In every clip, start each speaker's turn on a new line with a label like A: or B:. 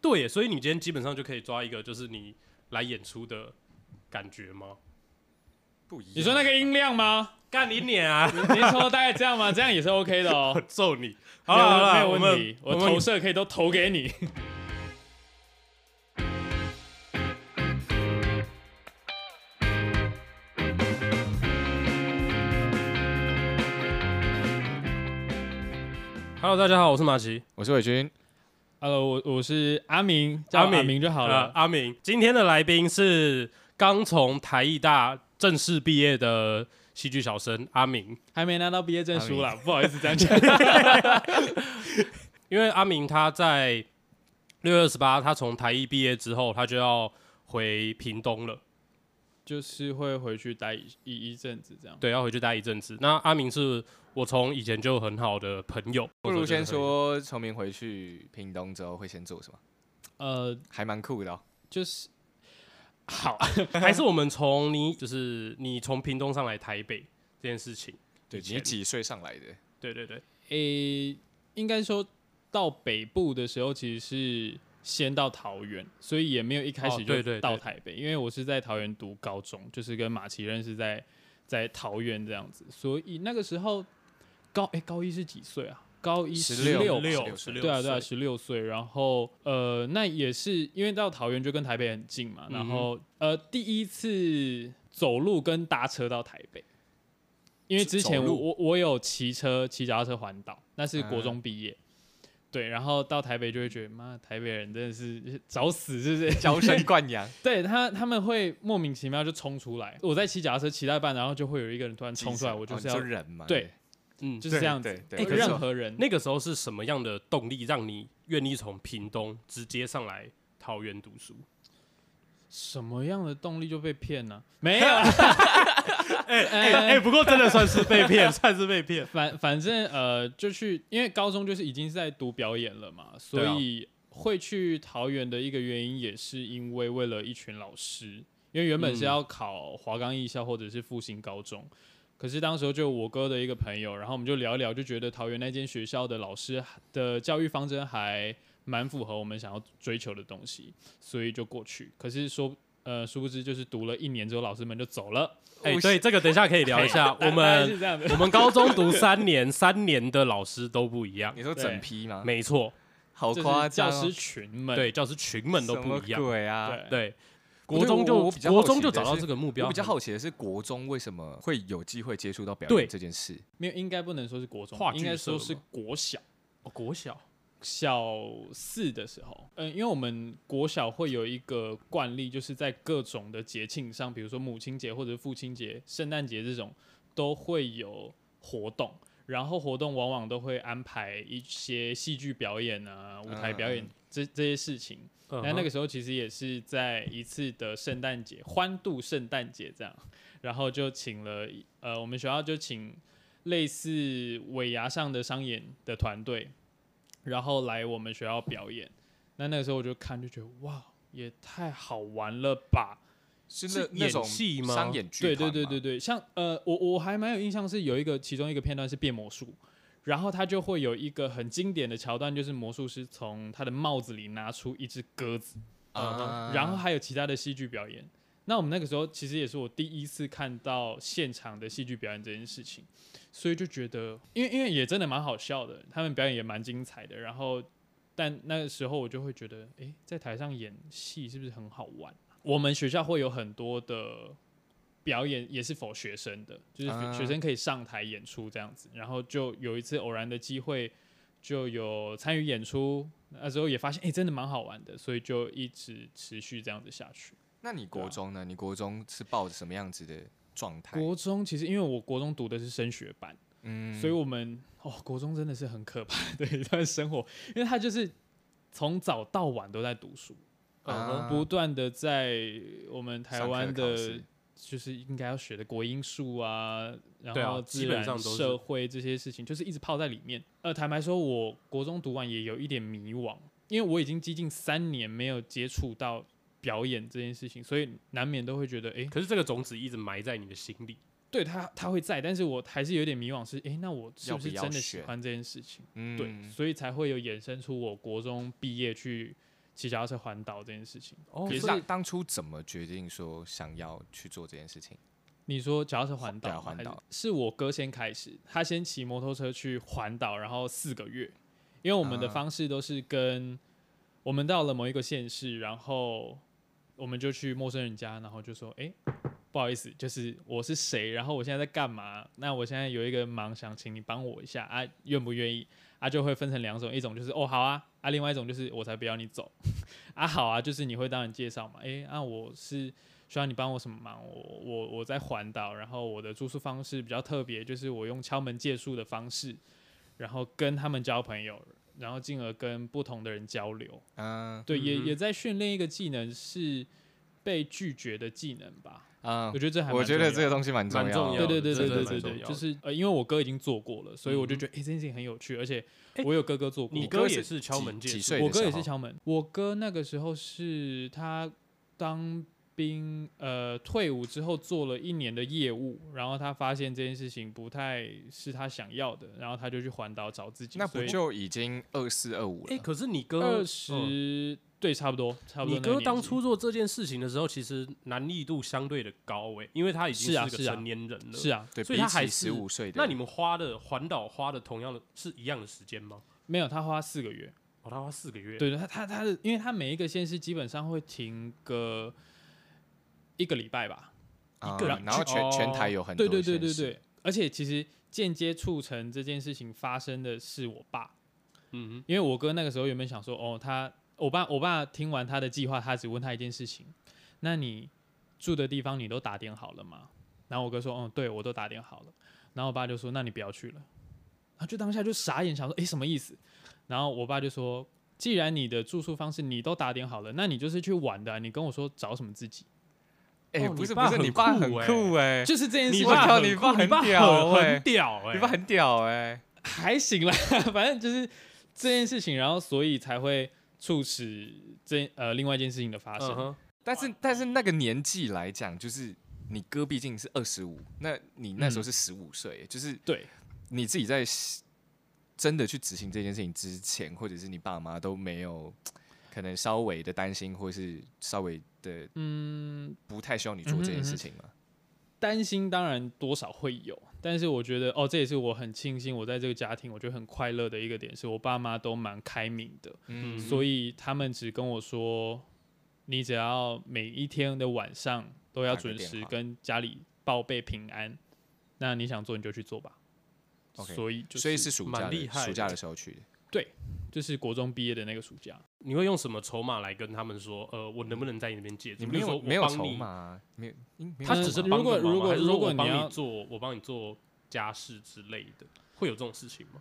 A: 对耶，所以你今天基本上就可以抓一个，就是你来演出的感觉吗？
B: 不一样。
C: 你说那个音量吗？
A: 干你脸啊！
C: 你是说大概这样吗？这样也是 OK 的
A: 我
C: 哦。
A: 揍你！好了好
C: 没
A: 了，
C: 有
A: 我
C: 问
A: 们
C: 题，我投射可以都投给你。
A: Hello，大家好，我是马奇，
B: 我是伟军，
C: Hello，我我是阿明，叫
A: 阿
C: 我
A: 明
C: 阿明就好
A: 呃
C: 了。
A: 阿明。今天的来宾是刚从台艺大正式毕业的戏剧小生阿明，
C: 还没拿到毕业证书啦，不好意思这样讲。
A: 因为阿明他在六月二十八，他从台艺毕业之后，他就要回屏东了。
C: 就是会回去待一一一阵子这样。
A: 对，要回去待一阵子。那阿明是我从以前就很好的朋友，
B: 不如先
A: 或者
B: 说崇明回去屏东之后会先做什么，
C: 呃，
B: 还蛮酷的、哦。
C: 就是好，
A: 是很，还是我们从你就是你从屏东上来台北这件事情。
B: 对，
A: 以前
B: 你几岁上来 的？
A: 对对对，
C: 诶、应该说到北部的时候，其实是先到桃园，所以也没有一开
A: 哦
C: 始
A: 对
C: 就
A: 对
C: 到
A: 对
C: 台北，因为我是在桃园读高中，就是跟马奇认识在在桃园这样子，所以那个时候高诶、高一是几岁啊？高一
B: 16
C: 六
A: 六十
B: 16
A: 六，
C: 对啊，对啊，十六岁。然后呃，那也是因为到桃园就跟台北很近嘛，然后、
B: 嗯
C: 呃，第一次走路跟搭车到台北，因为之前
B: 走
C: 我
B: 路
C: 我我有骑车骑脚踏车环岛，那是国
B: 嗯
C: 中毕业。对，然后到台北就会觉得，妈，台北人真的是 找死，是不是？
B: 娇生惯 养，
C: 对他，他们会莫名其妙就冲出来。我在骑脚踏车骑到一半，然后就会有一个人突然冲出来，
B: 哦
C: 我就
B: 你
C: 是要
B: 说，人嘛。
C: 对，
A: 嗯，
C: 就是这样
B: 对
C: 子。
B: 对对
C: 会
B: 可是
C: 任
B: 我
C: 何人，
A: 那个时候是什么样的动力让你愿意从屏东直接上来桃园读书？
C: 什么样的动力就被骗呢、 没有啊，
A: 哎
C: 哎
A: 不过真的算是被骗， 算是被骗。
C: 反反正呃，就去，因为高中就是已经是在读表演了嘛，所
A: 对啊
C: 以会去桃园的一个原因，也是因为为了一群老师，因为原本是
A: 嗯
C: 要考华冈艺校或者是复兴高中，可是当时候就我哥的一个朋友，然后我们就聊一聊，就觉得桃园那间学校的老师的教育方针还蛮符合我们想要追求的东西，所以就过去。可是说呃，殊不知就是读了一年之后，老师们就走了。
A: 哎，对，这个等一下可以聊一下。我
C: 大概是
A: 们
C: 这样的，
A: 我们高中读三年，三年的老师都不一 样。
B: 你说整批吗？
A: 没错，
B: 好
C: 就是
B: 夸张
C: 教
B: 哦、
C: 师群们
A: 对，教师群们都不一
B: 什么
A: 样。
B: 鬼啊！
C: 对
A: 对，
B: 不
A: 国
B: 对
A: 中
B: 我
A: 就
B: 我比较
A: 国
B: 好
A: 中
B: 奇
A: 就
B: 的
A: 找到
B: 是
A: 这个目标。
B: 我比较好奇的是，国中为什么会有机会接触到表
A: 对
B: 演这件事？
C: 没有，应该不能说是国中
A: 话，剧
C: 应该
A: 社
C: 说
A: 吗
C: 是国小
A: 哦，国小
C: 小四的时候。嗯，因为我们国小会有一个惯例，就是在各种的节庆上，比如说母亲节或者父亲节、圣诞节这种，都会有活动。然后活动往往都会安排一些戏剧表演啊、舞台表演、
B: 嗯
C: 这这些事情。
A: 嗯
B: 哎
C: 那那个时候其实也是在一次的圣诞节欢度圣诞节这样，然后就请了一呃我们学校就请类似尾牙上的商演的团队，然后来我们学校表演。那那个时候我就看就觉得哇，也太好玩了吧！
B: 是
A: 是
B: 那那
A: 演
B: 种
A: 戏吗
B: 商演剧
C: 对对
B: 团
C: 对
B: 吗
C: 对，对，像呃我我还蛮有印象是有一个其中一个片段是变魔术。然后他就会有一个很经典的桥段，就是魔术师从他的帽子里拿出一只鸽子，嗯
B: 啊
C: 然后还有其他的戏剧表演。那我们那个时候其实也是我第一次看到现场的戏剧表演这件事情，所以就觉得，因为因为也真的蛮好笑的，他们表演也蛮精彩的。然后，但那个时候我就会觉得，诶，在台上演戏是不是很好玩？啊我们学校会有很多的表演，也是否学生的，就是
B: 啊
C: 学生可以上台演出这样子。然后就有一次偶然的机会，就有参与演出，那时候也发现，诶，真的蛮好玩的，所以就一直持续这样子下去。
B: 那你
C: 对
B: 国
C: 啊
B: 中呢？你国中是抱着什么样子的状态？
C: 国中其实因为我国中读的是升学班，
B: 嗯
C: 所以我们哦，国中真的是很可怕 的一段生活，因为他就是从早到晚都在读书，哦
B: 啊
C: 不断的在我们台
B: 上课
C: 湾
B: 考
C: 的
B: 试，
C: 就是应该要学的国英数啊，然
A: 对啊
C: 后
A: 基
C: 自
A: 本
C: 然、
A: 上都是
C: 社会这些事情，就是一直泡在里面。呃，坦白说，我国中读完也有一点迷惘，因为我已经接近三年没有接触到表演这件事情，所以难免都会觉得，诶。
A: 可是这个种子一直埋在你的心里。
C: 对他他会在，但是我还是有点迷惘是，诶，那我是
B: 要
C: 不是
B: 不要
C: 真的
B: 学
C: 喜欢这件事情？
B: 嗯
C: 对，所以才会有衍生出我国中毕业去骑脚踏车环岛这件事情。
A: 哦
B: 可是
A: 所
B: 当
A: 以
B: 当初怎么决定说想要去做这件事情？
C: 你说脚踏车环岛
B: 对啊
C: 吗，
B: 环岛
C: 还是是我哥先开始，他先骑摩托车去环岛，然后四个月，因为我们的
B: 啊
C: 方式都是跟、我们到了某一个县市，然后我们就去陌生人家，然后就说，哎、不好意思，就是我是谁，然后我现在在干嘛？那我现在有一个忙，想请你帮我一下啊，愿不愿意？啊，就会分成两种，一种就是哦好啊，啊，另外一种就是我才不要你走， 啊好啊，就是你会当人介绍嘛，诶，啊我是需要你帮我什么忙，我我我在环岛，然后我的住宿方式比较特别，就是我用敲门借宿的方式，然后跟他们交朋友，然后进而跟不同的人交流，
B: 嗯
C: 对，也
A: 嗯哼
C: 也在训练一个技能是被拒绝的技能吧，
B: 嗯
C: 我，觉得这还蛮
B: 我觉得
C: 重要
B: 这个东西蛮重
A: 蛮重
B: 要
A: 要
B: 的。
A: 的
C: 对对对
A: 这真的
C: 对对
A: 蛮重
C: 对，
A: 要
C: 就
A: 的
C: 是呃，因为我哥已经做过了，所以我就
A: 嗯
C: 觉得哎、诶这件事情很有趣，而且
A: 诶
C: 我有哥哥做过，
A: 你
C: 我
A: 哥
B: 是
A: 也是敲
B: 几
A: 门
B: 几
A: 界
B: 岁
A: 数，
B: 的
C: 我哥也
B: 时候
C: 是敲门，我哥那个时候是他当兵呃退伍之后做了一年的业务，然后他发现这件事情不太是他想要的，然后他就去环岛找自己，
B: 那不就已经二四二五
A: 哎、
B: 了？
A: 可是你哥
C: 二
A: 嗯
C: 十、对，差不多差不
A: 你
C: 多那个年
A: 哥
C: 纪。
A: 当初做这件事情的时候，其实难易度相对的高诶、因为他已经
C: 是啊
A: 个
C: 是啊
A: 成年人了。
C: 是啊，
B: 对，
A: 所
B: 比
A: 以他还
B: 起
A: 是
B: 十五岁的，
A: 那你们花的环岛花的同样的是一样的时间吗？
C: 没有他花四个月，
A: 哦，他花四个月。
C: 对对，他他他的，因为他每一个县市基本上会停个一个礼拜吧，
B: 啊
A: 一个人
B: 然后
A: 去
B: 全全
A: 哦
B: 台有很多
C: 对对对
B: 县
C: 对
B: 市
C: 对，而且其实间接促成这件事情发生的是我爸，
A: 嗯
C: 因为我哥那个时候原本想说，哦，他我爸我爸听完他的计划，他只问他一件事情，那你住的地方你都打点好了吗？然后我哥说，嗯，对我都打点好了。然后我爸就说，那你不要去了。他就嗯当下就傻眼，想说，诶，什么意思？然后我爸就说，既然你的住宿方式你都打点好了，那你就是去玩的啊、你跟我说找什么自己，
B: 哎、
A: 哦
B: 不
A: 你
B: 是
A: 爸
B: 不是，
A: 很
B: 你爸
A: 酷
B: 很
A: 欸
B: 酷哎、
C: 就是这
A: 哼，
C: 件事
A: 你
C: 情。
B: 我靠
A: 爸
B: 你
A: 很
B: 爸
A: 酷，你
B: 很
A: 爸
B: 屌
A: 很
B: 欸
A: 很屌哎，
B: 你爸很屌哎、
C: 还行啦， 反正就是这件事情，然后所以才会促使这呃另外一件事情的发生。
A: 嗯哼
B: 但是但是那个年纪来讲，就是你哥毕竟是二十五，那你那时候是十五岁，就是
C: 对，
B: 你自己在真的去执行这件事情之前，或者是你爸妈都没有可能稍微的担心，或是稍微的
C: 嗯，
B: 不太希望你做这件事情嘛。
C: 担心当然多少会有，但是我觉得哦，这也是我很庆幸我在这个家庭，我觉得很快乐的一个点，是我爸妈都蛮开明的，
A: 嗯，
C: 所以他们只跟我说，你只要每一天的晚上都要
B: 打个
C: 准
B: 电
C: 时
B: 话
C: 跟家里报备平安，那你想做你就去做吧。
B: OK，
C: 所以就是
B: 所以是暑假
A: 蛮厉
B: 的
A: 害的
B: 暑假的时候去的。
C: 就是国中毕业的那个暑假，
A: 你会用什么筹码来跟他们说？呃，我能不能在你那边借住？
B: 你
A: 比
B: 没
A: 如
B: 有
A: 说我
B: 没有
A: 帮
B: 筹
A: 你
B: 码啊，没有，应没有
A: 他
B: 筹
A: 只是
B: 码
C: 嗯
A: 帮
C: 如果
A: 个忙
C: 如
A: 吗
C: 果
A: 还是说
C: 如果
A: 我帮
C: 你要
A: 做，我帮你做家事之类的，会有这种事情吗？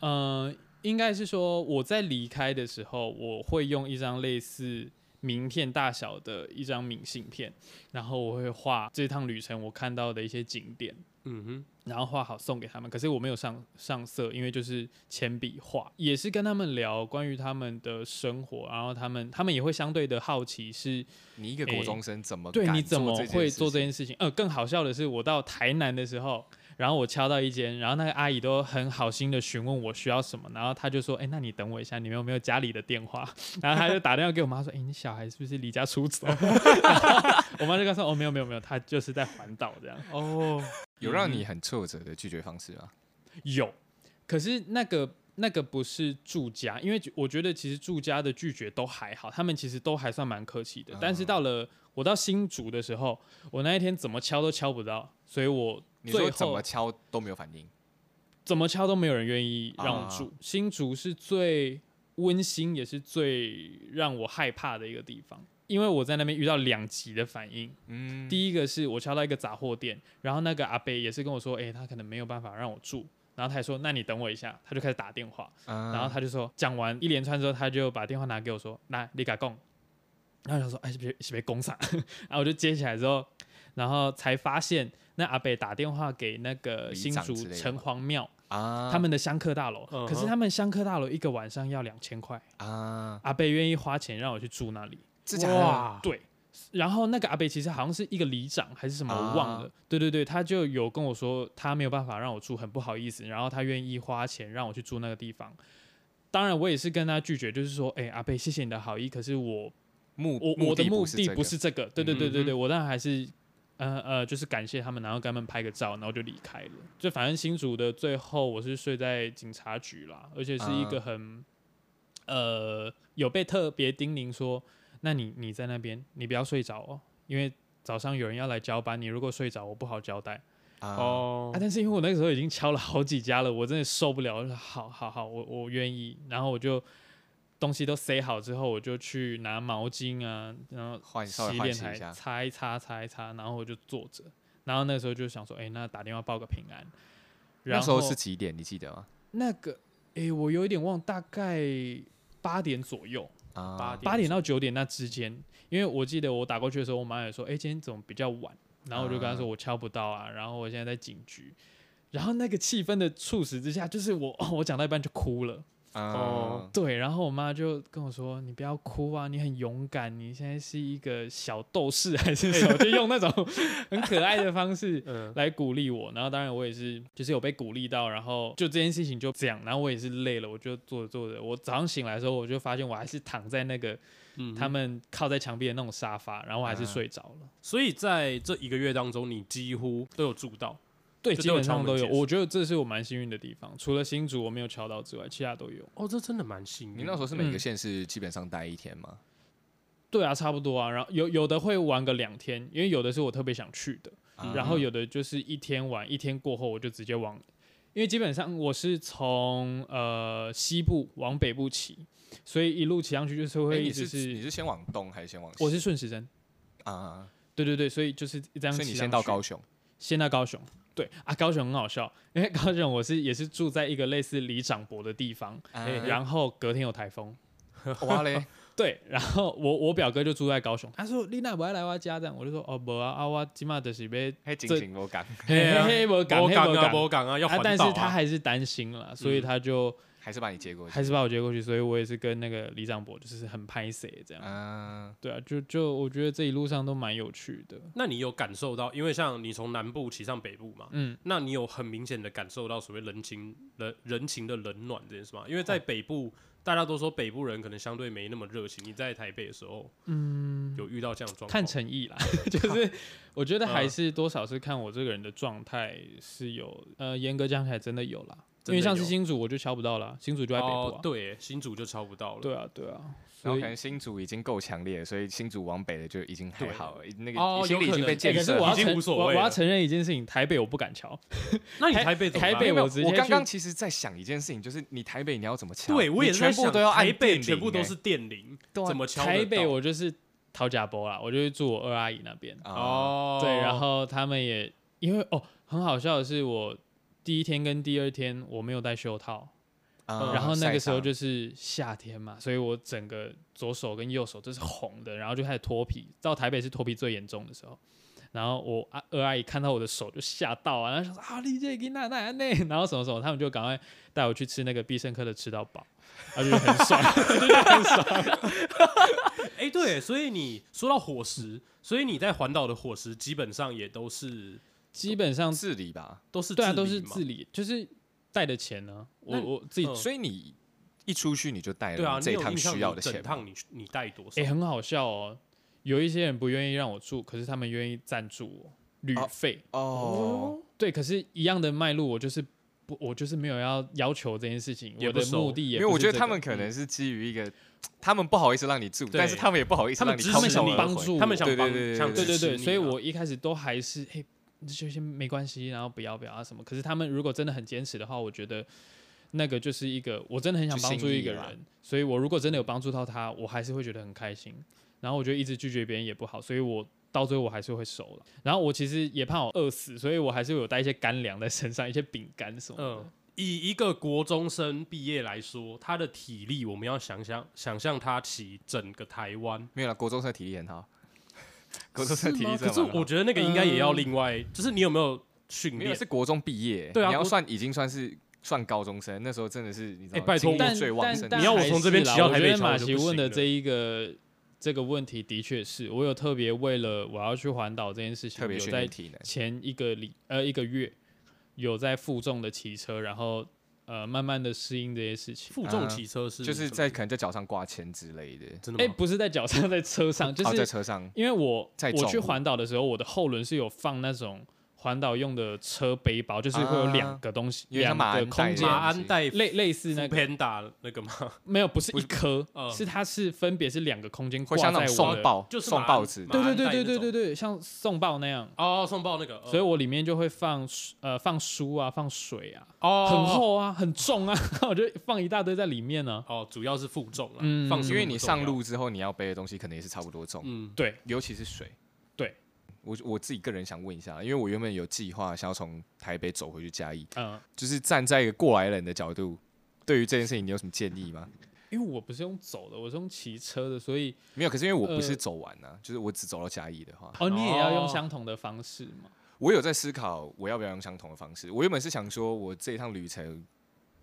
C: 嗯，应该是说我在离开的时候，我会用一张类似名片大小的一张明信片，然后我会画这趟旅程我看到的一些景点，
A: 嗯哼，
C: 然后画好送给他们。可是我没有上上色，因为就是铅笔画，也是跟他们聊关于他们的生活，然后他们他们也会相对的好奇是，
B: 你一个
C: 诶
B: 国中生怎么
C: 对
B: 敢
C: 你怎么
B: 这件
C: 会
B: 事
C: 做这
B: 情？
C: 件事情？呃，更好笑的是，我到台南的时候，然后我敲到一间，然后那个阿姨都很好心的询问我需要什么，然后她就说：“哎、那你等我一下，你们有没有家里的电话？” 然后她就打电话给我妈说：“哎、你小孩是不是离家出走？” 然后我妈就告诉我：“哦，没有没有没有，她就是在环岛这样。”
A: 哦，
B: 有让
C: 嗯
B: 你很挫折的拒绝方式吗？
C: 有，可是那个那个不是住家，因为我觉得其实住家的拒绝都还好，他们其实都还算蛮客
B: 嗯
C: 气的。但是到了我到新竹的时候，我那一天怎么敲都敲不到，所以我
B: 你
C: 最
B: 说怎么
C: 后
B: 敲都没有反应，
C: 怎么敲都没有人愿意让我
B: 啊
C: 住。新竹是最温馨，也是最让我害怕的一个地方。因为我在那边遇到两极的反应，
B: 嗯，
C: 第一个是我敲到一个杂货店，然后那个阿伯也是跟我说，诶，他可能没有办法让我住，然后他还说，那你等我一下，他就开始打电话，
B: 然
C: 然后他就说，讲完一连串之后，他就把电话拿给我说，来，你敢供？然后我想说，哎，是不是是不是工厂？ 然后我就接起来之后，然后才发现那阿北打电话给那个
B: 里
C: 新
B: 长
C: 竹
B: 之类的
C: 城
B: 吗
C: 隍庙
B: 啊
C: 他们的香客大楼，
A: 嗯
C: 可是
A: 哼
C: 他们香客大楼一个晚上要两千块，
B: 啊，
C: 阿北愿意花钱让我去住那里。
B: 这假的，
A: 啊
C: 对，然后那个阿北其实好像是一个里长还是什么，我
A: 啊
C: 忘了。对对对，他就有跟我说他没有办法让我住，很不好意思，然后他愿意花钱让我去住那个地方。当然我也是跟他拒绝，就是说，哎、阿贝，谢谢你的好意，可是我
B: 目
C: 我我的目的不
B: 不
C: 是这个，对对对对对，
A: 嗯
C: 我当然还是呃呃，就是感谢他们，然后跟他们拍个照，然后就离开了。就反正新竹的最后，我是睡在警察局啦，而且是一个
B: 啊
C: 很、呃有被特别叮咛说，那你你在那边，你不要睡着哦，因为早上有人要来交班，你如果睡着，我不好交代。
B: 这个啊
A: 哦
C: 啊！，但是因为我那个时候已经敲了好几家了，我真的受不了。我就说好好好，我我愿意。然后我就东西都塞好之后，我就去拿毛巾啊，然后
B: 换稍微
C: 洗
B: 换
C: 脸
B: 洗
C: 台
B: 一下，
C: 擦一擦擦一擦，然后我就坐着。然后那时候就想说，哎、那打电话报个平安。然
B: 那时
C: 后
B: 候是几点？你记得吗？
C: 那个，哎、我有一点忘，大概八点左右。
B: 啊，
A: 八点
C: 八点到九点那之间，因为我记得我打过去的时候，我妈也说：“哎、今天怎么比较晚？”然后我就跟她说：“我敲不到啊，然后我现在在警局。”然后那个气氛的促使之下，就是我、哦、我讲到一半就哭了。
A: 哦
B: 哦，
C: 对，然后我妈就跟我说：“你不要哭啊，你很勇敢，你现在是一个小斗士还是什么？”就用那 种很可爱的方式
A: 嗯，
C: 来鼓励我。然后当然我也是，就是有被鼓励到，然后就这件事情就这样。然后我也是累了，我就坐着坐着，我早上醒来的时候，我就发现我还是躺在那个
A: 嗯啊
C: 他们靠在墙壁的那种沙发，然后我还是睡着了。
A: 所以在这一个月当中，你几乎都有住到，
C: 对，
A: 就
C: 基
A: 都有
C: 本上
A: 敲门
C: 都有。
A: 解锁
C: 我觉得这是我蛮幸运的地方，除了新竹我没有敲到之外，其他都有。
A: 哦，这真的蛮幸运。
B: 你那时候是每
C: 嗯
B: 个县市基本上待一天吗？
C: 对啊，差不多啊。然后有有的会玩个两天，因为有的是我特别想去的，
B: 啊
A: 嗯
C: 然后
B: 哎
C: 有的就是一天玩，一天过后我就直接往，因为基本上我是从呃西部往北部骑，所以一路骑上去就是
B: 哎
C: 会一
B: 你
C: 直
B: 是
C: 是，
B: 你是先往东还是先往西？
C: 我是顺时针，
B: 啊，
C: 对对对，所以就是这样骑
B: 所
C: 上
B: 以
C: 去。
B: 你先到高雄
C: 先到高雄，对啊，高雄很好笑，因为高雄我是也是住在一个类似里长伯的地方，
B: 啊
A: 哎
C: 然后隔天有台风，
B: 哇嘞，
C: 对，然后我我表哥就住在高雄，他说你那不要来我家这样，我就说哦不啊啊我今嘛就是被
B: 还
C: 这
B: 警情我赶，
A: 嘿啊
C: 嘿无
A: 波
C: 嘿
A: 港
C: 无
A: 啊，波港啊，要
C: 啊
A: 环，
C: 但是
A: 岛
C: 他
A: 啊。嗯
C: 还是担心了，所以他就
B: 还是把你接 过去
C: 还是把我接过去，所以我也是跟那个李长伯就是很拍谁这样，
B: 啊？
C: 对啊，就就我觉得这一路上都蛮有趣的，
A: 那你有感受到，因为像你从南部骑上北部嘛，
C: 嗯，
A: 那你有很明显的感受到所谓人情人人情的冷暖这件事吗？因为在北部，大家都说北部人可能相对没那么热情。你在台北的时候，嗯，有遇到这样的状况？
C: 看 诚意啦，就是我觉得
A: 嗯
C: 还是多少是看我这个人的状态是有，呃，严格讲起来真的有啦，因
A: 真的
C: 为像是
A: 有
C: 新主我就敲不到啦，新主就在北部
A: 哦
C: 啊，，
A: 对，新竹就敲不到了。
C: 对啊，对啊，所
B: 然后
C: 以
B: 可能新竹已经够强烈了，所以新竹往北的就已经还
A: 对
B: 好了，那
A: 哦
B: 个心里
A: 有
B: 已
A: 可
B: 经被
A: 能
C: 欸
B: 建
C: 可是
B: 设
C: 我
B: 了。
C: 要
A: 已经
C: 承
A: 无所
C: 我我
A: 谓
C: 要
A: 了
C: 承认一件事情，台北我不敢敲，
A: 那你
C: 台
A: 台北怎么
C: 台
A: 办
C: 北
B: 没有
C: 我直
B: 我
C: 接
B: 刚
C: 去
B: 刚其实在想一件事情，就是你台北你要怎么敲？
A: 对我也
B: 你
A: 是在
B: 全部
A: 想
B: 都要按
A: 台北
B: 电
A: 全部
B: 铃
A: 都
B: 欸
A: 是电铃，
B: 对啊
A: 怎么敲得到？
C: 台北我就是讨假包啦，我就会住我二阿姨那边，
B: 啊
A: 哦，
C: 对，然后他们也因为哦，很好笑的是我第一天跟第二天我没有戴袖套，
B: 啊
A: 哦嗯
C: 然后那
B: 晒
C: 个时候
B: 伤
C: 就是夏天嘛，所以我整个左手跟右手都是红的，然后就开始脱皮。到台北是脱皮最严重的时候，然后我啊二阿姨看到我的手就吓到啊，然后想说啊，你这给奶奶呢，然后什么什么，他们就赶快带我去吃那个必胜客的吃到饱，然后就很爽， 就觉得很爽。
A: 哎、对，所以你说到伙食，所以你在环岛的伙食基本上也都是
C: 基本上
B: 自理吧，
A: 都是
C: 对啊，
A: 理
C: 都是
A: 嘛
C: 自理，就是带的钱呢、我
A: 那你
C: 我自己
A: 嗯
B: 所以你一出去你就带
A: 对啊
B: 了，
A: 你
B: 嗯这一
A: 有
B: 趟
A: 印象
B: 需要
A: 你
B: 的
A: 整
B: 钱吗，哦
A: 趟你你带多少？
C: 哎、很好笑哦，有一些人不愿意让我住，可是他们愿意赞助我旅
B: 哦
C: 费。
B: 哦，
C: 对，可是一样的脉络，我就是不，我就是没有要要求这件事情，
A: 也
C: 我
A: 不
C: 的
A: 熟
C: 目的也
B: 因
C: 不
B: 为我
C: 是
B: 觉得
C: 这
B: 他
C: 个
B: 们可能是基于一个，他们不好意思让你住，
A: 嗯对
B: 但是他们也不好意思
A: 他们
B: 让你
A: 支
B: 掏
A: 持
B: 手
A: 你
B: 而
C: 帮
B: 回
C: 助
A: 他们想
B: 对
A: 帮，
B: 对对
A: 想
C: 对
A: 支
C: 对
A: 持
C: 对，
A: 你啊
C: 所以
A: 嘛
C: 我一开始都还是嘿，就先没关系，然后不要不要啊什么。可是他们如果真的很坚持的话，我觉得那个就是一个我真的很想
B: 就
C: 帮
B: 心
C: 助一
B: 意
C: 个
B: 啦
C: 人，所以我如果真的有帮助到他，我还是会觉得很开心。然后我觉得一直拒绝别人也不好，所以我。到最后我还是会熟了，然后我其实也怕我饿死，所以我还是有带一些干粮在身上，一些饼干什么的。
A: 嗯，以一个国中生毕业来说，他的体力，我们要想象想象他骑整个台湾。
B: 没有了，国中生的体力很好， 国中 生的体力真
A: 可
B: 的
A: 是
B: 蛮好
A: 我觉得那个应该也
C: 嗯
A: 要另外，就是你有没有训
B: 没有
A: 练？
B: 是国中毕业，
A: 对啊
B: 你要
A: 国
B: 算已经算是算高中生，那时候真的是你知道
A: 哎拜托
B: 精力
C: 但
B: 最旺盛的
C: 但
A: 你要我
C: 但
A: 从这边
C: 还是
A: 骑到
C: 啦
A: 台北
C: 我觉
A: 桥
C: 得马
A: 我就
C: 奇
A: 不行
C: 问的
A: 了
C: 这一个这个问题，的确是我有特别为了我要去环岛这件事情，
B: 特别
C: 有
B: 训
C: 在
B: 练体能
C: 前一个礼呃一个月有在负重的骑车，然后。呃慢慢的适应这些事情。
A: 负重骑车是
B: 嗯就是
A: 什么
B: 在可能在脚上挂签之类的，
A: 真的
C: 哎、
A: 吗？
C: 不是在脚上，在车上，就
B: 哦，在
C: 是
B: 车上
C: 因为我
B: 载
C: 我
B: 重
C: 去环岛的时候，我的后轮是有放那种环岛用的车背包，就是会有
B: 啊
C: 两个东西，
B: 有
C: 两
B: 点像马
C: 个
B: 鞍
C: 空
B: 袋
C: 间
B: 这
A: 马
B: 样
A: 鞍带
C: 类类似那个
A: Panda 那个吗？
C: 没有，不是一颗，
A: 呃
C: 是它是分别是两个空间
B: 嗯会
C: 挂在
B: 像那
C: 我
B: 种
C: 的
B: 送，报，
A: 就是
B: 送
A: 马
B: 报纸
A: 马，
C: 对对
A: 马鞍
C: 对
A: 带
C: 对
A: 那
C: 对对对，像送报那样。
A: 哦，送报那
B: 嗯
A: 个，
C: 所以我里面就会放书呃放书啊，放水啊，
A: 哦
C: 很厚啊， 很重啊，我就放一大堆在里面啊呢、
A: 哦，主要是负重了，
C: 嗯
A: 放什
B: 因
A: 么
B: 为
A: 不
B: 你
A: 重
B: 上
A: 要，
B: 路之后你要背的东西可能也是差不多重，
A: 嗯，
C: 对，
B: 尤其是水。
C: 对，
B: 我我自己个人想问一下，因为我原本有计划想要从台北走回去嘉义，
C: 嗯、
B: 就是站在一个过来人的角度，对于这件事情你有什么建议吗？
C: 因为我不是用走的，我是用骑车的，所以
B: 没有，可是因为我不
C: 呃
B: 是走完呢、啊就是我只走到嘉义的话，
C: 哦，你也要用
A: 哦
C: 相同的方式嘛。
B: 我有在思考我要不要用相同的方式。我原本是想说，我这一趟旅程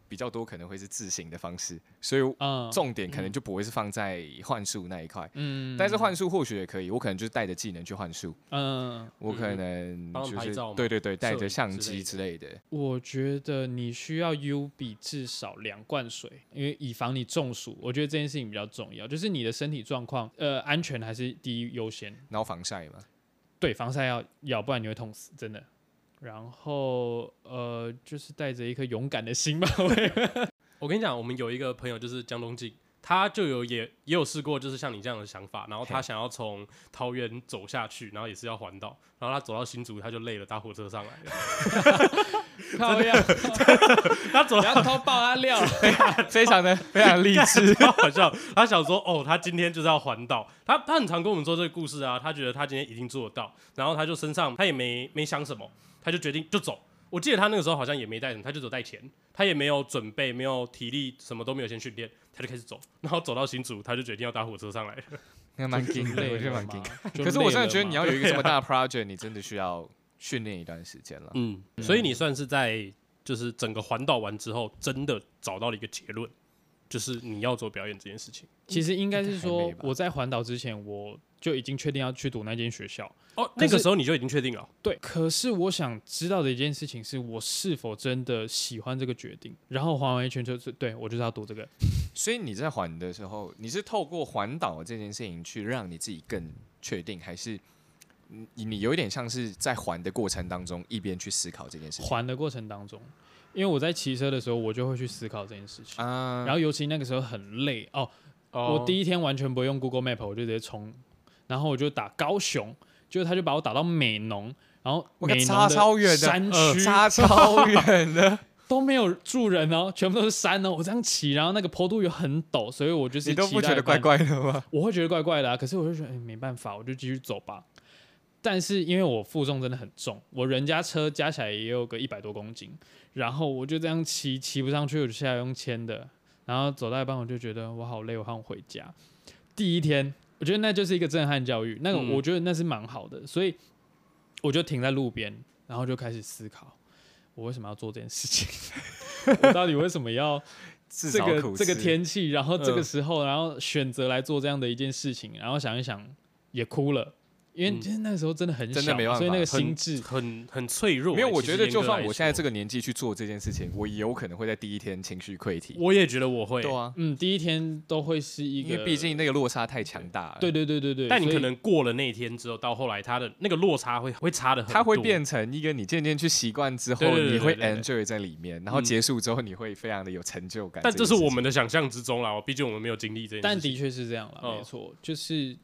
B: 比较多可能会是自行的方式，所以
C: 嗯，
B: 重点可能就不会是放在幻术那一块。
C: 嗯，
B: 但是幻术或许也可以，我可能就是带着技能去幻术，
C: 嗯，
B: 我可能
A: 帮他们
B: 就
A: 拍
B: 是
A: 照吗
B: 对对对，带
A: 摄影
B: 着相
A: 之类
B: 机之类的。
C: 我觉得你需要 U 比至少两罐水，因为以防你中暑。我觉得这件事情比较重要，就是你的身体状况，呃，安全还是第一优先。
B: 然后防晒嘛，
C: 对，防晒要要，不然你会痛死，真的。然后呃，就是带着一颗勇敢的心吧。我也
A: 我跟你讲，我们有一个朋友就是江东进，他就有也也有试过，就是像你这样的想法，然后他
B: 嘿
A: 想要从桃园走下去，然后也是要环岛，然后他走到新竹他就累了，搭火车上来了，
C: 靠呀，
A: 他走
C: 不
A: 到
C: 要偷爆他 料。
B: 啊非常的非常励志。
A: 超好笑，他想说哦，他今天就是要环岛，他他很常跟我们说这个故事啊，他觉得他今天一定做得到，然后他就身上他也没没想什么，他就决定就走。我记得他那个时候好像也没带什么，他就只有带钱，他也没有准备，没有体力，什么都没有，先训练，他就开始走，然后走到新竹，他就决定要搭火车上来了。
B: 那 蛮
C: 就
B: 劲的，
C: 累
B: 我觉得
C: 了
B: 蛮
C: 嘛
B: 劲。
C: 就
B: 可是我
C: 累
B: 真的
C: 了
B: 觉得你
C: 嘛
B: 要有一个这么大的 project，你真的需要训练一段时间了。
A: 嗯，所以你算是在就是整个环岛完之后，真的找到了一个结论，就是你要做表演这件事情。
C: 其实应该是
B: 应该还
C: 说
B: 没吧
C: 我在环岛之前，我就已经确定要去读那间学校。
A: 哦，
C: 可
A: 那
C: 是
A: 个时候你就已经确定了，
C: 对，可是我想知道的一件事情是我是否真的喜欢这个决定。然后环完一圈就是对我就是要读这个，
B: 所以你在环的时候，你是透过环岛这件事情去让你自己更确定，还是你你有一点像是在环的过程当中一边去思考这件事情
C: 环的过程当中，因为我在骑车的时候，我就会去思考这件事情。
B: 啊？
C: 然后尤其那个时候很累哦，
A: 哦
C: 我第一天完全不用 Google Map，我就直接冲，然后我就打高雄，结果他就把我打到美浓，然后
B: 我看
C: 美
B: 差
C: 浓
B: 超远的
C: 山
B: 呃
C: 区、
B: 差超远的，
C: 都没有住人哦，全部都是山哦。我这样骑，然后那个坡度又很陡，所以我就是
B: 你都
C: 骑
B: 不
C: 到
B: 觉
C: 一
B: 得
C: 半
B: 怪怪的吗？
C: 我会觉得怪怪的、啊，可是我就觉得、哎没办法，我就继续走吧。但是因为我负重真的很重，我人家车加起来也有个一百多公斤，然后我就这样骑骑不上去，我就下来用牵的，然后走到一半我就觉得我好累，我好想回家。第一天，我觉得那就是一个震撼教育，那个
A: 嗯
C: 我觉得那是蛮好的，所以我就停在路边，然后就开始思考，我为什么要做这件事情？ 我到底为什么要
B: 至
C: 这
B: 少
C: 个
B: 苦
C: 这个
B: 思，
C: 天气，然后这个
A: 嗯
C: 时候，然后选择来做这样的一件事情，然后想一想也哭了，因为
A: 嗯
C: 其实那时候真的很
B: 真的
C: 小，
B: 没办
C: 所以
B: 法
C: 那个
A: 很
C: 心智
A: 很很脆弱、
B: 没有，
A: 欸
B: 我
A: 其实
B: 觉得
A: 严
B: 就
A: 格
B: 算
A: 来
B: 我现在
A: 说
B: 这个年纪去做这件事情，我有可能会在第一天情绪溃堤。
A: 我也觉得我会，
B: 对啊，
C: 嗯，第一天都会是一
B: 因
C: 个，
B: 为毕竟那个落差太强大了。
C: 对，对对对对，
A: 但你
C: 所以
A: 可能过了那一天之后，到后来他的那个落差会会差的很多，
B: 它会变成一个你渐渐去习惯之后，
A: 对对对
B: 你会
A: 对对
B: enjoy 在里面，然后
A: 嗯
B: 结束之后你会非常的有成就感。
A: 但这
B: 这
A: 是
B: 件事
A: 我
B: 情
A: 们的想象之中啦，我毕竟我们没有经历这件事情。
C: 但的确是这样了，
A: 哦
C: 没错，就是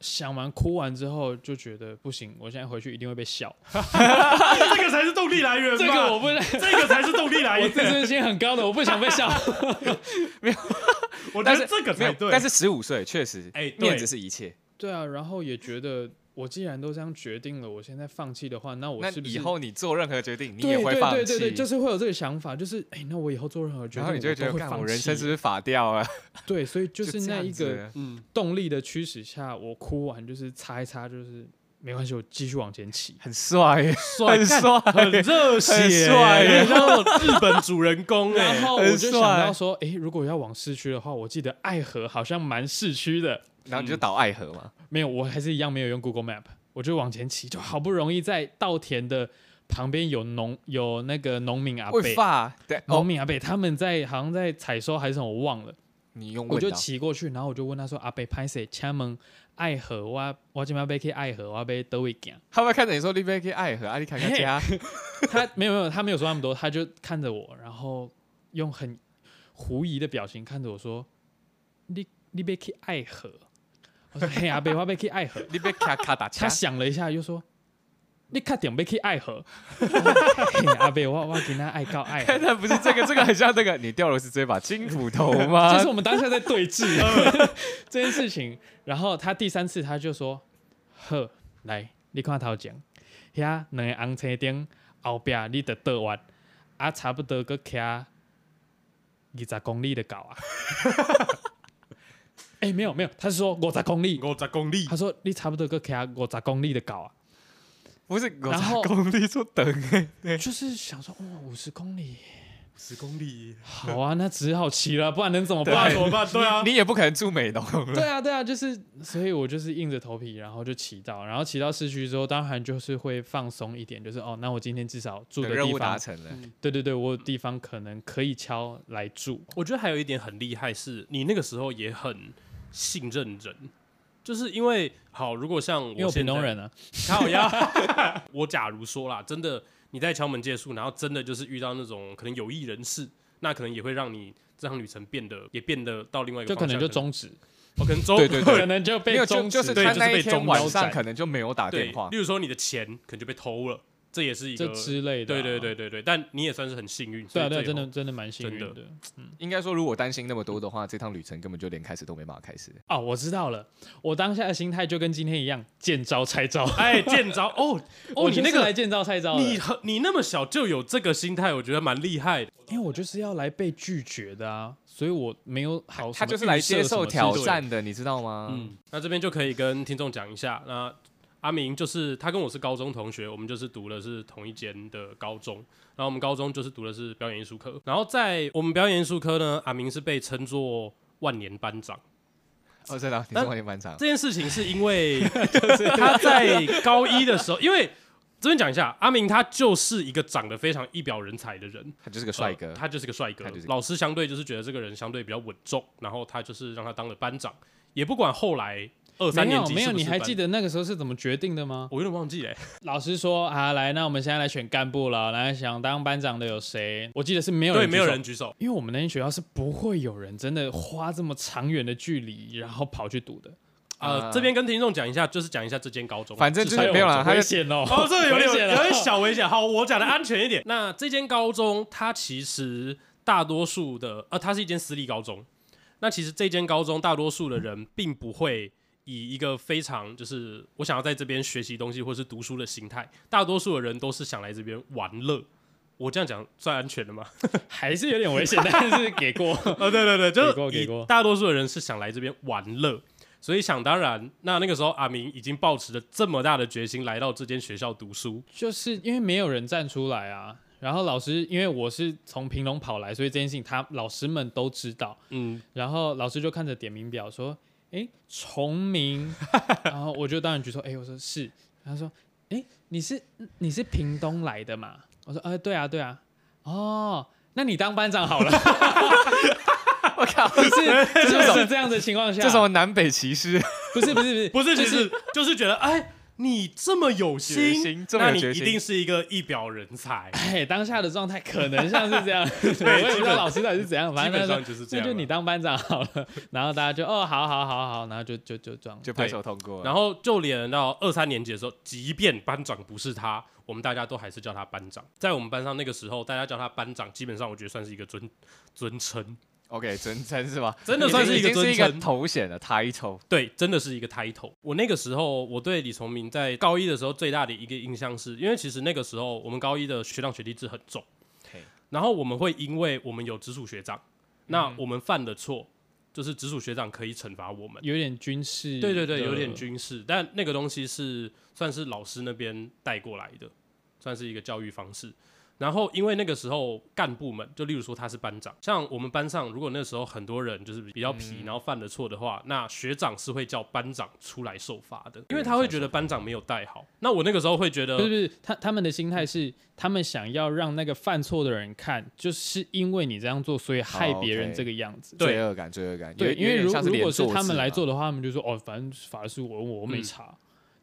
C: 想完哭完之后就觉得不行，我现在回去一定会被笑，
A: 这个才是动力来源吧，
C: 这个我不
A: 这个才是动力来
C: 我
A: 源。
C: 自尊心很高的，我不想被笑，
A: 我觉得
B: 但是
A: 这个
B: 没
A: 才
B: 有
A: 对。，
B: 但是十五岁确实，
A: 哎对
B: 面子是一切。
C: 对啊，然后也觉得我既然都这样决定了，我现在放弃的话，那我
B: 那
C: 是不是
B: 以后你做任何决定，你
C: 对
B: 也会放弃。
C: 对对对对，就是会有这个想法，就是哎、那我以后做任何决
B: 然
C: 定，
B: 后你就
C: 我
B: 会
C: 都
B: 觉得，
C: 会
B: 干，
C: 放
B: 我人生
C: 弃
B: 是不是法掉啊？
C: 对，所以 就
B: 这
C: 是那
B: 样
C: 一
B: 子
C: 个
B: 了
A: 嗯，
C: 动力的驱使下，我哭完就是擦一擦，就是没关系，我继续往前骑。
B: 很帅耶，
A: 帅，
B: 很
A: 干
B: 帅
A: 很欸热血
B: 很
A: 耶，
B: 帅耶
A: 很像日本主人公
C: 然
A: 哎。
C: 后我
B: 欸很
C: 就想到
B: 帅
C: 说，哎、如果要往市区的话，我记得爱河好像蛮市区的。
B: 然后你就倒爱河嘛。
C: 没有，我还是一样没有用 Google Map，我就往前骑，就好不容易在稻田的旁边有农有那个农民阿伯，
B: 会发对
C: 农
B: 哦，
C: 民阿伯他们在好像在采收还是什么，我忘了。
B: 你用
C: 我
B: 问
C: 就
B: 到
C: 骑过去，然后我就问他说：“阿伯拍谁？请问爱河，我我今麦要去爱河，我要去倒位行。
B: 他会看着你说你别去爱河，阿里卡卡 家，
C: 他没有没有，他没有说那么多，他就看着我，然后用很狐疑的表情看着我说：“你你别去爱河。”我说：“嘿，阿伯，我要去爱河。
B: 你别卡卡 打”
C: 他
B: 枪。
C: 想了一下，又说：“你确定要去爱河？”我说 嘿，阿伯，我我今天爱到爱河。
B: 但不是这个，这个很像那个，你掉的是这把金斧头
C: 就
B: 吗
C: 是？我们当下在对峙 这件事情。然后他第三次他就说：“呵，来，你看头前，遐两个红车顶后壁你得倒弯，啊，差不多个徛二十公里的到啊。”哎、没有没有，他是说五十公里，
A: 五十公里，
C: 他说你差不多个徛五十公里的到啊，
B: 不是，我
C: 然
B: 才
C: 后
B: 功力说等欸
C: 就是想说哇五十公里，
A: 十公里，
C: 好啊，那只好骑了，不然能怎么
A: 那
C: 办？
A: 怎么办？对啊，
B: 你也不可能住美浓，
C: 对啊，对啊，就是，所以我就是硬着头皮，然后就骑到，然后骑到市区之后，当然就是会放松一点，就是哦，那我今天至少住的
B: 任
C: 地
B: 务
C: 方，
B: 达
C: 嗯
B: 成了。
C: 对对对，我有地方可能可以敲来住，
A: 我觉得还有一点很厉害是，你那个时候也很信任人，就是因为好，如果像我
C: 因为我
A: 现
C: 屏
A: 在
C: 东人啊，
A: 靠呀， 我假如说啦，真的你在敲门借宿，然后真的就是遇到那种可能有意人士，那可能也会让你这趟旅程变得也变得到另外一个
C: 就可
A: 方向，
C: 能就终止，
A: 哦，可能中
B: 对对 对
C: 可能就
B: 没
C: 被
B: 有，就
C: 终止，
B: 就是
A: 对
B: 他
A: 就是
B: 那
A: 被
B: 一
A: 中
B: 天晚
A: 腰
B: 上
A: 斩
B: 可能就没有打电话
A: 例，如说你的钱可能就被偷了，这也是一个
C: 这之类的、
A: 对
C: 啊
A: 对，对对对，但你也算是很幸运，
C: 对
A: 所以
C: 啊对啊，
A: 这
C: 真
A: 以后
C: 的真的蛮幸运
A: 真
C: 的
B: 应该说，如果担心那么多的话，这趟旅程根本就连开始都没办法开始。
C: 哦，我知道了，我当下的心态就跟今天一样，见招拆招，
A: 哎，见招 哦哦，
C: 我
A: 你
C: 就是
A: 那个
C: 来见招拆招的，
A: 你很你那么小就有这个心态，我觉得蛮厉害的。
C: 因为我就是要来被拒绝的啊，所以我没有好，
B: 他就是来接受挑
C: 战。
B: 战的，你知道吗？
A: 嗯，那这边就可以跟听众讲一下，那阿明就是他跟我是高中同学，我们就是读的是同一间的高中，然后我们高中就是读的是表演艺术科，然后在我们表演艺术科呢，阿明是被称作万年班长。
B: 哦，真的啊，你
A: 但
B: 是万年班长，
A: 这件事情是因为他在高一的时候，因为这边讲一下，阿明他就是一个长得非常一表人才的人，
B: 他就是个帅
A: 呃
B: 哥。
A: 他就是个帅哥
B: 他就是。个
A: 老师相对就是觉得这个人相对比较稳重，然后他就是让他当了班长，也不管后来二三
C: 没
A: 年
C: 有
A: 级
C: 没有，
A: 是不
C: 你
A: 是
C: 还
A: 班
C: 记？得那个时候是怎么决定的吗？
A: 我有点忘记嘞、
C: 老师说啊，来，那我们现在来选干部了，来想当班长的有谁？我记得是没有
A: 对，
C: 人，
A: 没有人，举手。
C: 因为我们那间学校是不会有人真的花这么长远的距离，然后跑去读的。
A: 呃，
B: 啊
A: 这边跟听众讲一下，就是讲一下这间高中，
B: 反正
A: 至
B: 就
A: 少
B: 是没有啦，他
C: 危
B: 就
C: 险哦，
A: 哦，这个有点
C: 危险哦
A: 有点小危险。好，我讲的安全一点。那这间高中它其实大多数的呃，它是一间私立高中。那其实这间高中大多数的人并不会以一个非常就是我想要在这边学习东西或是读书的心态，大多数的人都是想来这边玩乐。我这样讲算安全的吗？
C: 还是有点危险，但是给过。
A: 呃，对对对，
C: 给过
A: 就
C: 给
A: 是
C: 过
A: 以大多数的人是想来这边玩乐，所以想当然，那那个时候阿明已经抱持着这么大的决心来到这间学校读书，
C: 就是因为没有人站出来啊。然后老师，因为我是从平龙跑来，所以这件事情他老师们都知道。
A: 嗯，
C: 然后老师就看着点名表说：“哎，崇明。”然后我就当然举手，哎，我说是。他说：“哎，你是你是屏东来的嘛？”我说：“呃，对啊，对啊。”哦，那你当班长好了。
B: 我靠，
C: 不是，就
B: 种
C: 是这样的情况下，
B: 这什么南北歧视？
C: 不是不是不
A: 不
C: 是，。
A: 是，其实就是觉得，哎，你这么有
B: 决
A: 心，
B: 心这么
A: 那
B: 有
A: 你
B: 决
A: 一
B: 心
A: 定是一个一表人才
C: 哎，当下的状态可能像是这样，我也不知道老师到底是怎样，反
A: 基
C: 正
A: 本
C: 他
A: 上
C: 说
A: 就是这
C: 那
A: 样
C: 就
A: 了。
C: 你当班长好了。然后大家就哦，好好好好，然后就就就这样，
B: 就拍手通过。
A: 然后就连到二三年级的时候，即便班长不是他，我们大家都还是叫他班长。在我们班上那个时候，大家叫他班长，基本上我觉得算是一个尊尊称，
B: OK，尊称是吧？
A: 真的算是
B: 已
A: 一个
B: 经是
A: 尊
B: 一个
A: 称。
B: 头衔的 title。
A: 哦对，真的是一个 title。我那个时候，我对李崇明在高一的时候最大的一个印象是，因为其实那个时候我们高一的学长学弟制很重
B: 嘿，
A: 然后我们会因为我们有直属学长，那我们犯的错就是直属学长可以惩罚我们。
C: 有点军事的，
A: 对对对，有点军事，但那个东西是算是老师那边带过来的，算是一个教育方式。然后因为那个时候干部们，就例如说他是班长，像我们班上如果那时候很多人就是比较皮，然后犯了错的话，那学长是会叫班长出来受罚的，因为他会觉得班长没有带好。那我那个时候会觉得
C: 不是不是，他他们的心态是，他们想要让那个犯错的人看，就是因为你这样做，所以害别人
B: OK
C: 这个样子。
A: 对
B: 罪恶感，罪恶感，
C: 对，
B: 有
C: 因为
B: 有点
C: 如
B: 像是
C: 如
B: 连
C: 果是
B: 坐
C: 他们
B: 姿啊
C: 来
B: 嘛
C: 做的话，他们就说哦，反正法是我我我没
A: 嗯
C: 查、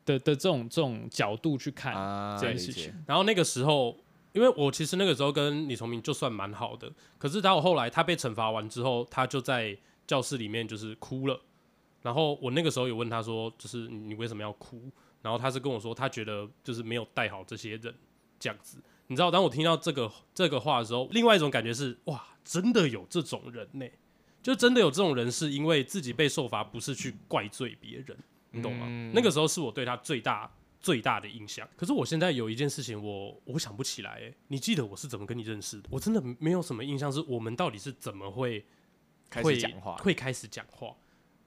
C: 的的这种这种角度去看、
B: 啊，
C: 这件
B: 理
C: 事
B: 解
C: 情。
A: 然后那个时候，因为我其实那个时候跟李崇明就算蛮好的，可是到后来他被惩罚完之后，他就在教室里面就是哭了。然后我那个时候有问他说，就是你你为什么要哭？然后他是跟我说，他觉得就是没有带好这些人这样子。你知道，当我听到这个这个话的时候，另外一种感觉是，哇，真的有这种人呢、就真的有这种人，是因为自己被受罚，不是去怪罪别人，你懂吗？那个时候是我对他最大最大的印象。可是我现在有一件事情我，我想不起来、欸，你记得我是怎么跟你认识的？我真的没有什么印象，是我们到底是怎么会
B: 开
A: 会
B: 始讲话，
A: 会开始讲话。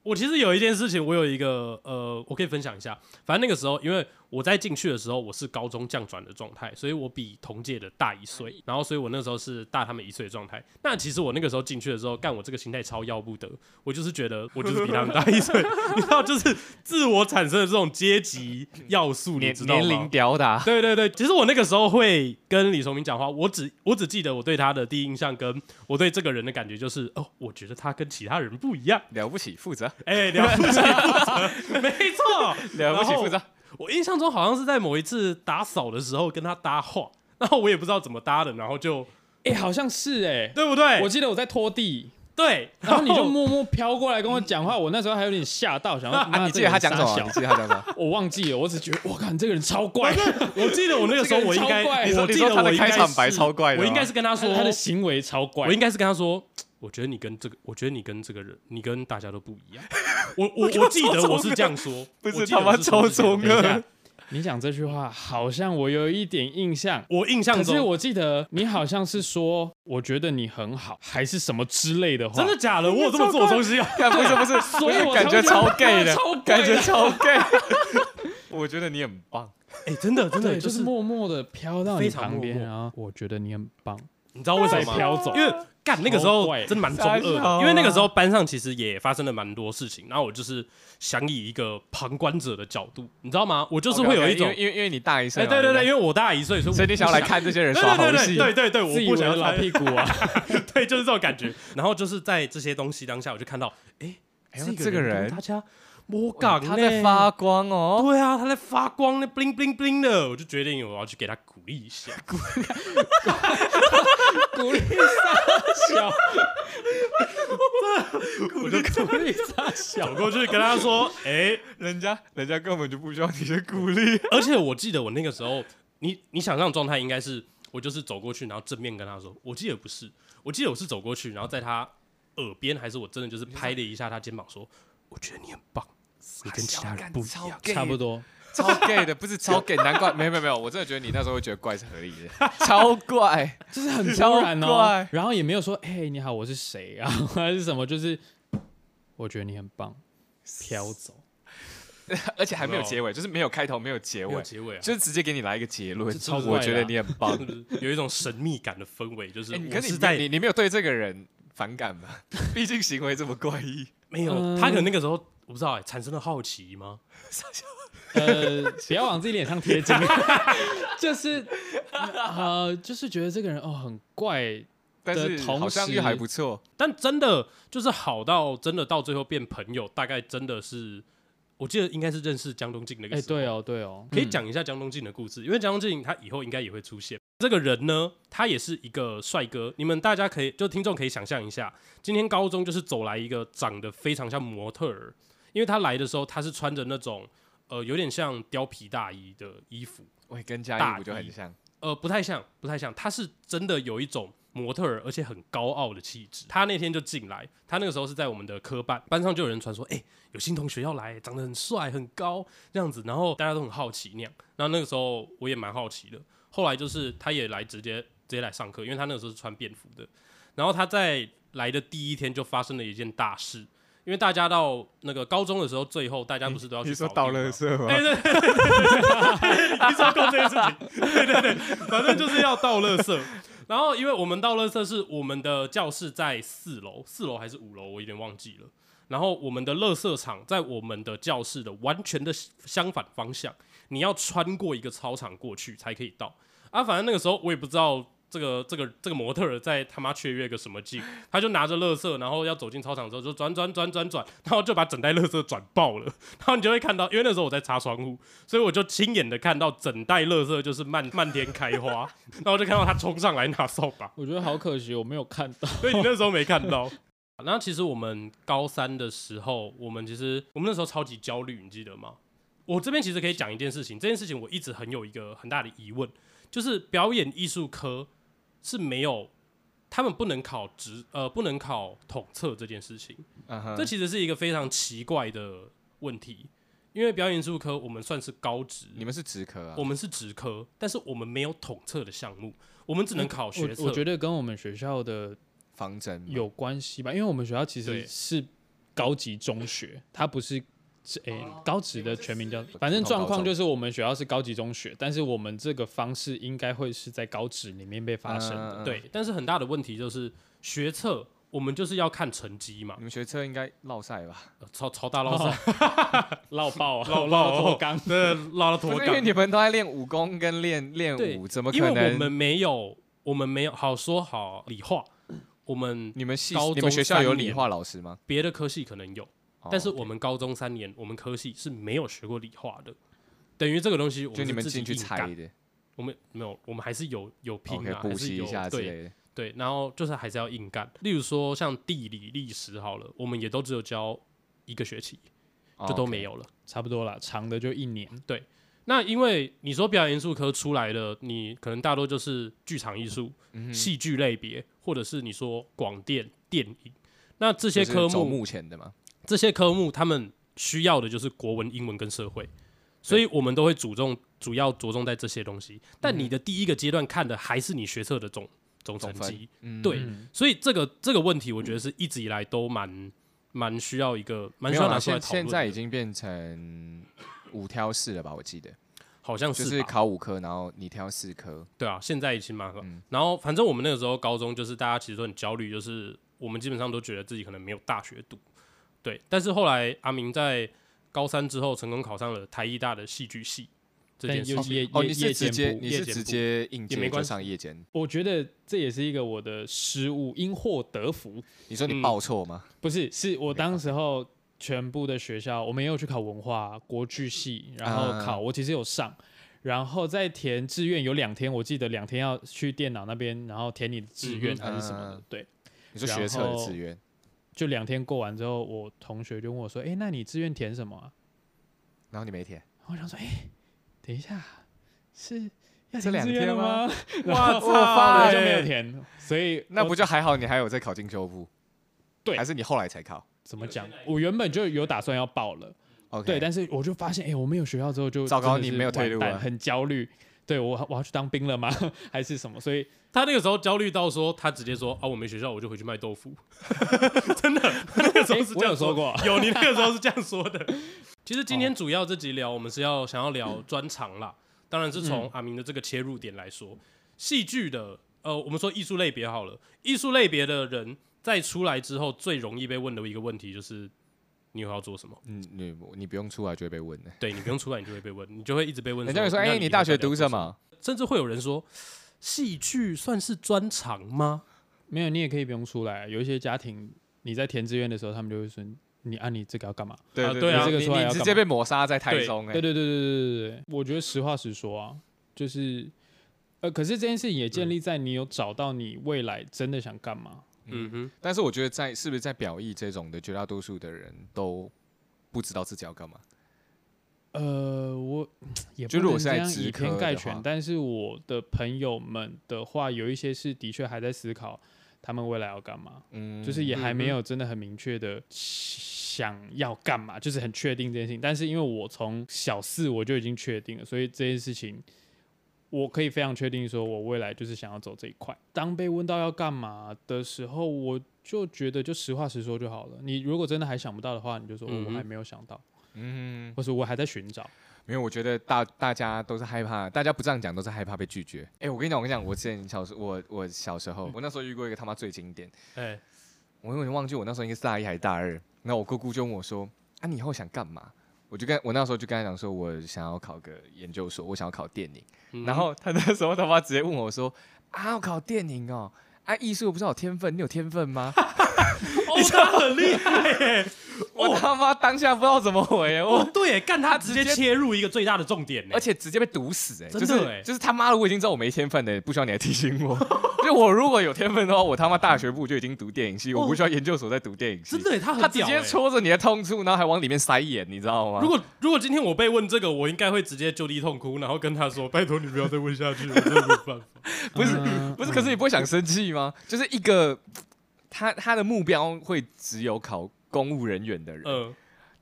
A: 我其实有一件事情，我有一个呃，我可以分享一下。反正那个时候，因为我在进去的时候，我是高中降转的状态，所以我比同届的大一
B: 嗯
A: 岁，然后所以我那时候是大他们一岁的状态。那其实我那个时候进去的时候，干我这个心态超要不得，我就是觉得我就是比他们大一岁， 你知道，就是自我产生的这种阶级要素，你
B: 年
A: 知道吗？
B: 年龄吊打，
A: 对对对，其实我那个时候会跟李崇明讲话，我只我只记得我对他的第一印象，跟我对这个人的感觉就是，哦，我觉得他跟其他人不一样。
B: 了不起，负责，
A: 哎，了不起，负责没错。
B: 了不起，
A: 然后
B: 负责，
A: 我印象中好像是在某一次打扫的时候跟他搭话，然后我也不知道怎么搭的，然后就
C: 哎、好像是哎、
A: 对不对？
C: 我记得我在拖地，
A: 对，
C: 然后你就默默飘过来跟我 讲话，我那时候还有点吓到，想要
B: 啊，你记得他讲什么？你
C: 小，
B: 记得他讲什么？
C: 我忘记了，我只觉得我靠，你这个人超怪，
A: 我记得我那个时候我应该
C: 这个人超怪，
B: 你说
A: 我
B: 你
A: 记
B: 说
A: 得
B: 他
A: 我
B: 的
A: 应该
B: 开场白
A: 是
B: 超怪的啊
A: 我应该
B: 吗
A: 是跟他
C: 他
A: 说
C: 他的行为超怪。
A: 我应该是跟他说，我觉得你跟这个，我觉得你跟这个人，你跟大家都不一样。 我我我记得我是这样说，
B: 不是
A: 我记得我
B: 他妈
A: 说这
B: 超
A: 个
B: 中
C: 等一
B: 二
C: 下，你讲这句话好像我有一点印象，
A: 我印象
C: 可是
A: 中
C: 我记得你好像是说，我觉得你很好，还是什么之类的话。
A: 真的，假的？我有这么做东西啊？
B: 看，不是不是，
C: 所以我
B: 感觉
C: 才会
B: 超 gay 的
C: 超 gay，的
B: 感觉超 gay。我觉得你很棒，
A: 哎，真的真的
C: 对，
A: 就
C: 就是是，默默的飘到
A: 非
C: 你
A: 常
C: 旁边，
A: 默默
C: 然后我觉得你很棒，
A: 你知道为什
C: 再
A: 么
C: 飘
A: 吗？
C: 走。
A: 因为干那个时
C: 超
A: 候
C: 怪
A: 真的蛮中二
B: 傻笑
A: 的，
B: 啊
A: 因为那个时候班上其实也发生了蛮多事情，然后我就是想以一个旁观者的角度，你知道吗？我就是会有一种，
B: 因为因为你大一岁
A: 哎，
B: 嘛，
A: 对对
B: 不
A: 对，因，为我大一岁，所以
B: 所
A: 我
B: 以你
A: 不
B: 想要来看这些人
A: 对
B: 耍
A: 对
B: 猴
A: 对
B: 戏，
A: 对对对，
C: 自
A: 我
C: 以
A: 不
C: 为
A: 想要
C: 的老
A: 参与
C: 屁股啊，
A: 对，就是这种感觉。然后就是在这些东西当下，我就看到，哎、
B: 哎呦
A: 这
B: 这个人
A: 跟大家摸港，
B: 他在发，光哦，
A: 对啊，他在发光，那 bling bling bling 的，我就决定我要去给他鼓励一下。
C: 鼓励傻笑，
A: 我就
C: 鼓励傻笑
A: 走。过去跟他说，哎、
B: 人家人家根本就不需要你的鼓励，
A: 而且我记得我那个时候，你你想象的状态应该是我就是走过去，然后正面跟他说，我记得不是，我记得我是走过去，然后在他耳边，还是我真的就是拍了一下他肩膀说，我觉得你很棒，你跟其他人不一样。
C: 差不多，
B: 超 gay 的，不是超 gay，难怪没有没有没有，我真的觉得你那时候会觉得怪是合理的，超怪，
C: 就是很突然
B: 超
C: 哦
B: 怪，
C: 然后也没有说，哎，你好，我是谁啊，还是什么，就是我觉得你很棒，飘走。
B: 而且还没有结尾，就是没有开头，没有结
A: 没有
B: 尾，
A: 结尾啊，
B: 就是直接给你来一个结论
C: 这超，怪的啊
B: 我觉得你很棒。
A: 是不是有一种神秘感的氛围，就是
B: 哎，你
A: 我
B: 可是
A: 是
B: 你
A: 在
B: 你你没有对这个人反感吗？ 毕竟行为这么怪异，
A: 没有
C: 嗯
A: 他可能那个时候我不知道哎，产生了好奇吗？
C: 呃，不要往自己脸上贴金，就是呃，就是觉得这个人哦很怪，
B: 但是
C: 的同
B: 好像
C: 时
B: 又还不错。
A: 但真的就是好到真的到最后变朋友，大概真的是我记得应该是认识江东进那个
C: 哎、
A: 时候。
C: 对哦，对哦，
A: 可以
C: 嗯
A: 讲一下江东进的故事，因为江东进他以后应该也会出现。这个人呢，他也是一个帅哥，你们大家可以就听众可以想象一下，今天高中就是走来一个长得非常像模特儿，因为他来的时候他是穿着那种呃有点像貂皮大衣的衣服，
B: 喂，跟嘉
A: 大
B: 义不就
A: 一
B: 很像？
A: 呃，不太像，不太像，他是真的有一种模特儿，而且很高傲的气质。他那天就进来，他那个时候是在我们的科班，班上就有人传说，哎、有新同学要来，长得很帅很高这样子，然后大家都很好奇那样。然后那个时候我也蛮好奇的，后来就是他也来直接直接来上课，因为他那个时候是穿便服的。然后他在来的第一天就发生了一件大事，因因为大家到那个高中的时候，最后大家不是都要去
D: 你说
A: 扫
D: 倒
A: 地吗
D: 垃圾吗？
A: 对对对对对，对你说过这件事情，对对对，反正就是要倒垃圾。然后，因为我们倒垃圾是我们的教室在四楼，四楼还是五楼，我有点忘记了。然后我们的垃圾场在我们的教室的完全的相反方向，你要穿过一个操场过去才可以到。啊，反正那个时候我也不知道这个这个这个模特儿在他妈雀跃个什么劲，他就拿着垃圾，然后要走进操场之后就转转转转转，然后就把整袋垃圾转爆了。然后你就会看到，因为那时候我在擦窗户，所以我就亲眼的看到整袋垃圾就是漫漫天开花， 然后我就看到他冲上来拿扫把。
C: 我觉得好可惜，我没有看到。
A: 所以你那时候没看 到。然后其实我们高三的时候，我们其实我们那时候超级焦虑，你记得吗？我这边其实可以讲一件事情，这件事情我一直很有一个很大的疑问，就是表演艺术科是没有他们不能考职呃不能考统测这件事情。
B: 嗯哼
A: 这其实是一个非常奇怪的问题，因为表演艺术科我们算是高职，
B: 你们是职科啊
A: 我？们是职科，但是我们没有统测的项目，我们只
B: 嗯
A: 能考学测。
C: 我我觉得跟我们学校的
B: 方针吗
C: 有关系吧，因为我们学校其
A: 对
C: 实是高级中学，它不是是诶、高职的全名叫，反正状况就是我们学校是高级中学，但是我们这个方式应该会是在高职里面被发生的。
B: 嗯嗯嗯
A: 对，但是很大的问题就是学测，我们就是要看成绩嘛
B: 你，们学车应该落赛吧？
A: 呃超超
B: 哦
A: 大捞上，
C: 绕爆啊，
A: 绕
C: 到
A: 爆
C: 脱肛，
A: 对，捞到
B: 不
A: 脱
B: 是因为
A: 岗，
B: 你们都在练武功跟练练
A: 对
B: 武，怎么
A: 因
B: 可
A: 为我们
B: 能？
A: 没有，我们没有好说好理化，我们
B: 你们系
A: 高中
B: 你们学校有
A: 三年
B: 理化老师吗？
A: 别的科系可能有，
B: 哦
A: 但是我们高中三年，我们科系是没有学过理化的，等于这个东西我
B: 就你们
A: 是自己
B: 进去
A: 硬
B: 猜
A: 干，
B: 的
A: 我们没有，我们还是有有拼
B: ，OK，
A: 啊，还
B: 补
A: 是
B: 习
A: 有
B: 一下之
A: 对
B: 类的。
A: 对，然后就是还是要硬干。例如说像地理、历史好了，我们也都只有教一个学期，就都没
B: 有。
A: 有了。
C: 差不多啦，长的就一年。
A: 那因为你说表演艺术科出来的，你可能大多就是剧场艺术、
B: 嗯
A: 戏剧类别，或者是你说广电、电影，那这
B: 这
A: 些科
B: 走
A: 目，
B: 目前的嘛，
A: 这些科目他们需要的就是国文、英文跟社会，所以我们都会主重主要着重在这些东西。
B: 嗯
A: 但你的第一个阶段看的还是你学测的总总成
B: 总分
A: 绩，对，
C: 嗯
A: 所以这个这个问题，我觉得是一直以来都蛮蛮需要一个蛮需
B: 没有
A: 要
B: 啦
A: 拿出来
B: 现
A: 讨论
B: 现
A: 的。
B: 在已经变成五挑四了吧？我记得
A: 好像
B: 就是是
A: 吧
B: 考五科，然后你挑四科。
A: 对啊，现在已经蛮好。
B: 嗯
A: 然后反正我们那个时候高中就是大家其实都很焦虑，就是我们基本上都觉得自己可能没有大学读，对。但是后来阿明在高三之后成功考上了台艺大的戏剧系这
C: 但
A: 件事
C: 又
A: 情，
C: 夜
B: 哦，
C: 夜
B: 你是
C: 夜
B: 直接
C: 间部
B: 你
A: 夜
B: 是
A: 间
B: 直
A: 部
B: 接应
A: 也没关
B: 届就
A: 系
B: 上夜间？
C: 我觉得这也是一个我的失误，因祸得福。
B: 你说
A: 嗯
B: 你报错吗？
C: 不是，是我当时候全部的学校，我们也有去考文化、国剧系，然后考，我其实有上，然后在填志愿有两天，我记得两天要去电脑那边，然后填你的志愿
A: 嗯
C: 还是什么的，
B: 嗯
C: 对，
B: 你说学测
C: 然
B: 的
C: 后
B: 志愿，
C: 就两天过完之后，我同学就问我说：“哎、那你志愿填什么、啊
B: 然后你没填，？”
C: 我想说：“哎、等一下，是要
B: 这
C: 填
B: 两
C: 志愿
B: 天
C: 了
B: 吗
C: 吗？”
A: 哇
B: 我发
C: 我
B: 了
C: 就没有填，所以
B: 那
A: 哦
C: 我
B: 不就还好？你还有在考进修部？
C: 对
B: 还是你后来才考
C: 怎么讲？我原本就有打算要报了。
B: ？OK，
C: 对，但是我就发现，哎、我没有学校之后就
B: 糟糕
C: 真的是
B: 你没有退路啊
C: 完蛋很焦虑。对我，我要去当兵了吗？ 还是什么？所以
A: 他那个时候焦虑到说，他直接说啊，我没学校，我就回去卖豆腐。 真的，他那个时候是
C: 诶
A: 这
C: 哎我
A: 样
C: 有说过，
A: 有你那个时候是这样说的。 其实今天主要这集聊，我们是要想要聊专长啦，当然是从阿明的这个切入点来说，戏剧的，呃，我们说艺术类别好了，艺术类别的人在出来之后，最容易被问的一个问题就是。你以后要做什 么？
B: 嗯，你你不用出来就会被问的。
A: 对你不用出来，你就会被问，你就会一直被问。
B: 人家会说：“
A: 那
B: 哎，
A: 以
B: 你
A: 后
B: 大
A: 到
B: 学
A: 底要
B: 读
A: 做
B: 什？么
A: 甚至会有人说，戏剧算是专长吗？
C: 没有，你也可以不用出来。啊有一些家庭，你在填志愿的时候，他们就会说：“你按、啊、你这个要干嘛？”？”
A: 啊
B: 对
A: 对啊
C: 这个
B: 你
C: 出来要
B: 你
C: 干
B: 直接
C: 嘛
B: 被抹杀在台
A: 对
B: 中哎
C: 对。对对对对对对，我觉得实话实说啊，就是，呃，可是这件事情也建立
B: 嗯
C: 在你有找到你未来真的想干嘛。
A: 嗯哼，
B: 但是我觉得在是不是在表意这种的，绝大多数的人都不知道自己要干嘛。
C: 呃，我也
B: 就
C: 不
B: 如果
C: 能
B: 是
C: 这
B: 在
C: 样
B: 职
C: 以
B: 科
C: 偏概
B: 的
C: 全
B: 话，
C: 但是我的朋友们的话，有一些是的确还在思考他们未来要干嘛，
B: 嗯，
C: 就是也还
A: 嗯
C: 没
A: 哼
C: 有真的很明确的想要干嘛，就是很确定这件事情。但是因为我从小四我就已经确定了，所以这件事情我可以非常确定，说我未来就是想要走这一块。当被问到要干嘛的时候，我就觉得就实话实说就好了。你如果真的还想不到的话，你就说、哦
A: 嗯
C: 我
A: 哼
C: 还没有想到，
B: 嗯，
C: 或者我还在寻找。
B: 没有，我觉得大大家都是害怕，大家不这样讲都是害怕被拒绝。哎、我跟你讲，我跟你讲，我之前小时我我小时候，我那时候遇过一个他妈最经典，
A: 哎，
B: 我有点忘记我那时候应该是大一还是大二。那我姑姑就问我说：“啊，你以后想干嘛？”我就跟我那时候就跟她讲说，我想要考个研究所，我想要考电影。
A: 嗯
B: 然后她那时候他妈直接问我说：“啊，我考电影哦，啊，艺术我不是有天分，你有天分吗
A: 哦，他很厉害耶！？”
B: 我他妈当下不知道怎么回，
A: 哦
B: 我，
A: 对耶，干他
B: 他
A: 直
B: 直
A: 接
B: 接
A: 切入一个最大的重点呢，
B: 而且直接被毒死哎、
A: 真
B: 就
A: 的欸
B: 是就是他妈的，我已经知道我没天分的，不需要你来提醒 我。就我如果有天分的话，我他妈大学部就已经读电影系，我不需要研究所在读电影系。
A: 哦真的耶，他
B: 他
A: 很
B: 直
A: 屌
B: 接
A: 耶。
B: 戳着你的痛处，然后还往里面塞盐，你知道吗？
A: 如果如果今天我被问这个，我应该会直接就地痛哭，然后跟他说：“拜托你不要再问下去，我真的没办法。
B: 不是、
C: 嗯
B: 不是，可是你不会想生气吗？就是一个他他的目标会只有考公务人员的”人，
A: 嗯，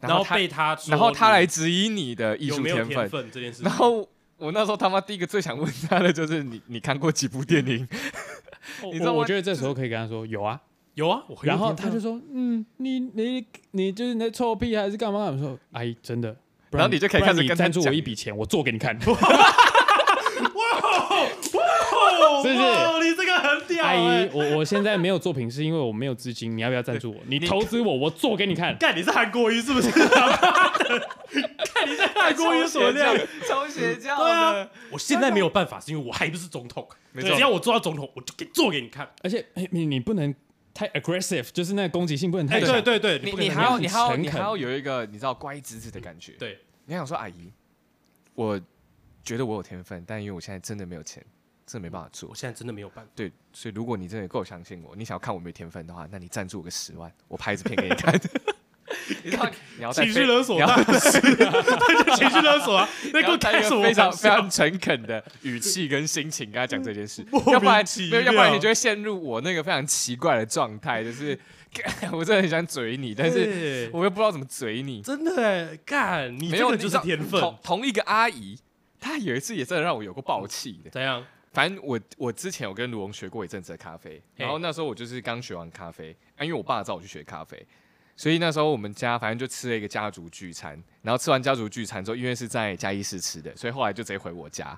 B: 然
A: 然后
B: 后他
A: 被他说，
B: 然后他来质疑你的艺
A: 有
B: 术
A: 没有
B: 天
A: 天
B: 分，
A: 分这件事情
B: 然。后。我那时候他妈第一个最想问他的就是你，你看过几部电影？
A: 哦
C: 我
B: 你知道
C: 嗯我
B: 吗
C: 觉得这时候可以跟他说有啊，
A: 有啊，我很有
C: 然后
A: 天分
C: 他就说嗯，你你你就是你在臭屁还是干嘛？我 说阿姨真的，不
B: 然后你就可以
C: 不然
B: 开始
C: 你
B: 跟他
C: 赞助我
B: 讲
C: 一笔钱，我做给你看。
A: 哦
C: 是不是
A: 哇你这个很屌
C: 阿
A: 哎
C: 姨，我我现在没有作品，是因为我没有资金，你要不要赞助我？你
B: 你
C: 投资我，我做给你看。
A: 干你是韩国瑜是不 是？看你在 韩国瑜什么料？
B: 超邪教
A: 对
B: 的
A: 啊，我现在没有办法，是因为我还不是总统。
B: 没错
A: 只要我做到总统，我就给做给你看。
C: 而且哎你你不能太 aggressive，就是那个攻击性不能
A: 哎，
C: 太强。
A: 对对对，
B: 你
A: 不可以
B: 你
A: 这
B: 还
A: 样
B: 要
C: 很
B: 你还要
C: 诚
B: 你还
C: 恳
B: 要有一个你知道乖侄子的感觉。
A: 对，
B: 你还想说阿姨，我觉得我有天分，但因为我现在真的没有钱，真的没办法做
A: 我。现在真的没有办法。
B: 对，所以如果你真的够相信我，你想要看我没天分的话，那你赞助我个十万，我拍一支片给你看。 你知道你要在
A: 情绪
B: 非
A: 勒索
B: 你要
A: 大 师，他就情绪勒索 啊！那给
B: 你
A: 我
B: 要在
A: 开
B: 一
A: 什
B: 个
A: 么啊
B: 非常
A: 玩
B: 非
A: 笑
B: 常诚恳的语气跟心情跟他讲这件事
A: 莫，名
B: 要不然
A: 其
B: 没有，要不然
A: 妙
B: 你就会陷入我那个非常奇怪的状态，就是 我真的很想嘴你，但是
A: 对
B: 我又不知道怎么嘴你。
A: 真的哎，干你这
B: 没有，
A: 个
B: 你
A: 就
B: 知
A: 是
B: 道
A: 天分
B: 同，同一个阿姨，她有一次也真的让我有过爆气的。
A: 怎样？
B: 反正我我之前有跟卢龙学过一阵子的咖啡，
A: 嘿
B: 然后那时候我就是刚学完咖啡，啊，因为我爸找我去学咖啡，所以那时候我们家反正就吃了一个家族聚餐，然后吃完家族聚餐之后，因为是在嘉义市吃的，所以后来就直接回我家。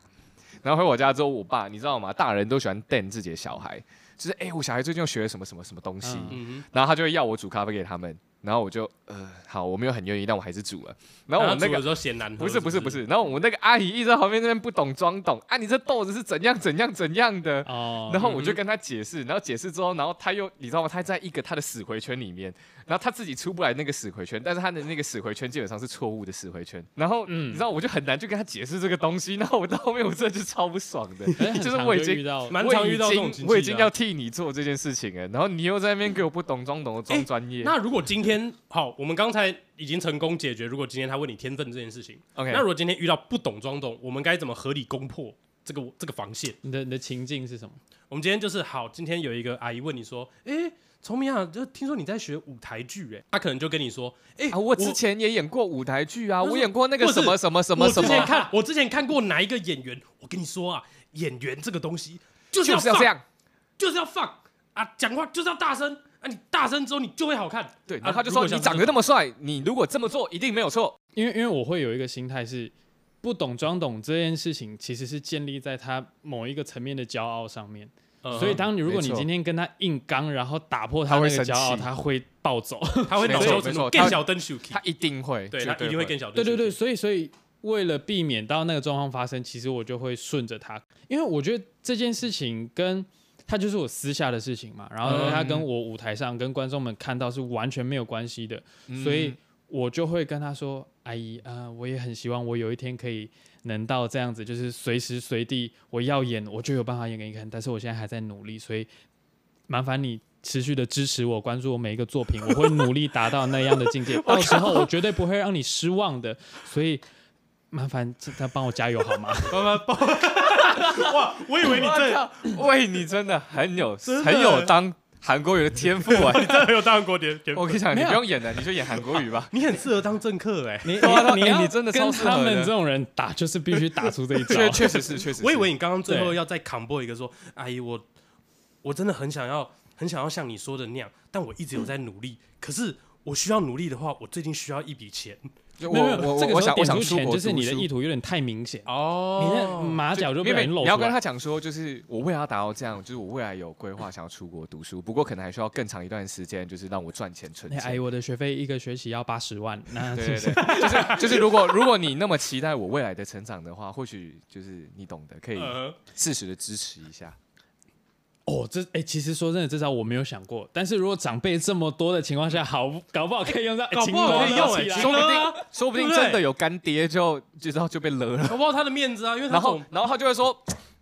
B: 然后回我家之后，我爸你知道吗？大人都喜欢瞪自己的小孩，就是哎、我小孩最近又学了什么什么什么东西，
C: 嗯
A: 嗯哼，
B: 然后他就会要我煮咖啡给他们，然后我就呃好，我没有很愿意，但我还是煮了。然后我那
A: 煮
B: 个
A: 的时候嫌难喝，
B: 不是不
A: 是
B: 是不，是，然后我那个阿姨一直在旁边那边不懂装懂啊，你这豆子是怎样怎样怎样的。
A: 嗯
C: 哦，
B: 然后我就跟她解释，然后解释之后，然后她又你知道吗？她在一个她的死回圈里面，然后她自己出不来那个死回圈，但是她的那个死回圈基本上是错误的死回圈。然后、
C: 嗯，
B: 你知道，我就很难去跟她解释这个东西。然后我到后面我真的是超不爽 的
C: 哎很
B: 就是
C: 常
B: 我已
C: 遇
B: 经
C: 到
A: 蛮常遇到这种
B: 我已
A: 亲
B: 经
A: 戚
B: 我已经
A: 啊
B: 要替你做这件事情了，然后你又在那边给我不懂装懂的
A: 哎
B: 装专业。
A: 那如果今天好，我们刚才已经成功解决，如果今天他问你天分这件事情，
B: OK，
A: 那如果今天遇到不懂装懂，我们该怎么合理攻破这个这个防线？
C: 你的你的情境是什么？
A: 我们今天就是好，今天有一个阿姨问你说，哎，崇明啊，就听说你在学舞台剧，哎，她可能就跟你说，哎，
B: 啊，我之前也演过舞台剧啊，
A: 不是
B: 我演过那个
A: 不是
B: 什么什么什么什
A: 我之前
B: 么，
A: 看，我之前看过哪一个演员？我跟你说啊，演员这个东西就是
B: 就
A: 要
B: 是要这
A: 放，
B: 样。
A: 就是要放啊，讲话就是要大声啊，你大声之后你就会好看。
B: 对，
A: 啊
B: 然后他就
A: 如
B: 说
A: 果像
B: 你
A: 这
B: 长得那么帅，你如果这么做一定没有错。
C: 因为因为我会有一个心态是，不懂装懂这件事情其实是建立在他某一个层面的骄傲上面。
A: 嗯
C: 所以当你如果
B: 没
C: 你
B: 错
C: 今天跟他硬刚，然后打破他那
B: 他会
C: 个骄傲，
B: 生气
C: 他会暴走。
A: 他会
B: 没
A: 恼
B: 错
A: 羞
B: 没
A: 成怒，
B: 错
A: 更
B: 他
A: 小灯 Shuki，
B: 他一定会，
A: 对
B: 绝
A: 他一定会更
B: 会。
A: 小灯。
C: 对对对，，所以所以为了避免到那个状况发生，其实我就会顺着他，因为我觉得这件事情跟他就是我私下的事情嘛，然后呢
B: 嗯
C: 他跟我舞台上跟观众们看到是完全没有关系的，所以我就会跟他说：“阿姨啊、呃我也很希望我有一天可以能到这样子，就是随时随地我要演我就有办法演给你看，但是我现在还在努力，所以麻烦你。”持续的支持我，关注我每一个作品，我会努力达到那样的境界。到时候我绝对不会让你失望的，所以麻烦再帮我加油好吗？
A: 慢慢爆。哇，我以为你
B: 我
A: 这
B: 靠喂，你真的很有
A: 真的
B: 很有当韩国语的天赋 啊！
A: 真的很有大韩国点点。。
B: 我跟你讲，
C: 没
B: 你
C: 有
B: 不用演了，你就演韩国语吧
A: 你很适合当政客 哎、
C: 你
B: 对啊
C: 你
B: 哎
C: 要
B: 你真的
C: 跟
B: 超适合
C: 他们
B: 的
C: 这种人打，就是必须打出这一招。
B: 确确实是，确实是。
A: 我以为你刚刚最后
C: 对
A: 要再 combo 一个说，阿姨，我我真的很想要，很想要像你说的那样，但我一直有在努力。可是我需要努力的话，我最近需要一笔钱
B: 就
C: 没有没
B: 我
C: 有，
B: 我
C: 这
B: 我
C: 个
B: 我
C: 时候
B: 想我
C: 点
B: 想
C: 出
B: 出
C: 钱
B: 国
C: 就是你的
B: 读书
C: 意图有点太明显，
A: 哦
C: 你的马脚就
B: 就
C: 不
B: 因
C: 小
B: 为
C: 心露
B: 你
C: 出
B: 要跟
C: 来。
B: 他讲说，就是我为他达到这样，就是我未来有规划想要出国读书，不过可能还需要更长一段时间，就是让我赚钱存
C: 哎，阿姨
B: 钱。
C: 我的学费一个学期要八十万，
A: 啊
C: 那
B: 对对对， 就是就是，如果如果你那么期待我未来的成长的话，或许就是你懂得，可以
A: 呃，
B: 适时的支持一下。
C: 哦，这哎、其实说真的，这招我没有想过。但是如果长辈这么多的情况下，好，搞不好可以用到，哎
A: 搞不好
C: 情勒
A: 可以用
C: 起
A: 哎
C: 来，
A: 情
B: 说不
A: 勒啊
B: 定说不定
A: 对不对
B: 真的有干爹就就知道就被勒了，
A: 搞不好他的面子啊，因为他
B: 然后
A: 总
B: 然后他就会说，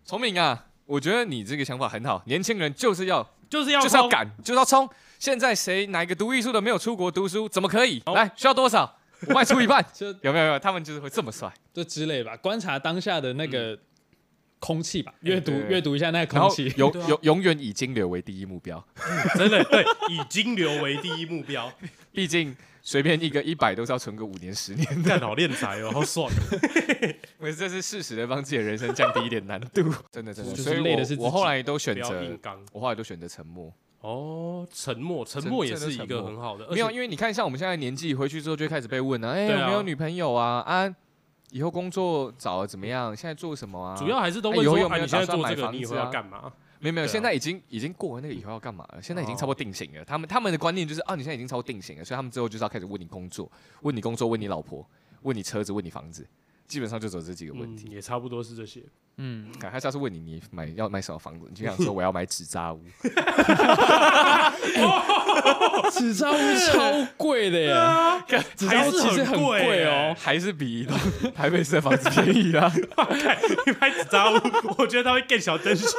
B: 崇明啊，我觉得你这个想法很好，年轻人就是要
A: 就是要
B: 就是要
A: 靠
B: 赶，就是要冲。现在谁哪一个读艺术的没有出国读书？怎么可以？
A: 好
B: 来，需要多少？我卖出 一半
C: 就
B: 有没有？有没有，他们就是会这么帅。
C: 就之类吧，观察当下的那个空气吧，阅读
B: 嗯哎对对对
C: 阅读一下那个
B: 然后
C: 空气。
B: 永
A: 对啊
B: 永永远以金流为第一目标，
A: 真的 对，以金流为第一目标，
B: 毕竟随便一个一百都是要存个五年 十年。
A: 干好练财哦，好爽哦。
B: 我这是适时的帮自己的人生降低一点难度， 真的真的。
C: 就是
B: 所以
C: 累的是自己
B: 我我后来都选
A: 不要硬
B: 择，
A: 刚
B: 我后来都选择沉默。
A: 哦，沉默，沉默也
B: 真
A: 是
B: 真的
A: 一
B: 沉
A: 个
B: 默
A: 很好的，而
B: 没有，啊
A: 且
B: 因为你看，像我们现在年纪回去之后，就会开始被问啊，哎，
A: 对啊
B: 有没有女朋友啊？啊，以后工作找了怎么样？现在做什么啊？
A: 主要还是都
B: 哎
A: 问
B: 以后
A: 说，
B: 有没
A: 啊，
B: 有
A: 你现在
B: 打算
A: 做这
B: 买
A: 个，
B: 房
A: 你以后
B: 子啊
A: 要干嘛？
B: 没有没有，
A: 对啊
B: 现在已经已经过了那个以后要干嘛了，现在已经
A: 哦
B: 差不多定型了。他们他们的观念就是啊，你现在已经超过定型了，所以他们之后就是要开始问你工作，问你工作，问你老婆，问你车子，问你房子，基本上就走这几个问
A: 嗯，
B: 题。
A: 也差不多是这些。
C: 嗯，
B: 看他下次问你你买要买什么房子，你就想说我要买纸扎屋，
C: 纸扎屋超贵的耶，
B: 啊
C: 纸扎屋其实很贵
A: 啊
C: 哦。
B: 还是比 台北市的房子便宜啊？
A: 一拍纸扎屋，我觉得他会更小灯 s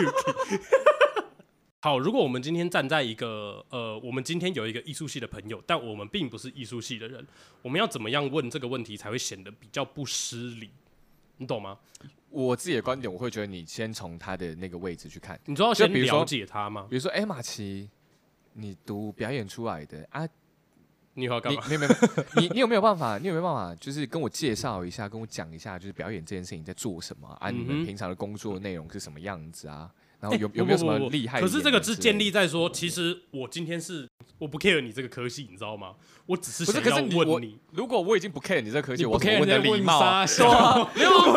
A: 好，如果我们今天站在一个呃，我们今天有一个艺术系的朋友，但我们并不是艺术系的人，我们要怎么样问这个问题才会显得比较不失礼？你懂吗？
B: 我自己的观点，我会觉得你先从他的那个位置去看，
A: 你知道
B: 就
A: 先
B: 比如说
A: 了解他吗？
B: 比如说哎马奇，你读表演出来的啊，
A: 你以后要干
B: 你
A: 嘛？
B: 没有没有，你你有没有办法？你有没有办法？就是跟我介绍一下，跟我讲一下，就是表演这件事情在做什么啊？你
A: 嗯
B: 们
A: 哼
B: 平常的工作内容是什么样子啊？然后
A: 哎
B: 有
A: 不
B: 有没有什
A: 不
B: 么
A: 不不
B: 厉害的
A: 可
B: 演员
A: 是
B: 之类的？
A: 这个是建立在说，其实我今天是我不 care 你这个科系，你知道吗？我只是
B: 不是？
A: 想
B: 可
A: 要
B: 是你
A: 问
B: 我
A: 你。
B: 如果我已经不 care 你这科技，
C: 你
B: 我
C: 不
B: 怎么
C: care
B: 的
C: 在
B: 礼
C: 问
B: 貌啊
C: 啥？小？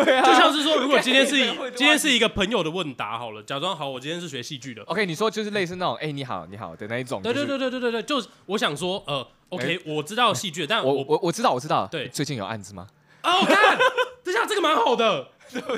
B: 对 啊
A: 就像是说，如果今 天是
B: 你会
A: 今天是一个朋友的问答好了，假装好，我今天是学戏剧的，
B: OK，你说就是类似那种哎你好你好的那一种，
A: 对对
B: 哦就是哎
A: 对对对对对，就是我想说，呃，OK，、我知道戏剧，但
B: 我
A: 我
B: 我我知道我知道，
A: 对
B: 最近有案子吗？
A: 啊，我看这下这个蛮好 的，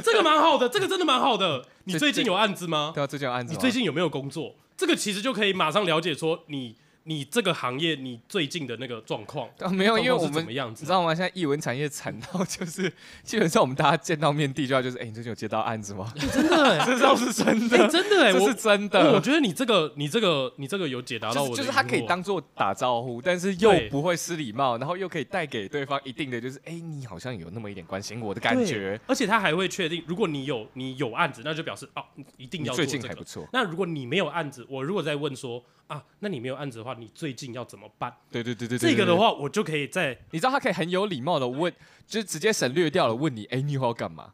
A: 这个蛮好的，这个真的蛮好的。你
B: 这
A: 最近有案子吗？
B: 对啊，最近有案子
A: 哦你
B: 吗。
A: 最近有没有工作？这个其实就可以马上了解说你你这个行业你最近的那个状况。
B: 啊没有，因为
A: 状况是
B: 我们
A: 怎么样
B: 你知
A: 子？
B: 道吗？现在译文产业惨到就是， 基本上我们大家见到面第一句话就是：哎、你最近有接到案子吗？
A: 真的、欸，
B: 这倒是真的，
A: 哎、真 的哎、
B: 这是
A: 我
B: 真
A: 我
B: 的。
A: 觉得你这个你这个你这个有解答到
B: 就
A: 我的
B: 是就是他
A: 疑
B: 可以
A: 惑
B: 当做打招呼，但是又
A: 对
B: 不会失礼貌，然后又可以带给对方一定的就是，哎、你好像有那么一点关心我的感
A: 对
B: 觉。
A: 而且他还会确定，如果你有你有案子，那就表示哦，你一定
B: 你
A: 要
B: 最
A: 做
B: 近
A: 这
B: 还
A: 个
B: 不。错，
A: 那如果你没有案子，我如果再问说啊，那你没有案子的话，你最近要怎么办？
B: 对对对对对。
A: 这个
B: 对
A: 的，话，我就可以在
B: 对你知道他可以很有礼貌的问，就是直接省略掉了问你，哎、你以后要干嘛？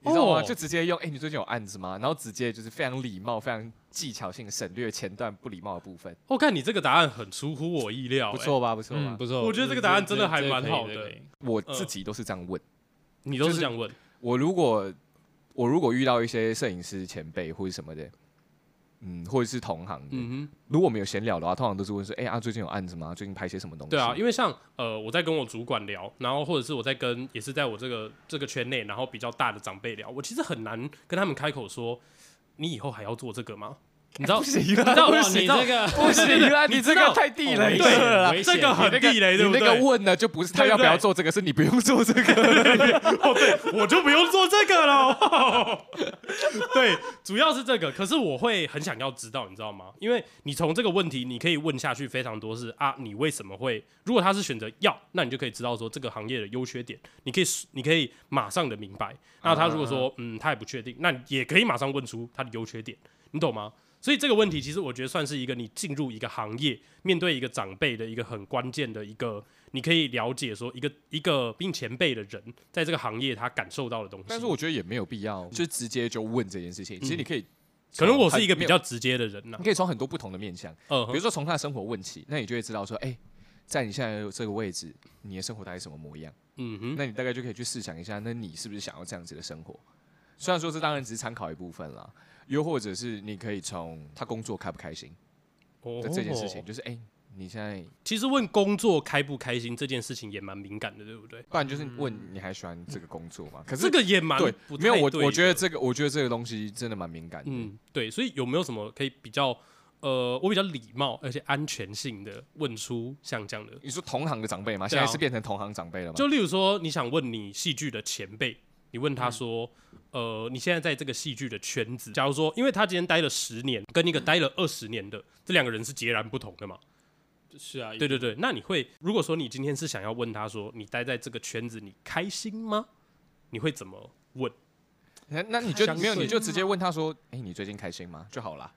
B: 你知道吗
A: 哦
B: 就直接用，哎、你最近有案子吗？然后直接就是非常礼貌、非常技巧性地省略前段不礼貌的部分。
A: 我、哦看你这个答案很出乎我意料、
B: 不
A: 欸
B: 错吧，不错吧。
C: 嗯，不错，
A: 我觉得这个答案真的还蛮
C: 这个可以
A: 好的
C: 这个 可以
B: 我自己都是这样问。
A: 你都
B: 就是是
A: 这样问，
B: 我如果我如果遇到一些摄影师前辈或者什么的，嗯，或者是同行的，
A: 嗯哼，
B: 如果我们有闲聊的话，通常都是问说，哎、啊，最近有案子吗？最近拍些什么东西？
A: 对啊，因为像呃，我在跟我主管聊，然后或者是我在跟也是在我这个这个圈内，然后比较大的长辈聊，我其实很难跟他们开口说，你以后还要做这个吗？你知道，
B: 不
A: 你
B: 行
A: 知
B: 啊，
A: 道，
C: 哇
A: 你
C: 你
A: 知道
C: 这， 个
B: 不行啊，
A: 对对对
B: 你这
A: 你知
B: 个
A: 道
B: 太地
C: 哦
B: 雷
C: 危
B: 了
C: 险
B: 啦。
C: 危险
A: 这个很地雷，对
B: 你
A: 不
B: 那
A: 对？
B: 个问呢，就不是他要不要做这个，是你不用做这个。
A: 哦，对，我就不用做这个了。 对，主要是这个。可是我会很想要知道，你知道吗？因为你从这个问题，你可以问下去非常多是啊，你为什么会？如果他是选择要，那你就可以知道说这个行业的优缺点，你可以你可以马上的
B: 啊
A: 明白。那他如果说嗯，他也不确定，那你也可以马上问出他的优缺点，你懂吗？所以这个问题，其实我觉得算是一个你进入一个行业，面对一个长辈的一个很关键的一个，你可以了解说一个一个比你前辈的人在这个行业他感受到的东西。
B: 但是我觉得也没有必要，就直接就问这件事情。其实嗯你可以
A: 可
B: 从很，
A: 能我是一个比
B: 没有，
A: 较直接的人呐、
B: 你可以从很多不同的面向，
A: 嗯
B: 比
A: 哼，
B: 如说从他的生活问起，那你就会知道说，哎、在你现在这个位置，你的生活大概什么模样？
A: 嗯哼，
B: 那你大概就可以去试想一下，那你是不是想要这样子的生活？虽然说这当然只是参考一部分啦，又或者是你可以从他工作开不开心
A: 哦
B: 的这件事情，就是哎、你现在，
A: 其实问工作开不开心这件事情也蛮敏感的，对不对？
B: 不然就是问你还喜欢这个工作吗？可是
A: 嗯这个也蛮
B: 对
A: 不，太
B: 没有我，
A: 对
B: 我觉
A: 的
B: 得这个，我觉得这个东西真的蛮敏感的。
A: 嗯，对，所以有没有什么可以比较呃，我比较礼貌而且安全性的问出像这样的？
B: 你说同行的长辈吗？
A: 对
B: 现
A: 啊
B: 在是变成同行长辈了吗？
A: 就例如说，你想问你戏剧的前辈，你问他说，
B: 嗯
A: 呃，你现在在这个戏剧的圈子，假如说，因为他今天待了十年，跟一个待了二十年的，这两个人是截然不同的嘛？
C: 是啊，
A: 对对对，那你会，如果说你今天是想要问他说，你待在这个圈子，你开心吗？你会怎么问？
B: 那那你就
A: 相
B: 没有，
A: 对
B: 你就直接问他说：“哎、你最近开心吗？”就好啦。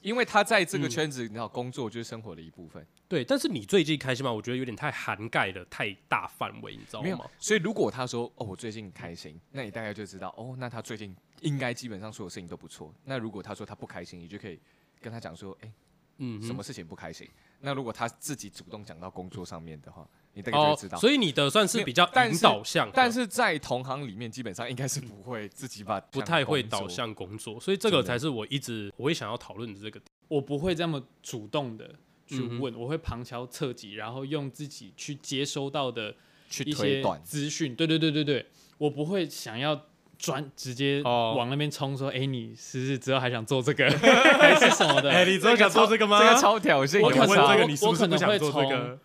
B: 因为他在
A: 嗯
B: 这个圈子，你知道，工作就是生活的一部分，
A: 对，但是你最近开心吗？我觉得有点太涵盖了太大范围，你知道
B: 没有
A: 吗？。
B: 所以如果他说：“哦，我最近开心”，那你大概就知道，哦，那他最近应该基本上所有事情都不错。那如果他说他不开心，你就可以跟他讲说：“哎、
A: 嗯哼，
B: 什么事情不开心？”那如果他自己主动讲到工作上面的话，你大概就
A: 哦
B: 会知道。，
A: 所以你的算是比较
B: 没有但
A: 引
B: 是
A: 导向的，
B: 但是在同行里面，基本上应该是不会自己把
A: 不太会
B: 工作
A: 导向工作，所以这个
B: 真的
A: 才是我一直我会想要讨论的这个点。
C: 我不会这么主动的去
A: 嗯哼
C: 问，我会旁敲侧击，然后用自己去接收到的
B: 去
C: 一
B: 推
C: 些
B: 断。
C: 资讯。对对对对对，我不会想要专直接
A: 哦
C: 往那边冲，说哎、你是不是之后还想做这 个还是什么的？
A: 哎，你真的想做这个吗？
B: 这个超挑衅，
C: 我
A: 你
C: 可
A: 问
B: 有
C: 能
B: 差
A: 这个，
C: 我
A: 你是不是不想做
C: 我
A: 这
C: 可能
A: 个
C: 会？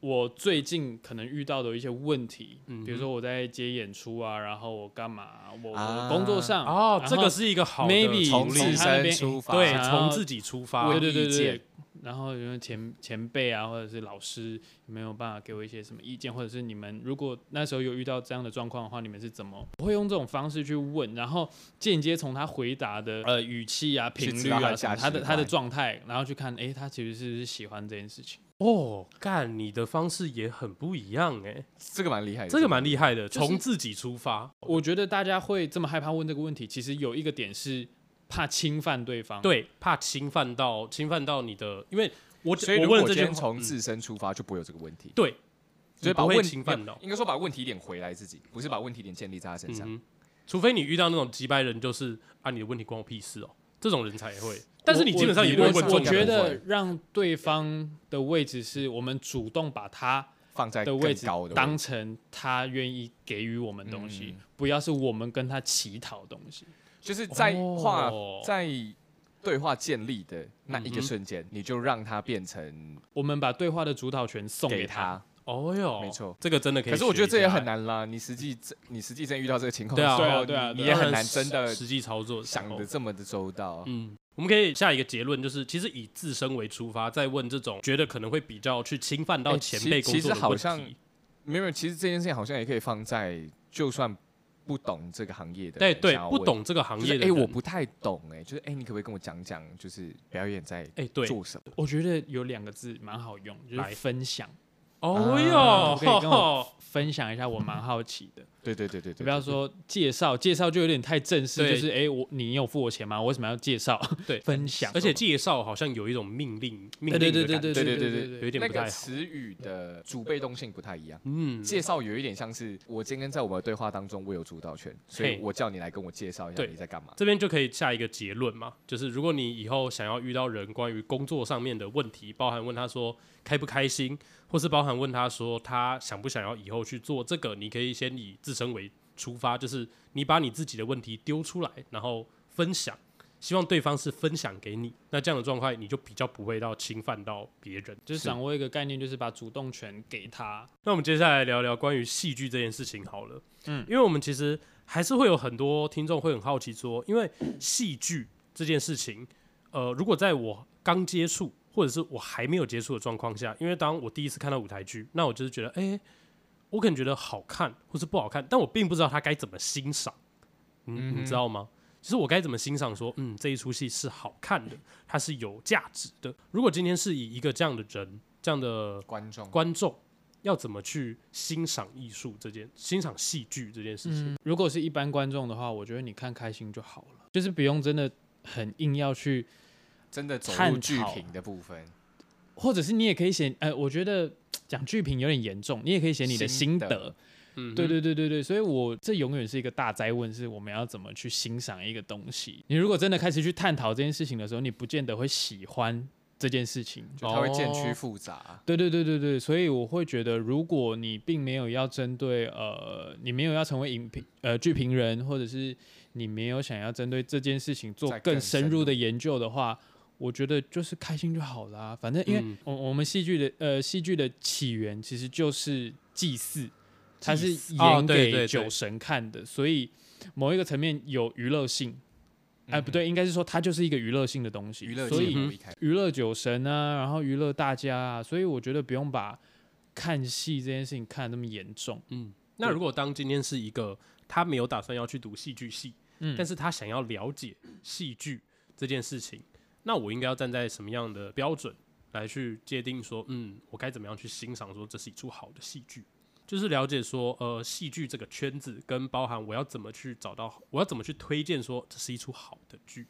C: 我最近可能遇到的一些问题，
A: 嗯哼
C: 比如说我在接演出啊，然后我干嘛，我我
B: 啊
C: 工作上
A: 哦，
C: 然
A: 这
C: 后
A: 个是一个好的
C: maybe
A: 处
B: 从
A: 理
B: 自
C: 他那
B: 身
C: 边
B: 出发，
A: 对，
C: 想要
A: 从自己出发，
C: 对对对
B: 意见
C: 对。然后有没有前前辈啊，或者是老师有没有办法给我一些什么意见，或者是你们如果那时候有遇到这样的状况的话，你们是怎么？我会用这种方式去问，然后间接从他回答的呃语气啊、
B: 去
C: 频
B: 知
C: 率
B: 道他
C: 啊
B: 的
C: 什么
B: 价值
C: 他的他的
B: 观
C: 状态，然后去看，诶，他其实是不是喜欢这件事情？
A: 哦，干，你的方式也很不一样哎，
B: 这个蛮厉害的，
A: 这个蛮厉害的，
C: 就是
A: 从自己出发。
B: 嗯
C: 我觉得大家会这么害怕问这个问题，其实有一个点是怕侵犯对方。
A: 对，怕侵犯到侵犯到你的，因为我
B: 所以
A: 我
B: 如
A: 问
B: 果
A: 这嗯
B: 今
A: 些
B: 天从自身出发，就不会有这个问题。
A: 对，
B: 所以
A: 你
B: 把
A: 不会
B: 问
A: 侵犯到，
B: 应该说把问题点回来自己，不是把问题点建立在他身
A: 嗯
B: 上。
A: 哼，除非你遇到那种急白人，就是啊，你的问题关我屁事哦，这种人才会。但是你基本上也不会
C: 我
A: 问这
C: 我
A: 种
C: 我
A: 人
C: 觉
B: 不
C: 得
B: 会
C: 让对方的位置是我们主动把他
B: 放在
C: 的
B: 更
C: 位置
B: 高的
C: 当成他愿意给予我们东西，不要是我们跟他乞讨东西。
B: 就是在话
A: 哦
B: 在对话建立的那一个
A: 嗯哼
B: 瞬间，你就让它变成
C: 我们把对话的主导权送
B: 给
C: 他，
B: 他。
A: 哦哟，
B: 没错
A: 这个真的可以。
B: 可是我觉得这也很，难啦，你实际真你实际真遇到这个情况
A: 对
B: 的
A: 啊
B: 时
C: 对啊
B: 候，
C: 对啊
B: 你
C: 对
B: 你
C: 啊
B: 也很难真的
A: 实际操作时候
B: 想的这么的周到。
A: 嗯。我们可以下一个结论，就是其实以自身为出发，再问这种觉得可能会比较去侵犯到
B: 哎
A: 前
B: 其
A: 辈工
B: 其
A: 作
B: 实
A: 的
B: 好
A: 问
B: 像
A: 题。
B: 没有，其实这件事情好像也可以放在，就算不懂这个行业的
A: 对
B: 人
A: 对
B: 想，要
A: 不
B: 问，
A: 懂这个行
B: 就是
A: 业的
B: 哎、
A: 人，
B: 我不太懂、哎，就是哎、你可不可以跟我讲讲，就是表演在
A: 哎对
B: 做什么？
C: 我觉得有两个字蛮好用，就
A: 来
C: 是分享。
A: 哦
B: 啊
A: 哟，
C: 可以跟我分享一下，我蛮好奇的。
B: 对对对对对，
C: 不要说介绍，介绍就有点太正式，
A: 对
C: 就是哎、我你有付我钱吗？我为什么要介绍？
A: 对
C: 分享。
A: 而且介绍好像有一种命令命
C: 对
A: 令的
C: 对对对
A: 感觉
C: 对
B: 对
C: 对
B: 对
C: 对
B: 对
A: 有一点
B: 那
A: 不太
B: 个
A: 好。
B: 词语的主被动性不太一样。
A: 嗯，
B: 介绍有一点像是我今天在我们的对话当中，我有主导权，所以
A: 嘿
B: 我叫你来跟我介绍一下
A: 对
B: 你在干嘛。
A: 这边就可以下一个结论嘛，就是如果你以后想要遇到人关于工作上面的问题，包含问他说开不开心，或是包含问他说他想不想要以后去做这个，你可以先以自身为出发，就是你把你自己的问题丢出来，然后分享，希望对方是分享给你。那这样的状况，你就比较不会到侵犯到别人。
C: 就是
B: 是
C: 掌握一个概念，就是把主动权给他。
A: 那我们接下来聊聊关于戏剧这件事情好了。
C: 嗯
A: 嗯，因为我们其实还是会有很多听众会很好奇说，因为戏剧这件事情，呃，如果在我刚接触或者是我还没有接触的状况下，因为当我第一次看到舞台剧，那我就是觉得，哎、我可能觉得好看或是不好看，但我并不知道它该怎么欣赏。你、你知道吗？就是我该怎么欣赏说，嗯，这一出戏是好看的，它是有价值的。如果今天是以一个这样的人、这样的
B: 观众
A: 观众，要怎么去欣赏艺术这件、欣赏戏剧这件事情？
C: 嗯，如果是一般观众的话，我觉得你看开心就好了，就是不用真的很硬要去，
B: 真的走入
C: 探
B: 剧
C: 讨
B: 评的部分，
C: 或者是你也可以写，呃，我觉得讲剧评有点严重，你也可以写你的
B: 心
C: 心
B: 得
C: 得。
A: 嗯，
C: 对对对对对，所以我这永远是一个大灾问，是我们要怎么去欣赏一个东西。你如果真的开始去探讨这件事情的时候，你不见得会喜欢这件事情。
B: 就它会渐
A: 哦
B: 趋复杂。
C: 对对对对对，所以我会觉得，如果你并没有要针对呃，你没有要成为影评呃剧评人，或者是你没有想要针对这件事情做
B: 再更
C: 更
B: 深
C: 深入的研究的话，我觉得就是开心就好啦。反正因为
A: 嗯
C: 我、我们戏剧的呃戏剧的起源其实就是祭祀，它是
B: 祭祀
A: 哦
C: 演
A: 对对对
C: 给酒神看的，所以某一个层面有娱乐性。哎、不对，应该是说它就是一个娱乐性的东西，
B: 娱乐嗯
C: 所
B: 节
C: 以
A: 嗯
B: 目一开始
C: 娱乐酒神啊，然后娱乐大家啊，所以我觉得不用把看戏这件事情看得那么严重。
A: 嗯。那如果当今天是一个他没有打算要去读戏剧系，
C: 嗯
A: 但是他想要了解戏剧这件事情，那我应该要站在什么样的标准来去界定说，嗯，我该怎么样去欣赏说这是一出好的戏剧？就是了解说，呃，戏剧这个圈子跟包含我要怎么去找到，我要怎么去推荐说这是一出好的剧，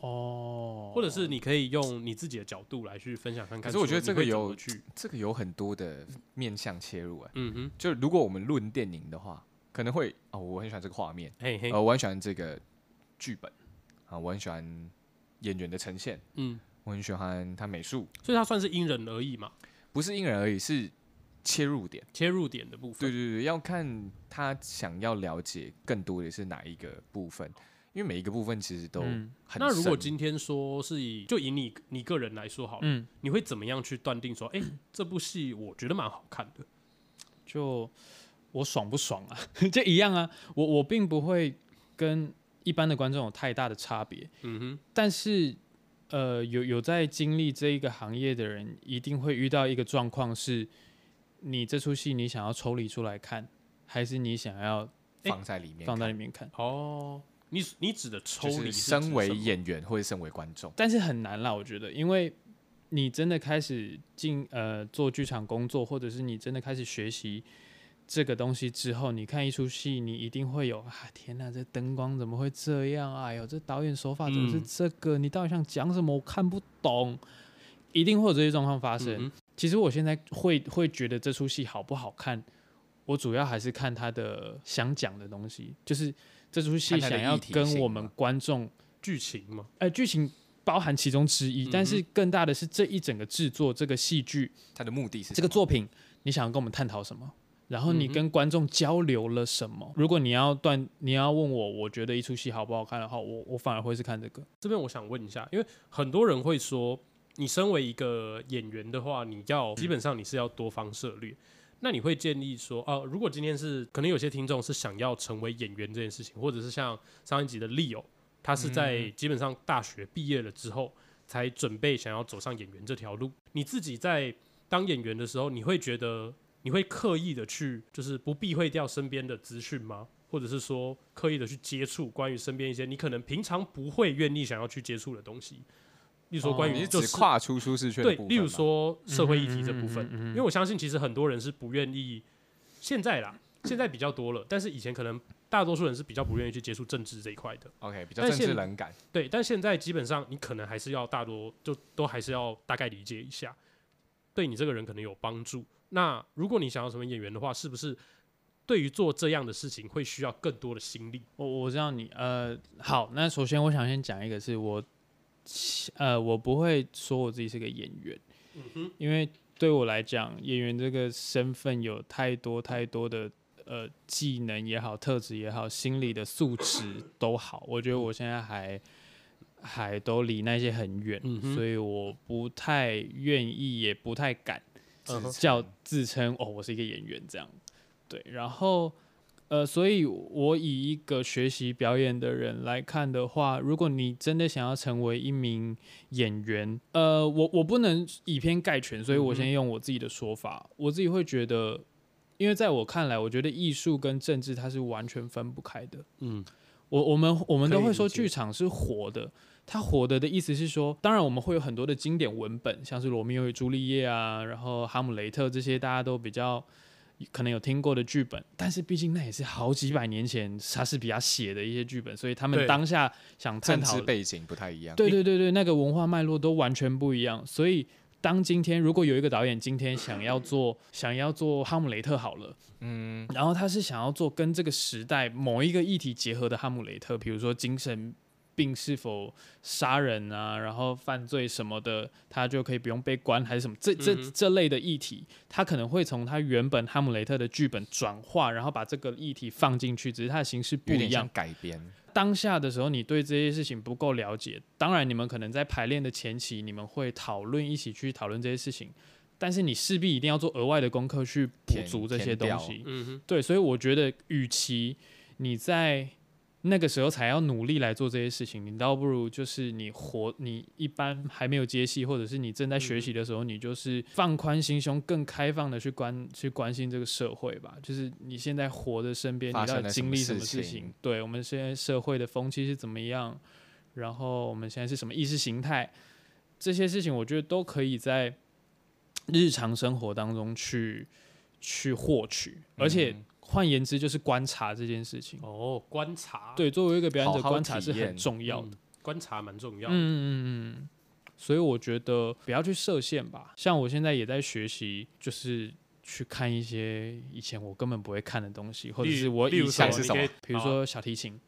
C: 哦，
A: 或者是你可以用你自己的角度来去分享看看
B: 可
A: 说。
B: 是我觉得这个
A: 你会怎
B: 有
A: 么去，
B: 这个有很多的面向切入啊。
A: 嗯哼，
B: 就如果我们论电影的话，可能会哦，我很喜欢这个画面，
A: 嘿嘿，
B: 呃，我很喜欢这个剧本啊，我很喜欢演员的呈现，
A: 嗯，
B: 我很喜欢他美术，
A: 所以它算是因人而异嘛，
B: 不是因人而异，是切入点。
A: 切入点的部分。
B: 对对对，要看他想要了解更多的是哪一个部分，因为每一个部分其实都
C: 嗯
B: 很深。
A: 那如果今天说是以就以你你个人来说好了，
C: 嗯，
A: 你会怎么样去断定说，哎、这部戏我觉得蛮好看的？
C: 就我爽不爽啊， 就一样啊。我我并不会跟一般的观众有太大的差别，
A: 嗯
C: 但是呃，有有在经历这一个行业的人，一定会遇到一个状况是，你这出戏你想要抽离出来看，还是你想要
A: 哎
B: 放在里面看，
C: 放在里面看？
A: 哼，哦，你你指的抽
B: 就
A: 离
B: 是
A: 是
B: 身为
A: 演，
B: 演员或者身为观众，
C: 但是很难啦，我觉得，因为你真的开始进呃做剧场工作，或者是你真的开始学习这个东西之后，你看一出戏，你一定会有啊，天哪，这灯光怎么会这样？哎呦，这导演手法怎么是
A: 嗯
C: 这个？你到底想讲什么？我看不懂，一定会有这些状况发生。
A: 嗯哼
C: 其实我现在会会觉得这出戏好不好看，我主要还是看他的想讲的东西，就是这出戏
B: 看它的
C: 想要
B: 议题
C: 跟
B: 性
C: 我
B: 吗
C: 们观众
A: 剧情嘛，
C: 呃，剧情包含其中之
B: 嗯
C: 一，但是更大的是这一整个制作这个戏剧
B: 他的目的是
C: 这个
B: 什么
C: 作品，你想要跟我们探讨什么？然后你
A: 嗯哼
C: 跟观众交流了什么？如果你要断，你要问我，我觉得一出戏好不好看的话，我我反而会是看这个。
A: 这边我想问一下，因为很多人会说，你身为一个演员的话，你要基本上你是要多方涉猎。那你会建议说，哦、如果今天是可能有些听众是想要成为演员这件事情，或者是像上一集的 Leo，他是
B: 嗯
A: 在基本上大学毕业了之后，才准备想要走上演员这条路。你自己在当演员的时候，你会觉得你会刻意的去，就是不避讳掉身边的资讯吗？或者是说刻意的去接触关于身边一些你可能平常不会愿意想要去接触的东西，例如说
C: 哦
A: 关
B: 你
A: 于
B: 是
A: 就
B: 只
A: 是
B: 跨出舒适圈的
A: 对
B: 部，分
A: 例如
B: 吗
A: 说社会议题这部分，
C: 嗯哼嗯哼嗯哼
A: 因为我相信其实很多人是不愿意，现在啦，现在比较多了，但是以前可能大多数人是比较不愿意去接触政治这一块的，
B: OK 比较
A: 但
B: 政治
A: 现嗯
B: 冷感，
A: 对，但现在基本上你可能还是要大多就都还是要大概理解一下，对你这个人可能有帮助。那如果你想要成为演员的话，是不是对于做这样的事情会需要更多的心力？
C: 我我知道你，呃，好，那首先我想先讲一个是我，呃，我不会说我自己是个演员，
A: 嗯
C: 因为对我来讲，演员这个身份有太多太多的呃技能也好，特质也好，心理的素质 都好，我觉得我现在还还都离那些很远，
A: 嗯哼
C: 所以我不太愿意，也不太敢
A: 嗯哼
C: 叫自称哦，我是一个演员这样。对，然后呃，所以我以一个学习表演的人来看的话，如果你真的想要成为一名演员，呃，我我不能以偏概全，所以我
A: 嗯
C: 先用我自己的说法，我自己会觉得，因为在我看来，我觉得艺术跟政治它是完全分不开的。
A: 嗯
C: 我我们我们
A: 可以
C: 都会
A: 理
C: 说
A: 解
C: 剧场是活的，它活的的意思是说，当然我们会有很多的经典文本，像是《罗密欧与朱丽叶》啊，然后《哈姆雷特》这些大家都比较可能有听过的剧本，但是毕竟那也是好几百年前莎士比亚写的一些剧本，所以他们
A: 对
C: 当下想探
B: 政
C: 讨
B: 治
C: 的
B: 背景不太一样。
C: 对对对对，那个文化脉络都完全不一样。所以，当今天如果有一个导演今天想要做想要做《哈姆雷特》好了，嗯，然后他是想要做跟这个时代某一个议题结合的《哈姆雷特》，比如说精神病是否杀人啊，然后犯罪什么的，他就可以不用被关还是什么？这这
A: 嗯哼
C: 这类的议题，他可能会从他原本《哈姆雷特》的剧本转化，然后把这个议题放进去，只是它的形式不
B: 有
C: 一
B: 点
C: 样
B: 像。改编，
C: 当下的时候，你对这些事情不够了解。当然，你们可能在排练的前期，你们会讨论，一起去讨论这些事情，但是你势必一定要做额外的功课去补
B: 填
C: 足这些
B: 填
C: 东
B: 掉
C: 西。
A: 嗯哼，
C: 对，所以我觉得，与其你在那个时候才要努力来做这些事情，你倒不如就是你活，你一般还没有接戏，或者是你正在学习的时候，你就是放宽心胸，更开放的去关去关心这个社会吧。就是你现在活的身边，你
B: 发
C: 到
B: 生
C: 底
B: 了
C: 经历什
B: 什
C: 么
B: 么
C: 事
B: 事情
C: 情？对我们现在社会的风气是怎么样？然后我们现在是什么意识形态？这些事情，我觉得都可以在日常生活当中去去获取，而且
B: 嗯
C: 换言之，就是观察这件事情。
A: 哦，观察，
C: 对，作为一个表演者，
B: 好好
C: 观察是
B: 体
C: 很
B: 验
C: 重要的
A: 嗯。，观察蛮重要
C: 嗯
A: 的。
C: 嗯嗯嗯。所以我觉得不要去设限吧。像我现在也在学习，就是去看一些以前我根本不会看的东西，或者
A: 例
C: 是我
A: 例
C: 以
A: 如
C: 前
B: 像是
A: 你
B: 什
A: 可以啊
B: 么啊
C: 比如说小提琴，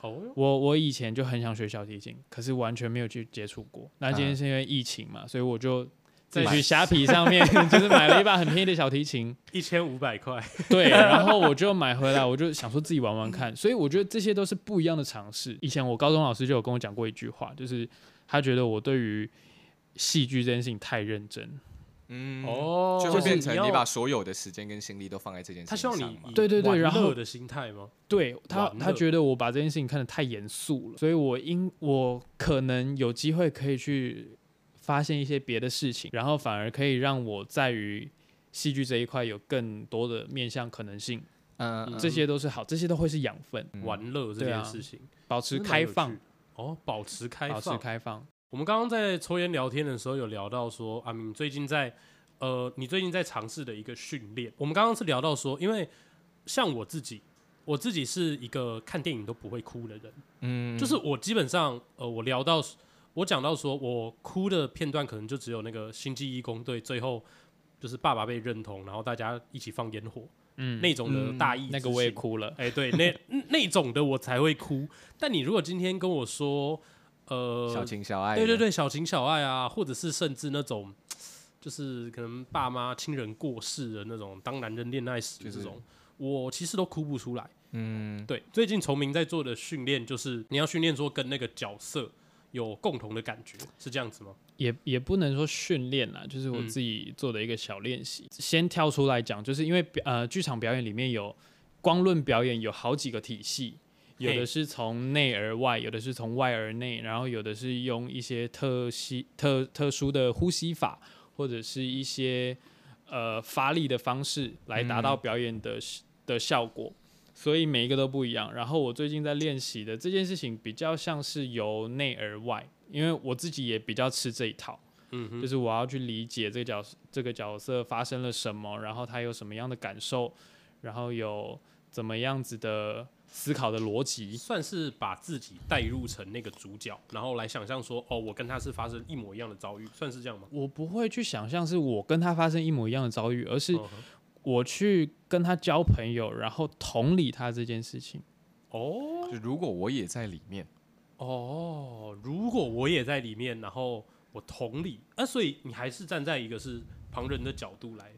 A: 哦，
C: 我我以前就很想学小提琴，可是完全没有去接触过。那今天
B: 嗯
C: 是因为疫情嘛，所以我就
A: 在
C: 在去虾皮上面 就是买了一把很便宜的小提琴，
A: 一千五百块，
C: 对，然后我就买回来，我就想说自己玩玩看。所以我觉得这些都是不一样的尝试。以前我高中老师就有跟我讲过一句话，就是他觉得我对于戏剧这件事情太认真，
B: 嗯，
A: 哦
B: 就会变成你
A: 要
B: 把所有的时间跟心力都放在这件事
A: 他
B: 情
A: 希望
B: 上
A: 你
B: 嘛
A: 以。
C: 对对对
A: 玩
C: 然后
A: 乐的心态吗？
C: 对他
A: 玩，乐
C: 他觉得我把这件事情看得太严肃了，所以我应我可能有机会可以去发现一些别的事情，然后反而可以让我在于戏剧这一块有更多的面向可能性，
B: 嗯，嗯
C: 这些都是好，这些都会是养分，
B: 嗯
A: 玩乐这
C: 对
A: 件
C: 啊
A: 事情，
C: 保持
A: 真的蛮
C: 开
A: 有
C: 放
A: 趣，哦，保持开
C: 保持
A: 放。
C: 开放。
A: 我们刚刚在抽烟聊天的时候有聊到说，阿明最近在呃，你最近在尝试的一个训练。我们刚刚是聊到说，因为像我自己，我自己是一个看电影都不会哭的人，
B: 嗯
A: 就是我基本上呃，我聊到我讲到说我哭的片段，可能就只有那个《星际义工队》最后就是爸爸被认同，然后大家一起放烟火
C: 嗯，
A: 那种的大义、
C: 那个我也哭了。
A: 哎、对，那那种的我才会哭。但你如果今天跟我说，呃，
B: 嗯小情小爱，
A: 对对，对，小情小爱啊，或者是甚至那种，就是可能爸妈亲人过世的那种，当男人恋爱史
B: 就是
A: 这种，我其实都哭不出来。
B: 嗯，
A: 对，最近崇明在做的训练就是你要训练说跟那个角色有共同的感觉，是这样子吗？
C: 也也不能说训练啦，就是我
A: 嗯
C: 自己做的一个小练习。先跳出来讲，就是因为表呃，剧场表演里面有光论表演有好几个体系，有
A: 嘿
C: 的是从内而外，有的是从外而内，然后有的是用一些特吸特特殊的呼吸法，或者是一些呃发力的方式来达到表演的、的效果。所以每一个都不一样。然后我最近在练习的这件事情，比较像是由内而外，因为我自己也比较吃这一套，
A: 嗯哼，
C: 就是我要去理解这个角这个角色发生了什么，然后他有什么样的感受，然后有怎么样子的思考的逻辑。
A: 算是把自己带入成那个主角，然后来想象说，哦，我跟他是发生一模一样的遭遇，算是这样吗？
C: 我不会去想象是我跟他发生一模一样的遭遇，而是
A: 嗯哼
C: 我去跟他交朋友，然后同理他这件事情。
A: 哦
B: 就如果我也在里面，
A: 哦，如果我也在里面，然后我同理，那、所以你还是站在一个是旁人的角度来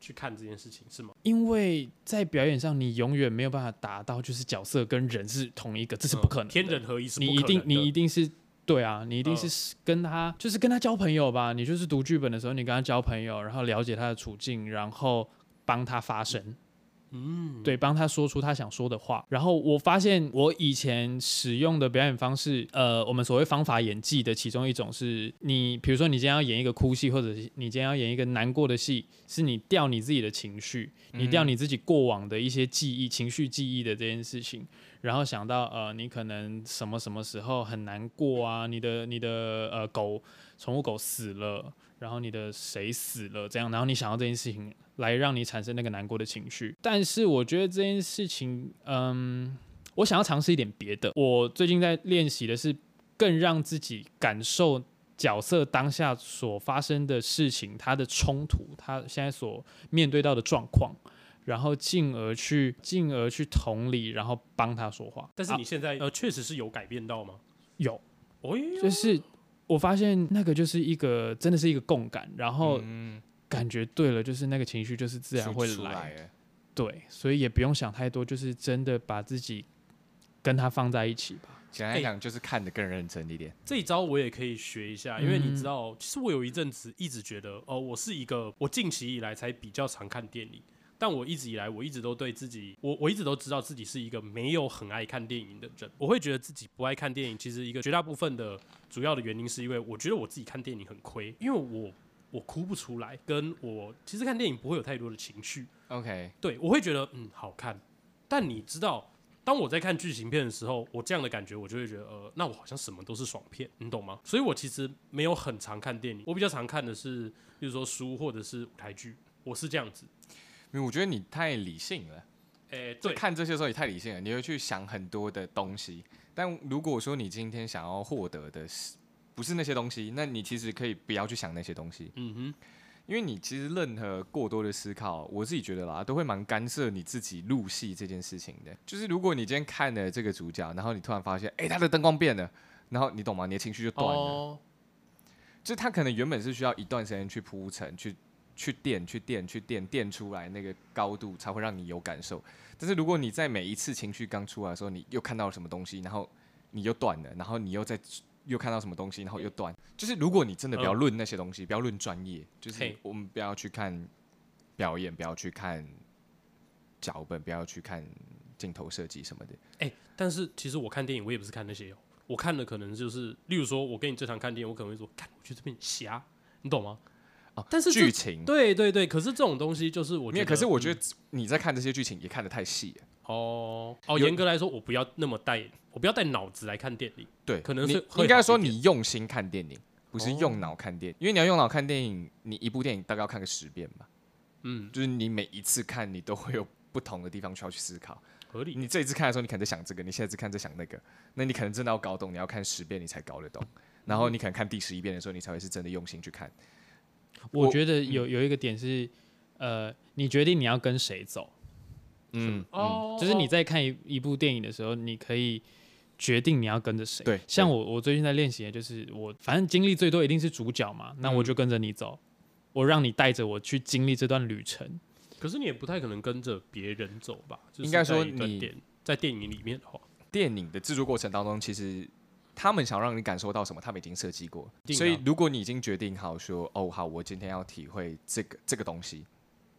A: 去看这件事情，是吗？
C: 因为在表演上，你永远没有办法达到就是角色跟人是同一个，这是不可能的。
A: 嗯天人合一是不
C: 你
A: 可能
C: 一定
A: 的
C: 你一定是对啊，你一定
A: 嗯
C: 是跟他、就是跟他交朋友吧。你就是读剧本的时候，你跟他交朋友，然后了解他的处境，然后帮他发声，
A: 嗯，
C: 对，帮他说出他想说的话。然后我发现我以前使用的表演方式，呃，我们所谓方法演技的其中一种是你，比如说你今天要演一个哭戏，或者是你今天要演一个难过的戏，是你调你自己的情绪，你调你自己过往的一些记忆、情绪记忆的这件事情。然后想到呃，你可能什么什么时候很难过啊，你的你的呃狗宠物狗死了，然后你的谁死了这样，然后你想到这件事情来让你产生那个难过的情绪。但是我觉得这件事情，嗯，我想要尝试一点别的。我最近在练习的是更让自己感受角色当下所发生的事情，它的冲突，它现在所面对到的状况。然后进而去，进而去同理，然后帮他说话。
A: 但是
C: 啊
A: 你现在、呃，确实是有改变到吗？
C: 有，
A: 哦，
C: 就是我发现那个就是一个真的是一个共感，然后
B: 嗯，
C: 感觉对了，就是那个情绪就是
A: 啊
C: 自然
B: 就
C: 会
B: 出
C: 来。
B: 来了。
C: 对，所以也不用想太多，就是真的把自己跟他放在一起吧。
B: 简单来讲，就是看得更认真一点。
A: 这一招我也可以学一下，因为你
C: 嗯
A: 知道，其实我有一阵子一直觉得，哦，我是一个我近期以来才比较常看电影，但我一直以来我一直都对自己，我我一直都知道自己是一个没有很爱看电影的人。我会觉得自己不爱看电影，其实一个绝大部分的主要的原因是因为我觉得我自己看电影很亏，因为我我哭不出来，跟我其实看电影不会有太多的情绪，
B: OK，
A: 对，我会觉得嗯好看，但你知道，当我在看剧情片的时候，我这样的感觉，我就会觉得呃，那我好像什么都是爽片，你懂吗？所以我其实没有很常看电影，我比较常看的是，比如说书或者是舞台剧，我是这样子。
B: 因为我觉得你太理性了。
A: 诶、
B: 就
A: 对，
B: 看这些时候也太理性了，你会去想很多的东西。但如果说你今天想要获得的是不是那些东西，那你其实可以不要去想那些东西，
A: 嗯哼，
B: 因为你其实任何过多的思考，我自己觉得啦，都会蛮干涉你自己入戏这件事情的。就是如果你今天看了这个主角，然后你突然发现，哎、他的灯光变了，然后你懂吗？你的情绪就断了。
A: 哦，
B: 就他可能原本是需要一段时间去铺陈，去去垫、去垫、去垫，垫出来那个高度才会让你有感受。但是如果你在每一次情绪刚出来的时候，你又看到了什么东西，然后你又断了，然后你又在又看到什么东西，然后又断，就是如果你真的不要论那些东西，不要论专业，就是
A: 嘿
B: 我们不要去看表演，不要去看脚本，不要去看镜头设计什么的。
A: 哎、但是其实我看电影，我也不是看那些哦，我看的可能就是，例如说，我跟你最常看电影，我可能会说，看，我觉得这边很瞎，你懂吗？
B: 哦
A: 但是这
B: 剧情，
A: 对对对，可是这种东西就是我觉
B: 没有。
A: 得，嗯
B: 可是我觉得你在看这些剧情也看得太细了。
A: 哦哦，
B: 有
A: 严格来说，我不要那么带，我不要带脑子来看电影。
B: 对，
A: 可能
B: 你
A: 是会
B: 应该
A: 好
B: 说
A: 一点
B: 你用心看电影，不是
A: 哦
B: 用脑看电影，因为你要用脑看电影，你一部电影大概要看个十遍吧，
A: 嗯，
B: 就是你每一次看你都会有不同的地方需要去思考。
A: 合理。
B: 你这一次看的时候，你可能在想这个；你下一次看在想那个，那你可能真的要搞懂，你要看十遍你才搞得懂。
A: 嗯
B: 然后你可能看第十一遍的时候，你才会是真的用心去看。
C: 我
B: 我嗯
C: 觉得有有一个点是，呃，你决定你要跟谁走，
B: 嗯，嗯，
A: 哦
C: 就是你在看一一部电影的时候，你可以决定你要跟着谁。
B: 对
C: 像
B: 对
C: 我我最近在练习，的就是我反正经历最多一定是主角嘛，那我
B: 嗯
C: 就跟着你走，我让你带着我去经历这段旅程。
A: 可是你也不太可能跟着别人走吧？就是
B: 应该说
A: 在一段
B: 你
A: 电在电影里面的话，
B: 电影的制作过程当中，其实他们想让你感受到什么，他们已经设计过。
A: 一定的
B: 所以，如果你已经决定好说，哦，好，我今天要体会这个这个东西，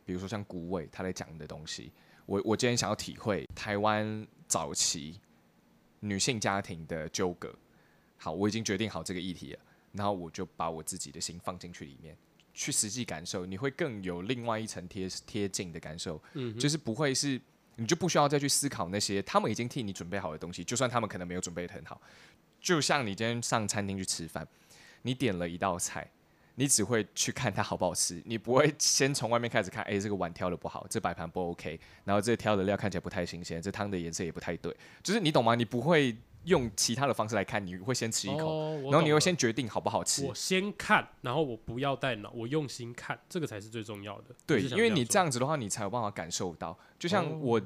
B: 比如说像古伟他在讲的东西，我我今天想要体会台湾早期女性家庭的纠葛。好，我已经决定好这个议题了，然后我就把我自己的心放进去里面，去实际感受，你会更有另外一层贴贴近的感受。
A: 嗯，
B: 就是不会是，你就不需要再去思考那些他们已经替你准备好的东西，就算他们可能没有准备的很好。就像你今天上餐厅去吃饭，你点了一道菜，你只会去看它好不好吃，你不会先从外面开始看，哎、这个碗挑的不好，这摆盘不 OK，然后这挑的料看起来不太新鲜，这汤的颜色也不太对，就是你懂吗？你不会用其他的方式来看，你会先吃一口，
A: 哦我
B: 然后
A: 懂
B: 你会
A: 了
B: 先决定好不好吃。
A: 我先看，然后我不要带脑，我用心看，这个才是最重要的。
B: 对，
A: 是想
B: 因为你
A: 说
B: 这样子的话，你才有办法感受到。就像
A: 哦
B: 我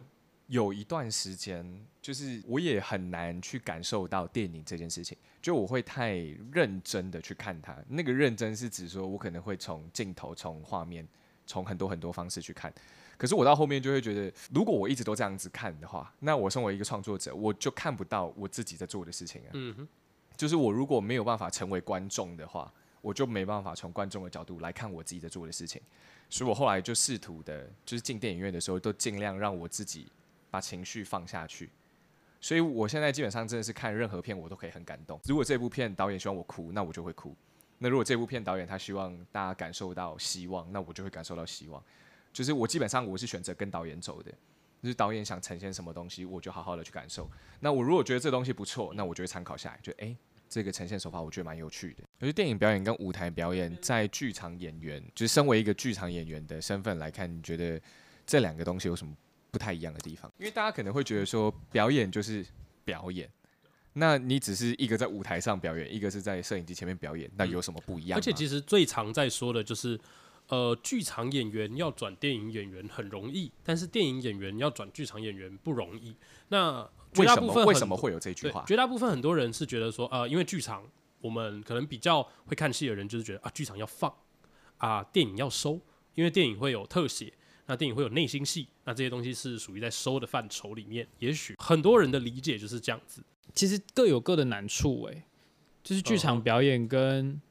B: 有一段时间，就是我也很难去感受到电影这件事情，就我会太认真的去看它。那个认真是指说我可能会从镜头、从画面、从很多很多方式去看。可是我到后面就会觉得，如果我一直都这样子看的话，那我身为一个创作者，我就看不到我自己在做的事情啊。
A: 嗯哼，
B: 就是我如果没有办法成为观众的话，我就没办法从观众的角度来看我自己在做的事情。所以我后来就试图的，就是进电影院的时候，都尽量让我自己把情绪放下去。所以我现在基本上真的是看任何片，我都可以很感动。如果这部片导演希望我哭，那我就会哭；那如果这部片导演他希望大家感受到希望，那我就会感受到希望。就是我基本上我是选择跟导演走的，就是导演想呈现什么东西，我就好好的去感受。那我如果觉得这东西不错，那我就会参考下来，就诶，这个呈现手法我觉得蛮有趣的。我觉得电影表演跟舞台表演，在剧场演员，就是身为一个剧场演员的身份来看，你觉得这两个东西有什么不太一样的地方？因为大家可能会觉得说，表演就是表演。那你只是一个在舞台上表演，一个是在摄影机前面表演，那有什么不一样吗？
A: 而且其实最常在说的就是，呃，剧场演员要转电影演员很容易，但是电影演员要转剧场演员不容易。那绝
B: 为
A: 大
B: 什
A: 部
B: 么
A: 分
B: 为
A: 很
B: 什么
A: 多
B: 会有这句
A: 对
B: 话？
A: 绝大部分很多人是觉得说，呃，因为剧场，我们可能比较会看戏的人就是觉得啊，剧场要放啊，电影要收，因为电影会有特写，那电影会有内心戏，那这些东西是属于在收的范畴里面。也许很多人的理解就是这样子。
C: 其实各有各的难处哎、就是剧
A: 嗯
C: 场表演跟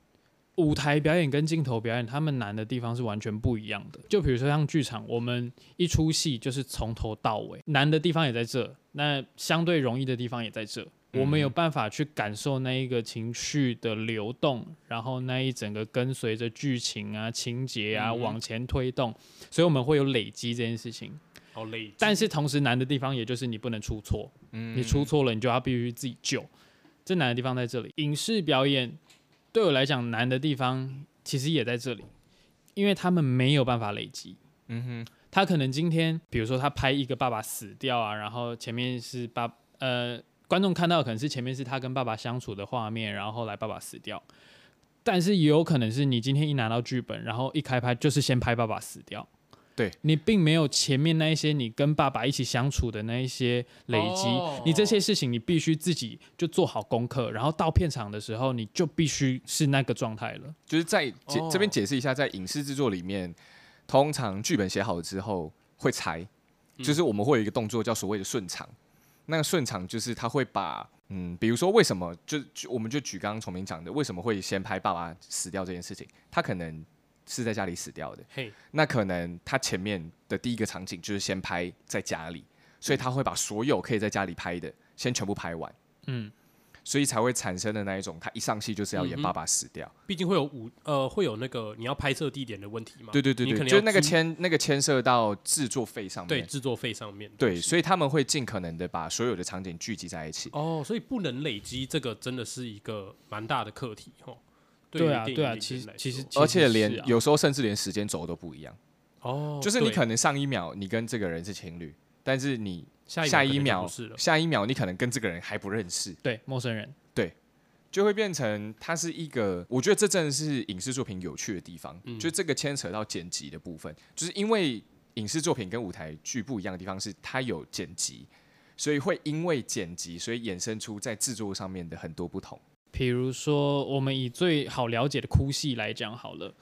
C: 舞台表演跟镜头表演，他们难的地方是完全不一样的。就比如说像剧场，我们一出戏就是从头到尾，难的地方也在这，那相对容易的地方也在这。
A: 嗯
C: 我们有办法去感受那一个情绪的流动，然后那一整个跟随着剧情啊、情节啊
A: 嗯
C: 往前推动，所以我们会有累积这件事情。
A: 好哦累，
C: 但是同时难的地方，也就是你不能出错，你出错了，你就要必须自己救。这难的地方在这里。影视表演对我来讲难的地方，其实也在这里，因为他们没有办法累积。
B: 嗯哼，
C: 他可能今天，比如说他拍一个爸爸死掉啊，然后前面是爸呃观众看到的可能是前面是他跟爸爸相处的画面，然后后来爸爸死掉。但是也有可能是你今天一拿到剧本，然后一开拍就是先拍爸爸死掉。
B: 对
C: 你并没有前面那一些你跟爸爸一起相处的那一些累积，
A: 哦
C: 你这些事情你必须自己就做好功课，然后到片场的时候你就必须是那个状态了。
B: 就是在解、
A: 哦
B: 这边解释一下，在影视制作里面，通常剧本写好之后会裁，
A: 嗯
B: 就是我们会有一个动作叫所谓的顺场。那个顺场就是他会把嗯，比如说为什么就就我们就举刚刚崇明讲的，为什么会先拍爸爸死掉这件事情，他可能是在家里死掉的，
A: 嘿，
B: 那可能他前面的第一个场景就是先拍在家里，所以
A: 嗯
B: 他会把所有可以在家里拍的先全部拍完，
C: 嗯，
B: 所以才会产生的那一种，他一上戏就是要
A: 嗯
B: 演
A: 哼
B: 爸爸死掉。
A: 毕竟会有五呃，会有那个你要拍摄地点的问题嘛。
B: 对对对
A: 你可
B: 对，
A: 能
B: 就是
A: 要
B: 那个
A: 租
B: 牵那个牵涉到制作费上
A: 对
B: 面，
A: 制作费上面的
B: 对
A: 东西
B: 所以他们会尽可能的把所有的场景聚集在一起。
A: 哦，所以不能累积，这个真的是一个蛮大的课题哦。
C: 对啊
A: 于电影
C: 对啊
A: 演员
C: 其实
A: 来
C: 其实
A: 说
B: 而且连、
C: 是啊
B: 有时候甚至连时间轴都不一样，
A: 哦，
B: 就是你
A: 对
B: 可能上一秒你跟这个人是情侣，但是你
A: 下
B: 下
A: 一
B: 一
A: 秒可能就
B: 秒
A: 不是了，
B: 下一秒你可能跟这个人还不认识，
C: 对，陌生人，
B: 就会变成它是一个，我觉得这真的是影视作品有趣的地方，
C: 嗯
B: 就这个牵扯到剪辑的部分，就是因为影视作品跟舞台剧不一样的地方是它有剪辑，所以会因为剪辑，所以衍生出在制作上面的很多不同。
C: 比如说，我们以最好了解的哭戏来讲好了，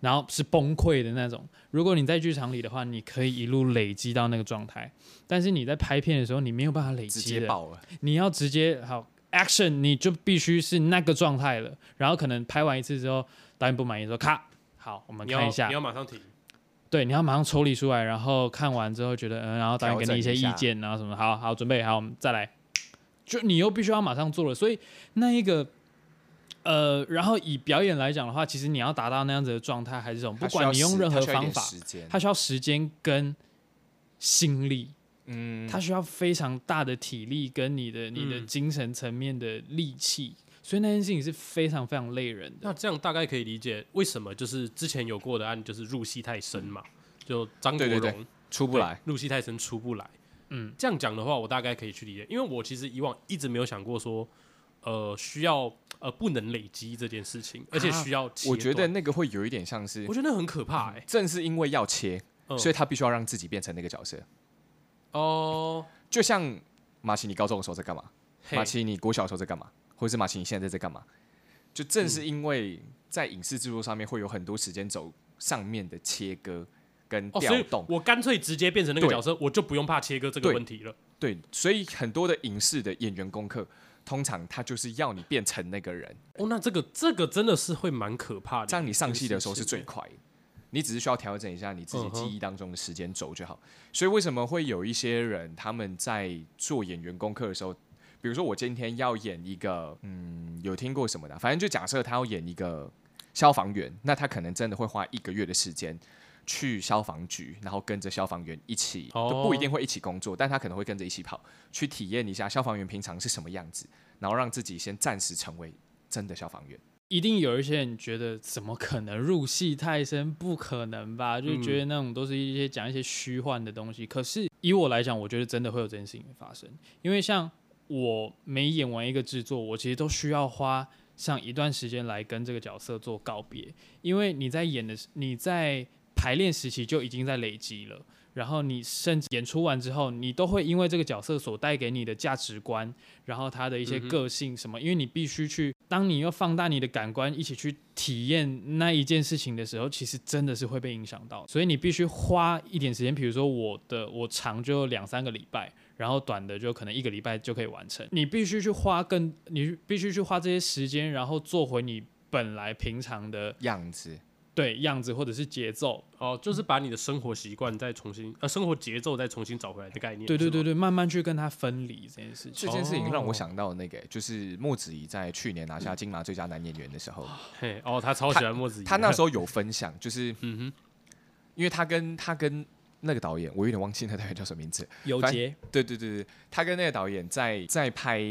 C: 然后是崩溃的那种。如果你在剧场里的话，你可以一路累积到那个状态，但是你在拍片的时候，你没有办法累
B: 直
C: 积
B: 接
C: 的，
B: 爆了，
C: 你要直接好 action，你就必须是那个状态了。然后可能拍完一次之后，导演不满意说咔，好，我们
A: 你要
C: 看一下
A: 你，要马上停，
C: 对，你要马上抽离出来，然后看完之后觉得，嗯，然后导演给你一些意
B: 调整
C: 见，然啊后什么，好好准备，好，我们再来，就你又必须要马上做了，所以那一个，呃，然后以表演来讲的话，其实你要达到那样子的状态还是什么，不
B: 它需
C: 管
B: 要
C: 你用
B: 时
C: 任
B: 它
C: 何
B: 需要一
C: 方
B: 点
C: 法，
B: 时间，
C: 它需要时间跟心力，
B: 嗯，
C: 它需要非常大的体力跟你的你的
A: 嗯
C: 精神层面的力气，所以那件事情是非常非常累人的。
A: 那这样大概可以理解为什么就是之前有过的案，就是入戏太深嘛，就张国
B: 对
A: 荣
B: 对对出不来，
A: 对入戏太深出不来。
C: 嗯，
A: 这样讲的话，我大概可以去理解，因为我其实以往一直没有想过说，呃，需要呃不能累积这件事情，而且需要切断、
B: 啊我觉得那个会有一点像是
A: 我，觉得那很可怕哎、
B: 正是因为要切，
A: 嗯
B: 所以他必须要让自己变成那个角色，嗯
A: 哦，
B: 就像马奇，你高中的时候在干嘛？
A: 嘿
B: 马奇，你国小的时候在干嘛？或者是马奇，你现在在干嘛？就正
A: 嗯
B: 是因为在影视制作上面会有很多时间轴上面的切割跟
A: 哦，
B: 调
A: 所以
B: 动，
A: 我干脆直接变成那个
B: 对
A: 角色，我就不用怕切割这个
B: 对
A: 问题了。
B: 对，所以很多的影视的演员功课，通常他就是要你变成那个人，
A: 哦，那这个这个真的是会蛮可怕的。
B: 这样你上戏的时候
A: 这
B: 是
A: 件事情
B: 最快的。你只是需要调整一下你自己
A: 嗯
B: 记
A: 哼
B: 忆当中的时间轴就好。所以为什么会有一些人他们在做演员功课的时候，比如说我今天要演一个，嗯，有听过什么的啊，反正就假设他要演一个消防员，那他可能真的会花一个月的时间去消防局，然后跟着消防员一起，
A: 哦
B: 就不一定会一起工作，但他可能会跟着一起跑，去体验一下消防员平常是什么样子，然后让自己先暂时成为真的消防员。
C: 一定有一些人觉得怎么可能入戏太深，不可能吧？就觉得那种都是一些讲一些虚幻的东西。可是以我来讲，我觉得真的会有这件事情发生，因为像我每演完一个制作，我其实都需要花上一段时间来跟这个角色做告别，因为你在演的时你在排练时期就已经在累积了。然后你甚至演出完之后，你都会因为这个角色所带给你的价值观，然后他的一些
A: 嗯哼
C: 个性什么，因为你必须去，当你要放大你的感官一起去体验那一件事情的时候，其实真的是会被影响到，所以你必须花一点时间，比如说我的我长就两三个礼拜，然后短的就可能一个礼拜就可以完成，你必须去花更，你必须去花这些时间，然后做回你本来平常的
B: 样子，
C: 对样子或者是节奏，
A: 哦，就是把你的生活习惯再重新呃生活节奏再重新找回来的概念。
C: 对对对
A: 对，
C: 对，慢慢去跟他分离这件事情。
B: 这件事情让我
A: 哦
B: 想到那个，就是莫子仪在去年拿下金马最佳男演员的时候，
A: 嘿，哦，他超喜欢墨子怡，
B: 他那时
A: 候
B: 候有分享，就是
A: 嗯
B: 因为他跟他跟那个导演，我有点忘记那导演叫什么名字。
C: 有
B: 反
C: 节
B: 对对对对，他跟那个导演在在拍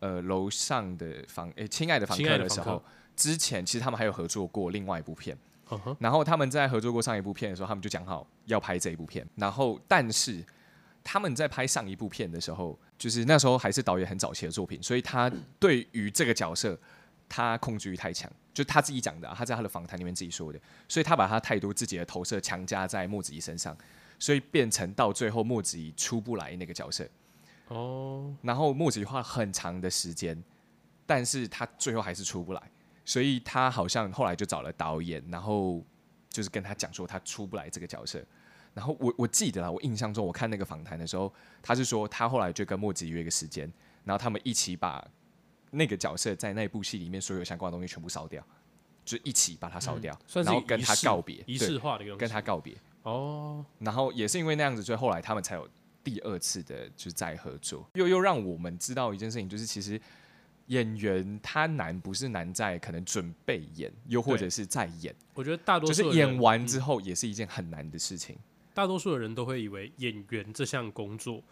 B: 呃楼上的房诶，亲爱的房
A: 亲
B: 客
A: 爱的
B: 的时
A: 房客
B: 候，之前其实他们还有合作过另外一部片。
A: 哼，嗯哼，
B: 然后他们在合作过上一部片的时候，他们就讲好要拍这一部片。然后，但是他们在拍上一部片的时候，就是那时候还是导演很早期的作品，所以他对于这个角色，他控制欲太强，就他自己讲的、啊，他在他的访谈里面自己说的，所以他把他太多自己的投射强加在莫子仪身上，所以变成到最后莫子仪出不来那个角色。
A: 哦，
B: 然后莫子仪花了很长的时间，但是他最后还是出不来，所以他好像后来就找了导演，然后就是跟他讲说他出不来这个角色。然后我我记得啦，我印象中我看那个访谈的时候，他是说他后来就跟莫子仪约一个时间，然后他们一起把那个角色在那部戏里面所有相关的东西全部烧掉，就一起把它烧掉，
A: 嗯算是
B: 然后跟他
A: 仪式
B: 告别，
A: 仪
B: 对
A: 式化的一个东西。
B: 跟他告别。
A: 哦，
B: 然后也是因为那样子，所以后来他们才有第二次的就是再合作，又又让我们知道一件事情，就是其实演员他难不是难在可能准备演，又或者是在演，
A: 我觉得大多
B: 就是
A: 数的人
B: 演完之后也是一件很难的事情。
A: 大多数的人都会以为演员这项工作，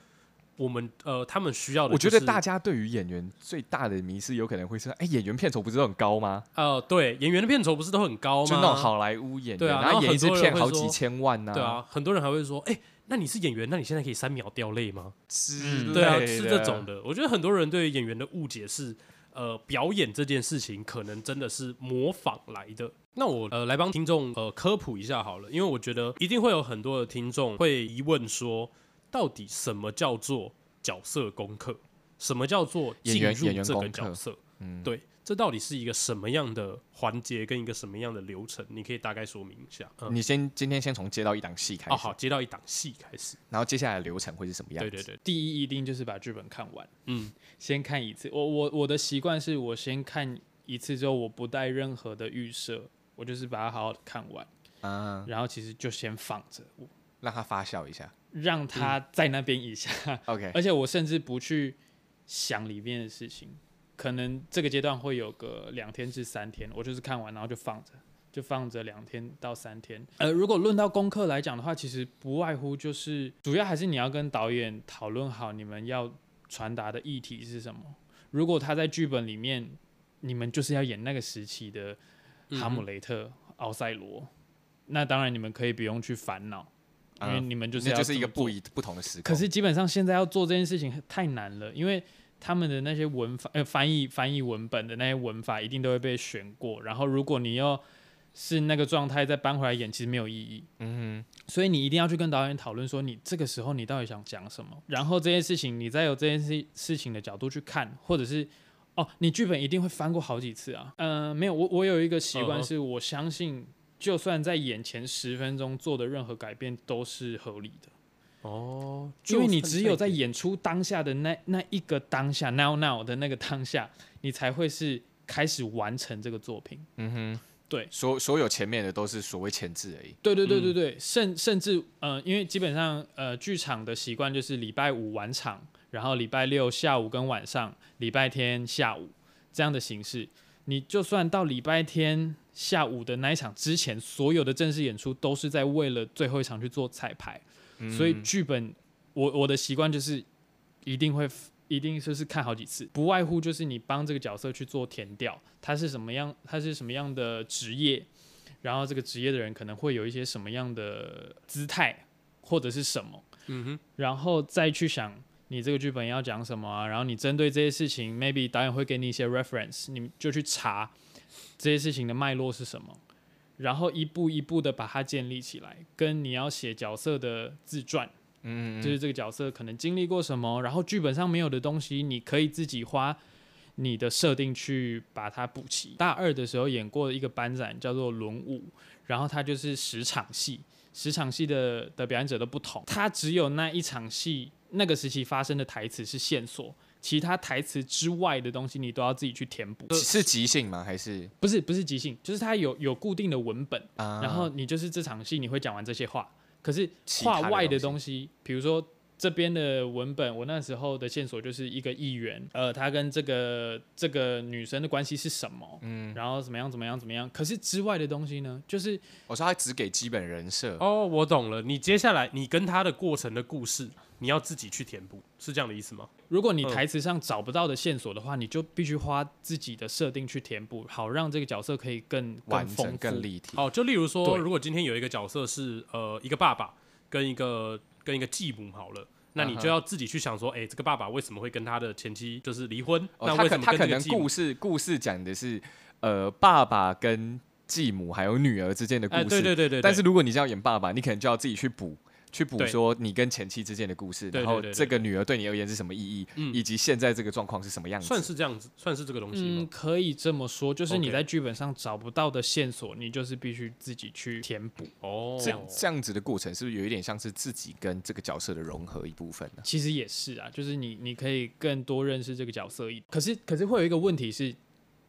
A: 我们呃，他们需要的、
B: 我
A: 就
B: 觉
A: 是，
B: 得大家对于演员最大的迷失，有可能会是，哎，演员片酬不是都很高吗？
A: 呃，对演员的片酬不是都很哦高吗？
B: 就那种好莱坞演员，
A: 对啊
B: 然
A: 然后
B: 后演一支
A: 很多人
B: 片
A: 会
B: 好
A: 说
B: 几千万呐、
A: 对啊，很多人还会说，哎、那你是演员，那你现在可以三秒掉泪吗？
B: 之
C: 嗯
A: 对啊，
B: 类
A: 是
B: 的
A: 这种的。我觉得很多人对演员的误解是，呃，表演这件事情可能真的是模仿来的。那我呃来帮听众呃科普一下好了，因为我觉得一定会有很多的听众会疑问说，到底什么叫做角色功课？什么叫做
B: 演
A: 进
B: 员演
A: 入
B: 员
A: 这个
B: 功课嗯
A: 角色？对，这到底是一个什么样的环节跟一个什么样的流程？你可以大概说明一下。嗯，
B: 你先今天先从接到一档戏开始，
A: 哦，好，接到一档戏开始。
B: 然后接下来的流程会是什么样
A: 对
B: 子？
A: 对对，
C: 第一一定就是把剧本看完，
A: 嗯，
C: 先看一次。我我我的习惯是我先看一次之后，我不带任何的预设，我就是把它好好的看完，
B: 啊，
C: 然后其实就先放着，我
B: 让他发酵一下。
C: 让
B: 嗯
C: 它在那边一下。
B: OK，
C: 而且我甚至不去想里面的事情，可能这个阶段会有个两天至三天，我就是看完然后就放着，就放着两天到三天。呃，如果论到功课来讲的话，其实不外乎就是主要还是你要跟导演讨论好你们要传达的议题是什么。如果他在剧本里面，你们就是要演那个时期的哈姆雷特、奥赛罗，那当然你们可以不用去烦恼，
A: 呃
C: 因为
B: 嗯
C: 你们啊就是
B: 那
C: 要
B: 就是一
C: 这
B: 个
C: 么做
B: 不一不同的时空。
C: 可是基本上现在要做这件事情太难了，因为他们的那些文法呃翻译翻译文本的那些文法一定都会被选过，然后如果你要是那个状态再搬回来演，其实没有意义。
B: 嗯
C: 所以你一定要去跟导演讨论，说你这个时候你到底想讲什么，然后这件事情你再有这件事事情的角度去看，或者是哦，你剧本一定会翻过好几次啊。嗯、没有，我我有一个习
A: 嗯
C: 惯
A: 哼
C: 是，我相信就算在眼前十分钟做的任何改变都是合理的。
A: 哦，
C: 因为你
A: 就
C: 只有在演出当下的那那一个当下 now now 的那个当下，你才会是开始完成这个作品。
B: 哼，嗯哼，
C: 对
B: 所所有前面的都是所谓前置而已。
C: 对对对对对，甚甚至呃，因为基本上呃，剧场的习惯就是礼拜五晚场，然后礼拜六下午跟晚上，礼拜天下午这样的形式。你就算到礼拜天下午的那一场之前，所有的正式演出都是在为了最后一场去做彩排，所以剧本我我的习惯就是一定会。一定就是看好几次，不外乎就是你帮这个角色去做填调，他是什么样，他是什么样的职业，然后这个职业的人可能会有一些什么样的姿态或者是什么，
A: 嗯哼，
C: 然后再去想你这个剧本要讲什么啊，然后你针对这些事情，maybe 导演会给你一些 reference，你就去查这些事情的脉络是什么，然后一步一步的把它建立起来，跟你要写角色的自传，
B: 嗯，
C: 就是这个角色可能经历过什么，然后剧本上没有的东西，你可以自己花你的设定去把它补齐。大二的时候演过一个班展叫做《轮舞》，然后它就是十场戏，十场戏的的表演者都不同，它只有那一场戏那个时期发生的台词是线索。其他台词之外的东西，你都要自己去填
A: 呃
C: 补。
B: 是即兴吗？还是
C: 不是不是即兴，就是它有有固定的文本，
B: 啊？
C: 然后你就是这场戏你会讲完这些话，可是
B: 其他
C: 话
B: 的
C: 外的
B: 东
C: 东西，比如说这边的文本，我那时候的线索就是一个议员，呃，他跟这个这个女生的关系是什么，嗯，然后怎么样怎么样怎么样，可是之外的东西呢，就是
B: 我说他只给基本人设，
A: 哦，我懂了。你接下来你跟他的过程的故事，你要自己去填补，是这样的意思吗？
C: 如果你
A: 嗯
C: 台词上找不到的线索的话，你就必须花自己的设定去填补，好让这个角色可以更更
B: 完
C: 丰
B: 整、
C: 富、
B: 更立体。
A: 哦，就例如说，
C: 对
A: 如果今天有一个角色是呃一个爸爸跟一个跟一个继母好了。那你
B: 嗯哼
A: 就要自己去想说，哎、这个爸爸为什么会跟他的前妻就是离婚？
B: 哦，
A: 那
B: 他
A: 为
B: 可
A: 什么
B: 他
A: 跟
B: 可
A: 这个
B: 能
A: 继母
B: 故事故事讲的是，呃，爸爸跟继母还有女儿之间的故
A: 哎，
B: 事。
A: 对对对对，
B: 但是如果你是要演爸爸，你可能就要自己去补。去补
A: 对
B: 说你跟前妻之间的故事，
A: 对对
B: 然后
A: 对对
B: 这个女儿对你而言是什么意义，
A: 嗯
B: 以及现在这个状况是什么样
A: 对
B: 子，
A: 算是这样子，算是这个东西
C: 嗯，
A: 吗？
C: 可以这么说，就是你
A: OK
C: 在剧本上找不到的线索，你就是必须自己去填补。
A: 哦，
B: 这样这样子的过程，是不是有一点像是自己跟这个角色的融合一部分呢、
C: 其实也是啊，就是你你可以更多认识这个角色一点。可是可是会有一个问题是，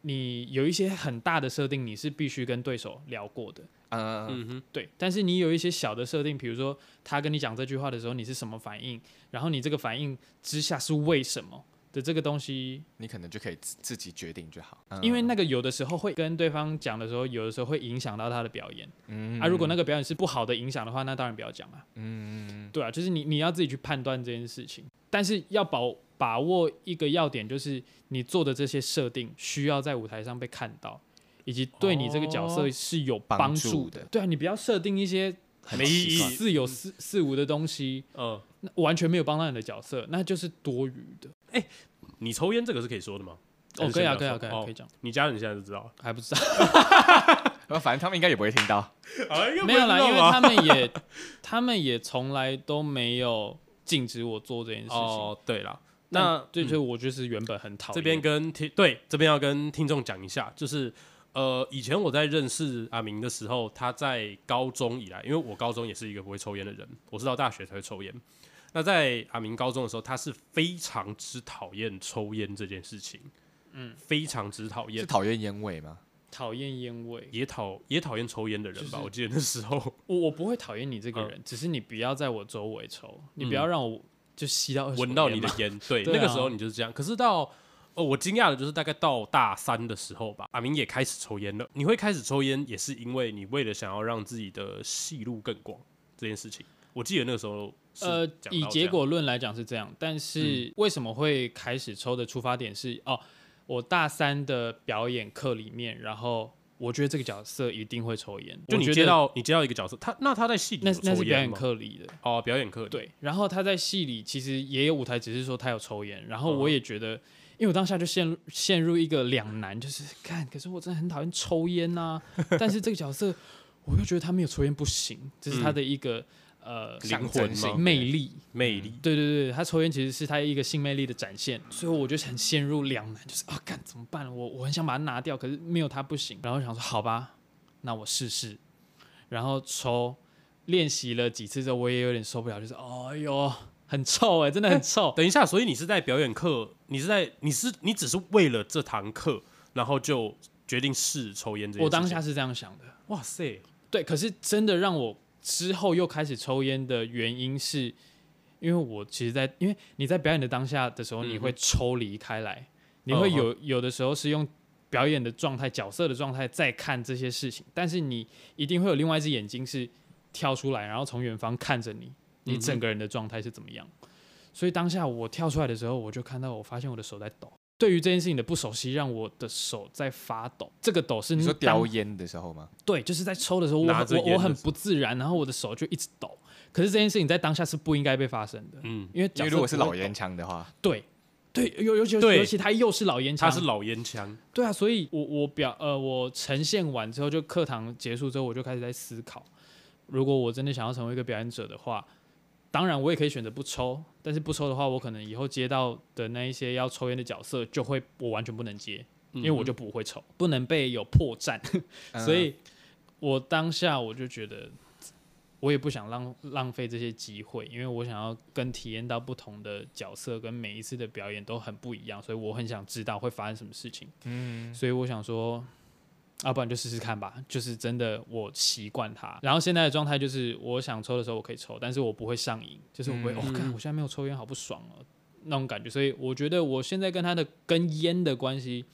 C: 你有一些很大的设定你是必须跟对手聊过的，
B: 呃，
A: 嗯哼，
C: 对。但是你有一些小的设定，比如说他跟你讲这句话的时候你是什么反应，然后你这个反应之下是为什么的这个东西，
B: 你可能就可以自自己决定就好。嗯
C: 因为那个有的时候会跟对方讲的时候，有的时候会影响到他的表演。
B: 嗯
C: 啊，如果那个表演是不好的影响的话，那当然不要讲啊。
B: 嗯，
C: 对啊，就是你你要自己去判断这件事情，但是要保把握一个要点，就是你做的这些设定需要在舞台上被看到，以及对你这个角色
A: 哦
C: 是有
B: 帮
C: 帮
B: 助
C: 助
B: 的
C: 对啊，你不要设定一些
B: 很
A: 没
B: 奇
A: 意义
B: 怪
C: 似有似似无的东西，
A: 呃，
C: 那完全没有帮到你的角色，那就是多余的。
A: 你抽烟这个是可以说的吗？
C: 哦，可以啊，可以啊，可以啊，
A: 哦
C: 可以，讲，
A: 你家人现在就知道了。
C: 还不知道，
B: 呃反正他们应该也不会听到。
A: 哎又不
C: 没
A: 知
C: 有啦，
A: 道
C: 因为
A: 吧
C: 他们也他们也从来都没有禁止我做这件事情。
A: 哦，对了，
C: 但
A: 那
C: 对，
A: 嗯
C: 就我就是原本很讨厌
A: 这边跟听对这边要跟听众讲一下，就是呃，以前我在认识阿明的时候，他在高中以来，因为我高中也是一个不会抽烟的人，我是到大学才会抽烟。那在阿明高中的时候，他是非常之讨厌抽烟这件事情，嗯，非常之讨
B: 是
A: 厌，
B: 讨厌烟味
A: 嗯
B: 吗？
C: 讨厌烟味。
A: 也讨也讨厌抽烟的人吧？
C: 就是
A: 我记得那时候，
C: 我我不会讨厌你这个
A: 嗯
C: 人，只是你不要在我周围抽，你不要让我就吸到
A: 闻到你的
C: 的。
A: 烟，对，
C: 对
A: 那个
C: 啊
A: 时候你就是这样。可是到哦，我惊讶的就是大概到大三的时候吧，阿明也开始抽烟了。你会开始抽烟，也是因为你为了想要让自己的戏路更广这件事情。我记得那个时候是
C: 呃
A: 讲到，这
C: 以
A: 样嗯
C: 结果论来讲是这样，但是为什么会开始抽的出发点是哦，我大三的表演课里面，然后我觉得这个角色一定会抽烟，
A: 就
C: 我
A: 你
C: 觉
A: 接
C: 得
A: 到你接到一个角色，他那他在戏里
C: 那
A: 有
C: 是那
A: 抽
C: 是表
A: 烟
C: 演
A: 吗？
C: 课里的，
A: 哦，表演课，
C: 对，然后他在戏里其实也有舞台，只是说他有抽烟。然后
A: 嗯
C: 我也觉得，因为我当下就陷入陷入一个两难，就是看，可是我真的很讨厌抽 烟呐、但是这个角色，我又觉得他没有抽烟不行，这是他的一个、
A: 嗯灵
B: 象
A: 魂
B: 征
A: 吗
B: 性
C: 呃
B: 的
C: 魅力。
A: 魅力。
C: 对对对，他抽烟其实是他一个性魅力的展现，所以我就很陷入两难，就是啊，干怎么办？我我很想把它拿掉，可是没有它不行。然后想说，好吧，那我试试。然后抽，练习了几次之后，我也有点受不了，就是哦哎呦，很臭哎、真的很 臭。
A: 哦等一下，所以你是在表演课，你是在你是你只是为了这堂课，然后就决定试抽烟这件事情。
C: 我当下是这样想的，
A: 哇塞，
C: 对，可是真的让我之后又开始抽烟的原因是，因为我其实在，因为你在表演的当下的时候，
A: 嗯哼
B: 哦
C: 你会抽离开来，你
A: 嗯
C: 会
A: 哼
C: 有有的时候是用表演的状态、角色的状态在看这些事情，但是你一定会有另外一只眼睛是跳出来，然后从远方看着你，
B: 嗯
C: 你整个人的状态是怎么样。所以当下我跳出来的时候，我就看到，我发现我的手在抖。对于这件事情的不熟悉，让我的手在发抖。这个抖是
B: 你说
C: 当
B: 叼烟的时候吗？
C: 对，就是在抽的时候，我
A: 拿着
C: 很我
A: 烟
C: 我
A: 的
C: 很
A: 时
C: 不自然，然后我的手就一直抖。可是这件事情在当下是不应该被发生的，
A: 嗯，
C: 因为
B: 因
C: 假
B: 为
C: 设
B: 如果是
C: 不会
B: 老烟
C: 抖，
B: 枪的话，
C: 对对，尤尤其
A: 对
C: 尤其他又是老烟
A: 他
C: 枪，
A: 是老烟枪，
C: 对啊，所以我我表呃，我呈现完之后，就课堂结束之后，我就开始在思考，如果我真的想要成为一个表演者的话，当然我也可以选择不抽，但是不抽的话，我可能以后接到的那一些要抽烟的角色，就会我完全不能接，
A: 嗯
C: 因为我就不会抽，不能被有破绽，
B: 嗯
C: 所以我当下我就觉得。我也不想浪浪费这些机会，因为我想要跟体验到不同的角色，跟每一次的表演都很不一样，所以我很想知道会发生什么事情。
B: 嗯，
C: 所以我想说，要、不然就试试看吧。就是真的，我习惯它。然后现在的状态就是，我想抽的时候我可以抽，但是我不会上瘾，就是我不会，我、
A: 嗯
C: 看、我现在没有抽烟，好不爽哦，那种感觉。所以我觉得我现在跟他的跟烟的关系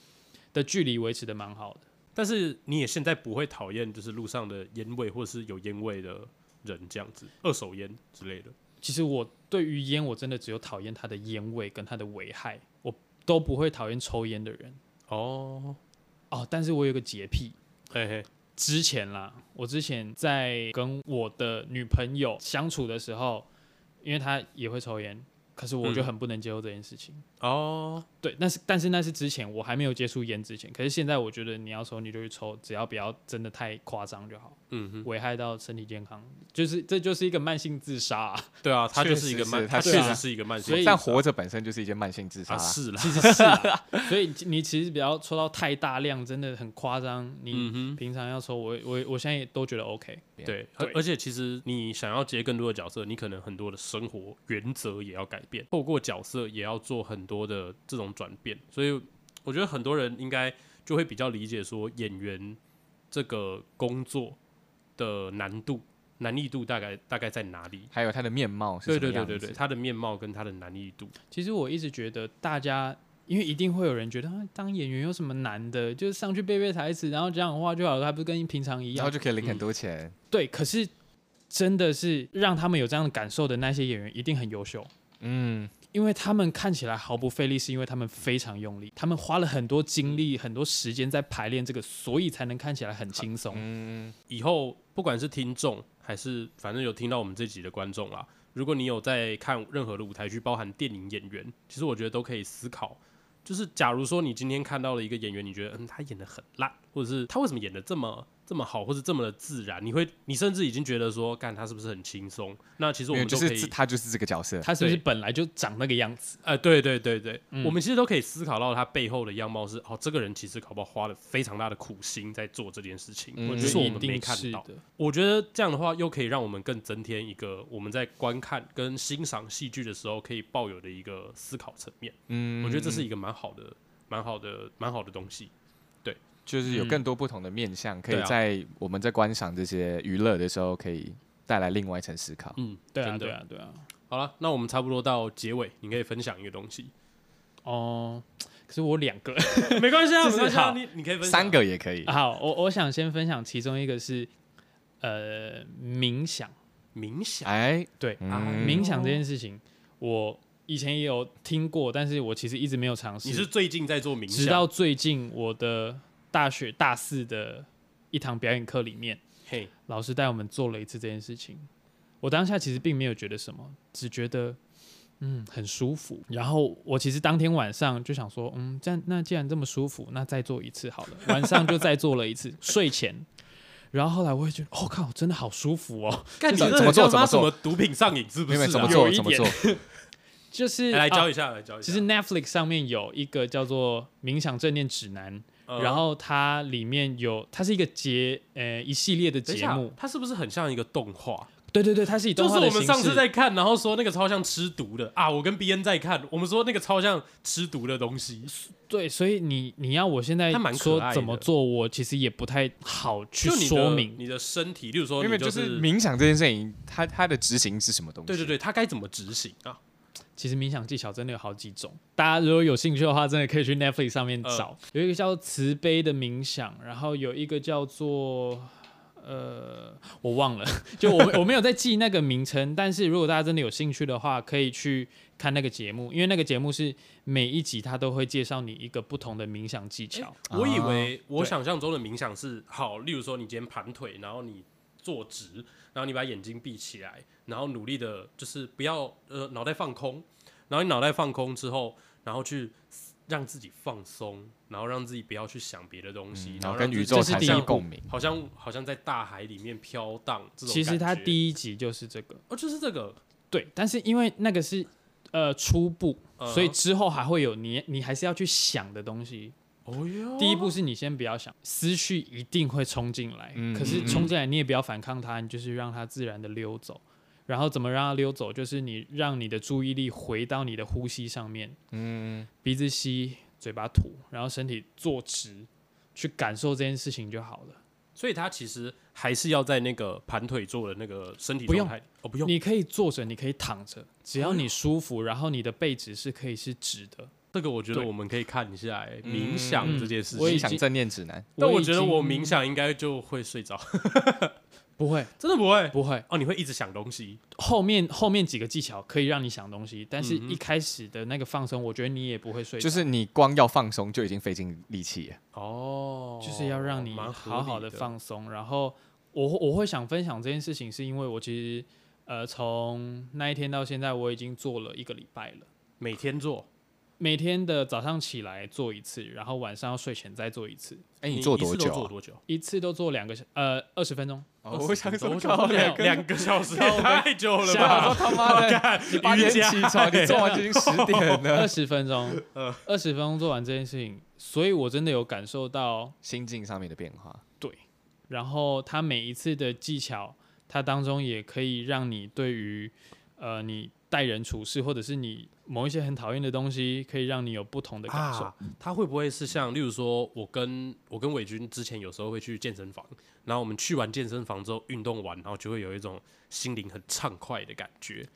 C: 的距离维持的蛮好的。
A: 但是你也现在不会讨厌就是路上的烟味或者是有烟味的人这样子，二手烟之类的。
C: 其实我对于烟，我真的只有讨厌它的烟味跟它的危害，我都不会讨厌抽烟的人
A: 哦，
C: 哦。但是我有个洁癖，
A: 嘿嘿，
C: 之前啦，我之前在跟我的女朋友相处的时候，因为她也会抽烟，可是我就
A: 嗯
C: 很不能接受这件事情。
A: 哦，
C: 对，但是但是那是之前我还没有接触烟之前，可是现在我觉得你要抽你就去抽，只要不要真的太夸张就好，
A: 嗯哼，
C: 危害到身体健康，就是这就是一个慢性自杀、啊。
A: 对啊，他就是一个
B: 确实
A: 慢，
B: 是
A: 他
B: 他
A: 确
C: 对啊
A: 实是一个慢性
C: 所
A: 自
C: 以
A: 杀，
B: 但活着本身就是一件慢性自杀
A: 啊
B: 啦。
A: 是啦，
C: 其实是、啊， 所以你其实不要抽到太大量，真的很夸张。你
A: 嗯
C: 平常要抽，我我我现在也都觉得 OK。
A: 哼，
B: Yeah
A: 对，而
C: 对
A: 而且其实你想要接更多的角色，你可能很多的生活原则也要改变，透过角色也要做很多的这种转变，所以我觉得很多人应该就会比较理解说演员这个工作的难度、难易度大概大概在哪里。
B: 还有他的面貌
A: 对
B: 是什么
A: 对对
B: 样
A: 对对，
B: 子
A: 他的面貌跟他的难易度，
C: 其实我一直觉得大家，因为一定会有人觉得、啊、当演员有什么难的，就是上去背背台词，然后讲讲话就好了，还不是跟平常一
B: 然后
C: 样？
B: 就可以领很多钱。
C: 对，可是真的是让他们有这样的感受的那些演员一定很优秀，
B: 嗯，
C: 因为他们看起来毫不费力，是因为他们非常用力，他们花了很多精力、很多时间在排练这个，所以才能看起来很轻松。
B: 嗯
A: 以后不管是听众还是反正有听到我们这集的观众啦，如果你有在看任何的舞台剧，包含电影演员，其实我觉得都可以思考。就是假如说你今天看到了一个演员，你觉得嗯他演的很烂，或者是他为什么演的这么这么好，或者这么的自然，你会你甚至已经觉得说，干他是不是很轻松？那其实我
B: 没有，
A: 们
B: 就
A: 都可
B: 是
A: 以
B: 这他就是这个角色。
C: 他是不是
A: 对
C: 本来就长那个样子？
A: 呃，对对对对，我们其实都可以思考到他背后的样貌是哦，这个人其实搞不好花了非常大的苦心在做这件事情，
B: 嗯
C: 我
A: 只
C: 觉
A: 是
C: 得
A: 我
C: 一
A: 们没
C: 定
A: 看
C: 是
A: 到
C: 的。。
A: 我觉得这样的话，又可以让我们更增添一个我们在观看跟欣赏戏剧的时候可以抱有的一个思考层面。
B: 嗯，
A: 我觉得这是一个蛮好的、蛮好的、蛮好的东西。
B: 就是有更多不同的面向，
A: 嗯
B: 可
A: 对
B: 以
A: 啊
B: 在我们在观赏这些娱乐的时候，可以带来另外一层思考。
A: 嗯，
C: 对
A: 真
C: 啊，
A: 的
C: 对啊，对啊。
A: 好了，那我们差不多到结尾，你可以分享一个东西，
C: 哦，可是我两个。
A: 没关 系啊，没
C: 这是
A: 关系啊，
C: 好
A: 你你可以分享
B: 三个也可以，
C: 好，我我想先分享其中一个是呃冥想，
A: 冥想，
B: 哎，
C: 对，
B: 嗯
A: 啊
C: 冥想这件事情，我以前也有听过，但是我其实一直没有尝试。
A: 你是最近在做冥想，
C: 直到最近我的大学大四的一堂表演课里面，
A: 嘿，
C: 老师带我们做了一次这件事情。我当下其实并没有觉得什么，只觉得嗯很舒服。然后我其实当天晚上就想说，嗯，这样那既然这么舒服，那再做一 次好了。晚上就再做了一次，睡前。然后后来我也觉得，哦靠，真的好舒服哦。
A: 干你
B: 怎
A: 这
B: 怎么做
A: 人家
B: 怎么
A: 妈
B: 做
A: 什么毒品上瘾是不
B: 妹
A: 是啊？
B: 妹怎么
C: 有
B: 做
C: 一
B: 怎么
C: 点
B: 做？
C: 就是
A: 哎来
C: 啊
A: 教一下，来教一下。
C: 其实 Netflix 上面有一个叫做《冥想正念指南》，
A: 呃，
C: 然后它里面有，它是一个节，呃，一系列的
A: 等一
C: 节
A: 下
C: 目。
A: 它是不是很像一个动画？
C: 对对对，它是以
A: 就
C: 动
A: 是
C: 画的
A: 我
C: 形
A: 们
C: 式。
A: 上次在看，然后说那个超像吃毒的啊，我跟 B N 在看，我们说那个超像吃毒的东西，
C: 对，所以你你要我现在
A: 它蛮可
C: 说
A: 爱的
C: 怎么做，我其实也不太好去
A: 就你的
C: 说明。
A: 你的身体，例如说
B: 因为
A: 你
B: 就是
A: 是
B: 冥想这件事情，它它的执行是什么东西？
A: 对对对，它该怎么执行啊？
C: 其实冥想技巧真的有好几种，大家如果有兴趣的话，真的可以去 Netflix 上面
A: 嗯
C: 找，有一个叫慈悲的冥想，然后有一个叫做呃，我忘了，就我 我没有在记那个名称，但是如果大家真的有兴趣的话，可以去看那个节目，因为那个节目是每一集它都会介绍你一个不同的冥想技巧。啊
A: 我以为我
C: 对
A: 想象中的冥想是好，例如说你今天盘腿，然后你坐直，然后你把眼睛闭起来，然后努力的，就是不要呃脑袋放空，然后你脑袋放空之后，然后去让自己放松，然后让自己不要去想别的东
C: 嗯
A: 西，
B: 然后
A: 让
B: 跟
A: 自己
B: 宇宙
C: 这是
B: 产
C: 第一
B: 生
C: 步
B: 共鸣。
A: 好像好像在大海里面飘荡这种
C: 其实它
A: 感觉
C: 第一集就是这个，
A: 哦就是这个，
C: 对，但是因为那个是呃初步，
A: 嗯
C: 所以之后还会有你你还是要去想的东西。
A: 哦哟，
C: 第一步是你先不要想，思绪一定会冲进来，
B: 嗯
C: 可是冲进来你也不要反抗它，你就是让它自然的溜走。然后怎么让它溜走？就是你让你的注意力回到你的呼吸上面，
B: 嗯，
C: 鼻子吸，嘴巴吐，然后身体坐直，去感受这件事情就好了。
A: 所以它其实还是要在那个盘腿坐的那个身体
C: 不用
A: 状态哦不用
C: 你可以坐着，你可以躺着，只
B: 哦
C: 要你舒服，然后你的背直是可以是直的。
A: 这个我觉得
C: 对
A: 我们可以看一下、欸
B: 嗯
A: 冥想
C: 嗯
A: 这件事
C: 我已
B: 冥
A: 情。
C: 经
B: 想正念指南，
A: 但我
C: 已
A: 觉得我
C: 经
A: 冥想应该就会睡着，
C: 不会，
A: 真的不会
C: 不会。
A: 哦，你会一直想东西
C: 后面后面几个技巧可以让你想东西，但是
A: 嗯哼
C: 一开始的那个放松，我觉得你也不会睡着，
B: 就是你光要放松就已经费尽力气了。
A: 哦，
C: 就是要让你
A: 蛮合理
C: 好好的
A: 的，
C: 放松。然后我我会想分享这件事情，是因为我其实呃从那一天到现在，我已经做了一个礼拜了。
A: 每天做，
C: 每天的早上起来做一次，然后晚上要睡前再做一次，
B: 哎，
A: 你
B: 你做
A: 一次
B: 多
A: 都
B: 久
A: 做
B: 啊？
A: 多久？
C: 一次都做两个小呃二十 分钟。
B: 哦我想说
A: 我
B: 靠
A: 想说两
C: 两
B: 个
A: 两个小时
B: 靠
A: 也 太久了
B: 我想
A: 吧？
B: 说他妈的，你八点
A: 瑜伽
B: 起床，你做完就 已经十点了
C: 二，十分钟，
A: 嗯
C: 二十分钟做完这件事情，所以我真的有感受到，
B: 心境上面的变化。
C: 然后它每一次的技巧，它当中也可以让你对于呃你待人处事，或者是你某一些很讨厌的东西，可以让你有不同的感受。
A: 啊，他会不会是像，例如说我跟我跟伟军之前有时候会去健身房，然后我们去完健身房之后运动完，然后就会有一种心灵很畅快的感觉，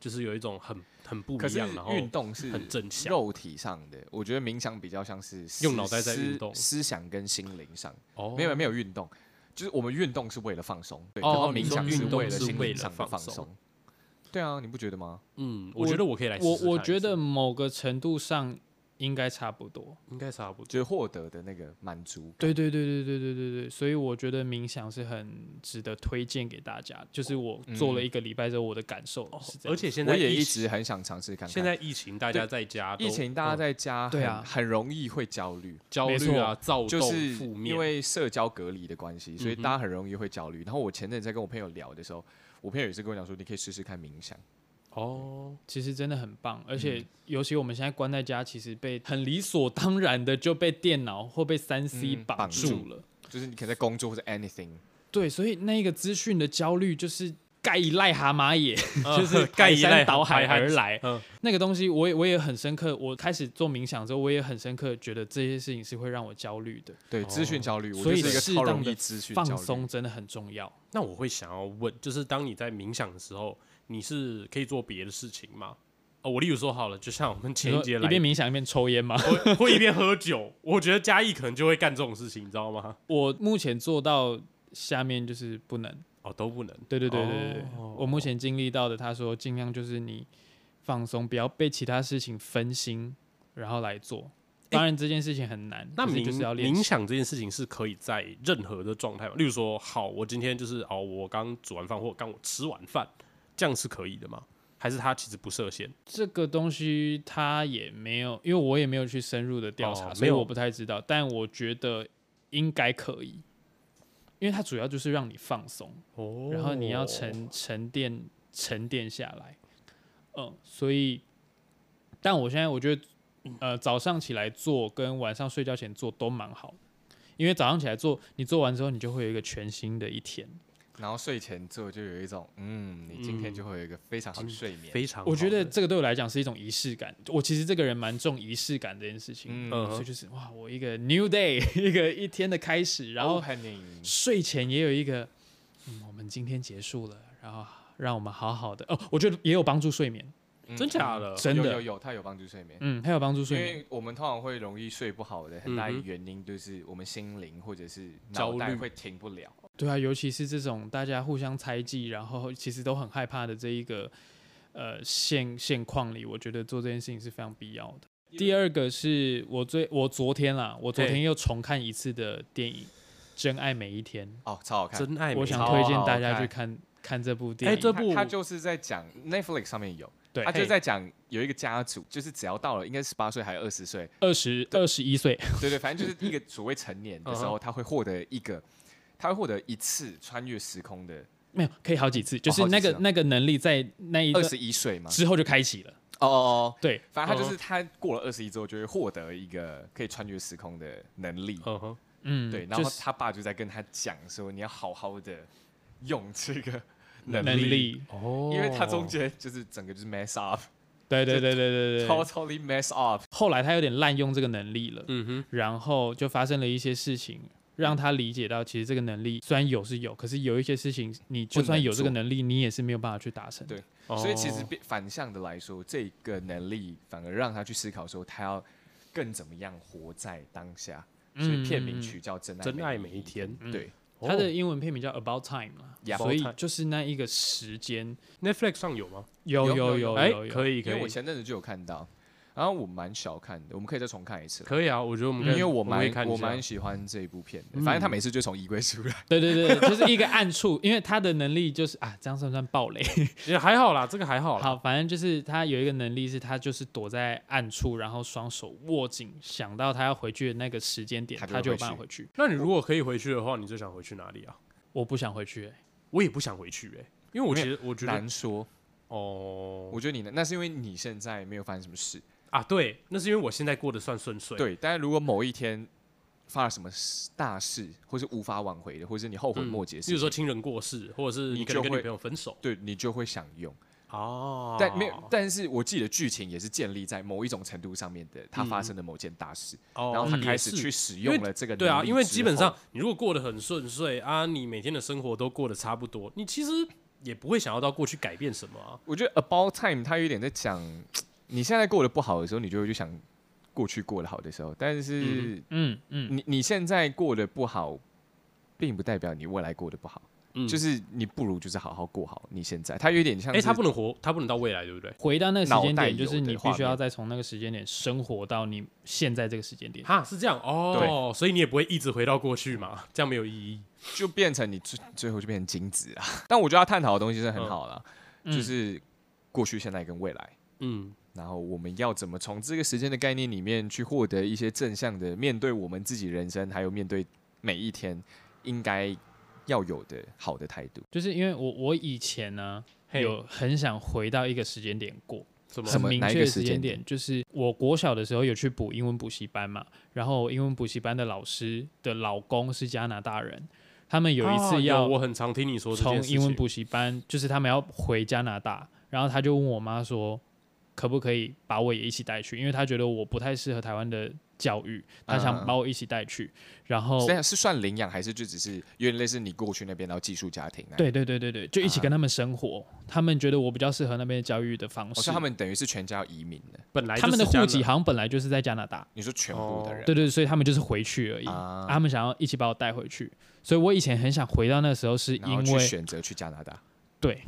A: 就是有一种很很不
B: 可
A: 一
B: 是
A: 样，然后
B: 运动是
A: 很正向
B: 肉体上的，我觉得冥想比较像是思
A: 用脑袋在运动
B: 思思想跟心灵上。
A: 哦
B: 没有没有运动，就是我们运动是为了放松，对，
A: 哦
B: 然后
A: 你
B: 冥
A: 说
B: 想是
A: 运动
B: 为了
A: 是
B: 心
A: 为
B: 灵
A: 了
B: 上的
A: 放
B: 放
A: 松
B: 松。对啊，你不觉得吗？
A: 嗯，
C: 我
A: 我觉得我可以来试
C: 我
A: 试
C: 我
A: 看
C: 觉
A: 一次
C: 得某个程度上应该差不多。
A: 应该差不多。
B: 就是获得的那个满足感。
C: 对对对对对对对对，所以我觉得冥想是很值得推荐给大家。就是我做了一个礼拜之后，我的感受是这
A: 哦
C: 样。
A: 而且现在
B: 我也
A: 疫
B: 一
A: 情
B: 直很想尝试看看。
A: 现在嗯疫情，大家在家都
B: 疫情，大家在家
C: 对
B: 很
C: 啊
B: 很容易会焦虑，
A: 焦
C: 没
A: 虑
C: 错
A: 啊、躁动、
B: 就是
A: 负面，
B: 因为社交隔离的关系，所以
A: 嗯哼
B: 大家很容易会焦虑。然后我前阵子在跟我朋友聊的时候，我朋友也是跟我讲说，你可以试试看冥想。
A: 哦，
C: 其实真的很棒，而且尤其我们现在关在家，其实被很理所当然的就被电脑或被三 C
B: 嗯
C: 绑
B: 绑
C: 住
B: 住
C: 了。
B: 就是你可能在工作或者 anything，
C: 对，所以那个资讯的焦虑就是盖一癞蛤蟆也， 就是
A: 嗯盖
C: 排
A: 一
C: 山
A: 赖
C: 倒海而。来。
A: 嗯，
C: 那个东西，我也我也很深刻。我开始做冥想之后，我也很深刻觉得这些事情是会让我焦虑的。
B: 对
A: 哦
B: 资讯焦虑，我
C: 所以
B: 就是一个
C: 适
B: 超
C: 当
B: 容
C: 地
B: 易资讯
C: 放
B: 焦虑。
C: 松真的很重要。
A: 那我会想要问，就是当你在冥想的时候，你是可以做别的事情吗？哦，我例如说好了，就像我们
C: 你
A: 前
C: 说
A: 一节
C: 一
A: 来
C: 边，冥想一边抽 烟吗？
A: 会会一边喝酒。我觉得嘉义可能就会干这种事情，你知道吗？
C: 我目前做到下面就是不能。
A: 哦，都不能。
C: 对对对对对，
A: 哦
C: 我目前经历到的，他说尽量就是你放松，不要被其他事情分心，然后来做。当然这件事情很难，
A: 那
C: 可是
A: 冥
C: 就是要练
A: 冥
C: 习。
A: 想这件事情是可以在任何的状态吗？例如说，好，我今天就是哦，我刚煮完饭或刚我吃完饭，这样是可以的吗？还是它其实不设限？
C: 这个东西他也没有，因为我也没有去深入的调查，
A: 哦
C: 所以
A: 没有
C: 我不太知道。但我觉得应该可以，因为它主要就是让你放松，
A: 哦
C: 然后你要沉沉淀沉淀下来，嗯，所以，但我现在我觉得，呃，早上起来做跟晚上睡觉前做都蛮好的因为早上起来做，你做完之后，你就会有一个全新的一天。
B: 然后睡前做就有一种，嗯，你今天就会有一个非常好的睡眠。
A: 非常好的。
C: 我觉得这个对我来讲是一种仪式感。我其实这个人蛮重仪式感这件事情，
B: 嗯
A: 嗯
C: 所以就是哇，我一个 new day，一 个一天的开始，然后
B: opening，
C: 睡前也有一个，嗯，我们今天结束了，然后让我们好好的哦，我觉得也有帮助睡眠。
B: 嗯
A: 真假的
C: 真的
B: 有有有，它有帮助睡眠。
C: 嗯，还有帮助
B: 因
C: 睡眠，
B: 为我们通常会容易睡不好的很大
A: 嗯
B: 一
A: 哼
B: 原因就是我们心灵或者是
A: 焦
B: 脑袋
A: 虑
B: 会停不了。
C: 对啊，尤其是这种大家互相猜忌，然后其实都很害怕的这一个呃现现况里，我觉得做这件事情是非常必要的。第二个是我最我昨天啦，我昨
A: 嘿
C: 天又重看一次的电影《真爱每一天
B: 哦，超好看。
A: 真爱美，》，
C: 嗯我想
B: 超
C: 推荐
B: 好
C: 大家
B: 看
C: 去看看这部电
A: 哎
C: 影。
A: 这
B: 它
A: 部
B: 它就是在讲 Netflix 上面有，
C: 对
B: 它就
A: 嘿
B: 啊在讲有一个家族，就是只要到了应该十八岁还是二十岁，
C: 二十二十一岁，
B: 对对，反正就是一个所谓成年的时候，他会获得一个，他会获得一次穿越时空的
C: 没有可以好几次，就
B: 哦
C: 是
B: 好几
C: 那
B: 次
C: 个、
B: 啊
C: 那个能力在那一
B: 二
C: 个
B: 十一岁嘛。
C: 之后就开启了。
B: 哦哦，
C: 对，
B: 反正他就是他过了二十一之后，就会获得一个可以穿越时空的能力。
A: 嗯哼，
C: 嗯，
B: 对，然后
C: 就是
B: 他爸就在跟他讲说，你要好好的用这个能
C: 能力，
A: 哦
B: 因为他中间就是整个就是 mess up，
C: 对对对对对对，
B: 超 totally mess up。
C: 后来他有点滥用这个能力了，
A: 嗯哼，
C: 然后就发生了一些事情，
B: 嗯
C: 让他理解到其实这个能力虽然有是有，可是有一些事情你就算有这个能力，你也是没有办法去达成的。
B: 对所以其实
A: 哦
B: 变反向的来说，这个能力反而让他去思考说，他要更怎么样活在当下。所以片名取叫《真爱
A: 真爱每一
B: 一
A: 天》，
B: 对，
C: 它的英文片名叫 About Time 嘛
B: Yeah
C: 所以
A: About Time
C: 就是那一个时间，
A: Netflix 上有吗？
C: 有
B: 有
C: 有
B: 有
C: 有
A: 哎，
C: 有，
A: 可
C: 以，
A: 以
B: 因
A: 可
B: 为我
A: 以
B: 前阵子就有看到，然后我蛮少看的，我们可以再重看一次。
A: 可以啊，我觉得我们可以
B: 嗯因为我
A: 们可以
B: 蛮
A: 看一
B: 我
A: 下嗯
B: 蛮喜欢这一部片的，反正他每次就从衣柜 出来，
C: 对对对，就是一个暗处，因为他的能力就是啊，这样算不算暴雷？
A: 也还好啦，这个还好啦，
C: 好，反正就是他有一个能力是，他就是躲在暗处，然后双手握紧，想到他要回去的那个时间点，
B: 他就
C: 他
B: 会
C: 就有
B: 回
C: 办法
B: 去
C: 回去。
A: 那你如果可以回去的话，你最想回去哪里啊？
C: 我不想回去、欸
A: 我也不想回去哎、因为我其实我觉得
B: 难说。
A: 哦
B: 我觉得你呢，那是因为你现在没有发生什么事。
A: 啊，对，那是因为我现在过得算顺遂，
B: 对，但是如果某一天发了什么事大事，或是无法挽回的，或是你后悔
A: 嗯，
B: 莫及的
A: 比
B: 事
A: 如
B: 情，
A: 说亲人过世，或者是
B: 你
A: 你可能
B: 就
A: 跟
B: 会
A: 女朋友分手
B: 对你就会想用。
A: 哦，
B: 但没有，但是我记得剧情也是建立在某一种程度上面的，它发生的某件大事，
A: 嗯哦，
B: 然后他
A: 嗯
B: 开始
A: 也是
B: 去使
A: 因为
B: 用了这个能力
A: 对啊，因为基本
B: 之
A: 上
B: 后
A: 你如果过得很顺遂啊，你每天的生活都过得差不多，你其实也不会想要到过去改变什么啊。
B: 我觉得 About Time 它有点在讲，你现在过得不好的时候，你就会去想过去过得好的时候，但是
C: 嗯嗯，
B: 你你现在过得不好，并不代表你未来过得不好，
A: 嗯，
B: 就是你不如就是好好过好你现在，它有点像
A: 哎、
B: 是
A: 他不能活，他不能到未来，对不对？
C: 回到那个时间
B: 脑袋
C: 点，就
B: 有
C: 是
B: 的
C: 你
B: 画
C: 必须要
B: 面
C: 再从那个时间点生活到你现在这个时间点。
A: 哈，是这样哦，所以你也不会一直回到过去嘛， 这样没有意义。
B: 就变成你最最后就变成精子啊。 但我觉得他探讨的东西是很好了，
C: 嗯
B: 就是过去、现在跟未来。
A: 嗯，
B: 然后我们要怎么从这个时间的概念里面去获得一些正向的面对我们自己人生，还有面对每一天应该要有的好的态度？
C: 就是因为我我以前呢、
A: 嘿
C: 有很想回到一个时间点过，
A: 什么
B: 什
C: 很
B: 么
C: 明
B: 哪一
C: 确
B: 个
C: 的
B: 时
C: 时
B: 间
C: 间
B: 点
C: 点，就是我国小的时候有去补英文补习班嘛，然后英文补习班的老师的老公是加拿大人，他们有一
A: 啊
B: 哦
C: 次要、
A: 我很常听你说这件
C: 从
A: 事情
C: 英文补习班，就是他们要回加拿大，然后他就问我妈说，可不可以把我也一起带去？因为他觉得我不太适合台湾的教育，他想把我一起带去。然后
B: 这，样嗯是算领养，还是就只是有点类似你过去那边然后寄宿家庭啊那样？
C: 对对对对对，就一起跟他们生活。他们觉得我比较适合那边的教育的方
B: 嗯哦，
C: 式。
B: 是他们等于是全家要移民的。
A: 本来
C: 他们的
A: 就是这样
C: 户籍好像本来就是在加拿大，
B: 你说全部的人，
C: 对对，所以他们就是回去而已。
B: 哦啊
C: 他们想要一起把我带回去，所以我以前很想回到那个时候，是
B: 然
C: 因
B: 后去
C: 为
B: 选择去加拿大。
C: 对，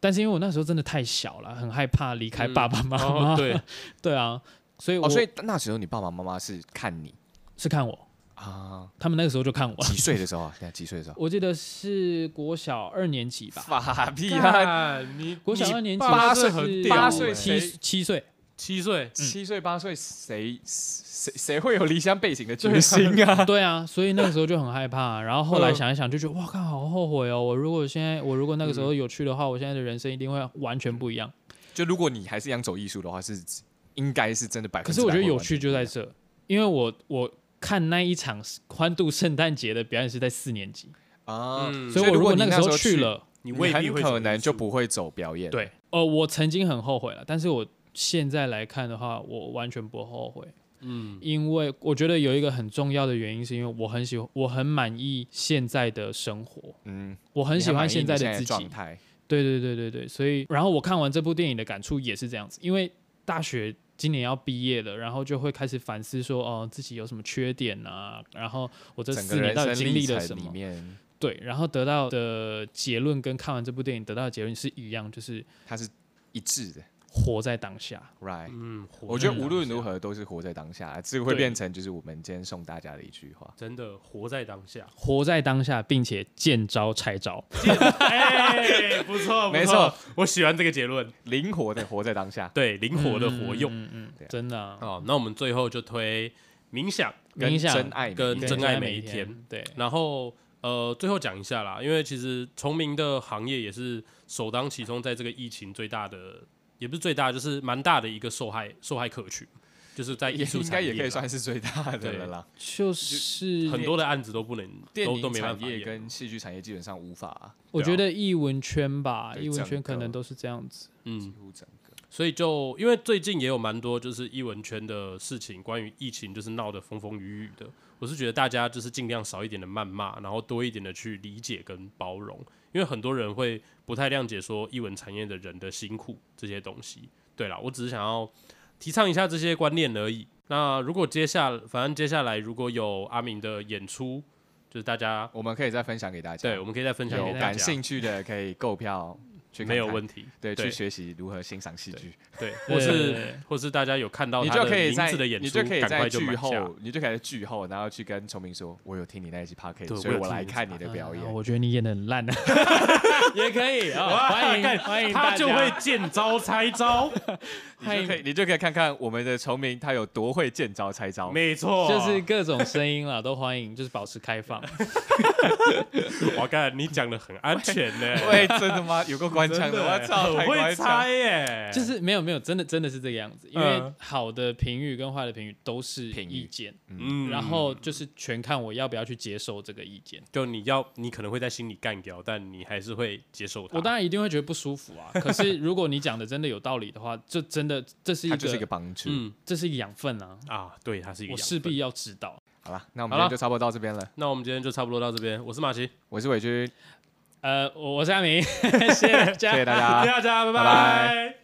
C: 但是因为我那时候真的太小了，很害怕离开
A: 嗯
C: 爸爸妈
A: 哦
C: 妈。
A: 对，
C: 对啊，所以我、
B: 哦，所以那时候你爸爸妈妈是看你
C: 是看我，
B: 啊，
C: 他们那个时候就看我。
B: 几岁的时候啊？等一下几岁的时候？
C: 我记得是国小二年级吧，
B: 法屁啊！
A: 干你
C: 国小二年级
A: 你爸
B: 八
A: 爸真
B: 岁
A: 的很
C: 是
A: 屌
B: 八
A: 欸
B: 岁
C: 七
B: 谁
C: 七岁，
A: 七岁，
B: 七岁八岁，谁谁谁会有离乡背景的决心 啊？
C: 对啊，所以那个时候就很害怕。然后后
B: 嗯
C: 来想一想，就觉得哇靠，好后悔哦！我如果现在，我如果那个时候有去的话，我现在的人生一定会完全不一样。
B: 就如果你还是想走艺术的话，是应该是真的百
C: 可
B: 分
C: 是
B: 之
C: 我
B: 百会
C: 觉
B: 完
C: 得
B: 成。
C: 有趣就在这，因为我我看那一场欢度圣诞节的表演是在四年级，
B: 啊，
A: 嗯
C: 所以
B: 所
C: 我
B: 以如
C: 如果
B: 果你
C: 那个
B: 那时候
C: 候
B: 去
C: 了，
A: 你未必
B: 很
A: 会
B: 可能就
A: 走
B: 不会走表演。
A: 对，
C: 呃，我曾经很后悔了，但是我现在来看的话，我完全不后悔。
A: 嗯，
C: 因为我觉得有一个很重要的原因，是因为我很喜欢，我很满意现在的生活，
B: 嗯，
C: 我很喜
B: 你还
C: 欢
B: 满意
C: 现
B: 你
C: 在
B: 在
C: 的自
B: 状
C: 己。
B: 态，
C: 对对对对对，所以然后我看完这部电影的感触也是这样子，因为大学今年要毕业了，然后就会开始反思说，哦，自己有什么缺点啊，然后我这
B: 整
C: 四
B: 个
C: 年
B: 人
C: 到底
B: 生
C: 经
B: 历
C: 历了
B: 程
C: 什
B: 里
C: 么？
B: 面，
C: 对，然后得到的结论跟看完这部电影得到的结论是一样，就是
B: 它是一致的
C: 活在当下。
B: ，right？
A: 嗯，
B: 我觉得
A: 活在
B: 无
A: 当
B: 论
A: 下
B: 如何都是活在当下，这个会
C: 对。
B: 变成就是我们今天送大家的一句话。
A: 真的活在当下
C: 活在当下，并且见招拆招。
A: 哎，不错，不
B: 没错，
A: 我喜欢这个结论。，
B: 灵活的活在当下
A: 对，灵活的活用。
C: 嗯嗯
B: 对啊
C: 真的、啊，
A: 哦，那我们最后就推冥想，
B: 嗯跟
C: 冥想
B: 真爱
A: 跟
B: 每一
A: 真
B: 天
A: 爱每
C: 每
A: 一天
C: 天，对，
A: 然后呃，最后讲一下啦，因为其实崇明的行业也是首当其冲，在这个疫情最大的，也不是最大，就是蛮大的一个受害受害客群，就是在艺
B: 也
A: 术
B: 应该
A: 产业
B: 也可以
A: 啦
B: 算是最大的了啦。
C: 就是
A: 很多的案子都不能
B: 电
A: 都都
B: 影
A: 没办
B: 产
A: 法
B: 业
A: 演
B: 跟戏剧产业基本上无法啊，
C: 我
A: 对啊
C: 觉得艺文圈吧，
B: 对
C: 艺文
B: 整
C: 圈可能
B: 个
C: 都是这样子。
A: 嗯
B: 几，乎整个。
A: 所以就因为最近也有蛮多就是艺文圈的事情，关于疫情就是闹得风风雨雨的。我是觉得大家就是尽量少一点的谩骂，然后多一点的去理解跟包容，因为很多人会不太谅解说艺文产业的人的辛苦这些东西。对啦，我只是想要提倡一下这些观念而已。那如果接下反正接下来如果有阿明的演出，就是大家
B: 我们可以再分享给大家，
A: 对，我们可以再分享给
B: 有
A: 大家
B: 感兴趣的可以购票去看
A: 没
B: 看
A: 有问题。
B: 对，
A: 对
B: 去学习如何欣赏戏剧，
A: 对，或
C: 对对
A: 是
C: 对
A: 或是大家有看到
B: 你
A: 他
B: 就
A: 的
B: 可以
A: 名
B: 在
A: 字的演出，
B: 你就可以
A: 赶
B: 在
A: 快就买
B: 剧
A: 下。
B: 后，你就可以在剧后，然后去跟崇明说，我有听你那一集 p o c a s
A: 对
B: t 所以
A: 我有
B: 我
A: 听
B: 来
A: 你
B: 看你的表
C: 啊
B: 演。
C: 我觉得你演的很烂啊，也可以 啊，欢迎
A: 干
C: 欢迎
A: 他
C: 大家，
A: 就会见招拆招，
B: 你就可以，你就可以看看我们的崇明他有多会见招拆招。
A: 没错，
C: 就是各种声音啦， 都欢迎，就是保持开放。
A: 我干，你讲的很安全呢、
B: 喂，真的吗？有个官腔的，我操，
A: 很
B: 太
A: 会
B: 官腔
A: 猜。耶、
C: 就是没有没有，真的真的是这个样子，因为
A: 嗯
C: 好的评语跟坏的评语都是
B: 评语
C: 意见，
A: 嗯
C: 然后就是全看我要不要去接受这个意见。
A: 就你要，你可能会在心里干掉，但你还是会接受它。
C: 我当然一定会觉得不舒服啊，可是如果你讲的真的有道理的话，这真的这是一
B: 它
C: 个
B: 就是一个帮助。
A: 嗯
C: 这是一个养分啊，
A: 啊，对，它是一个
C: 我
A: 养
C: 势必
A: 分。
C: 要知道。
B: 好了，那我们
A: 好
B: 今天
A: 了
B: 就差不多到这边了。
A: 那我们今天就差不多到这边，我是马奇，
B: 我是伟军，
C: 呃，我我是阿明，谢谢大家，
B: 谢
A: 谢谢
B: 谢大家。
A: 大家，拜
B: 拜拜
A: 拜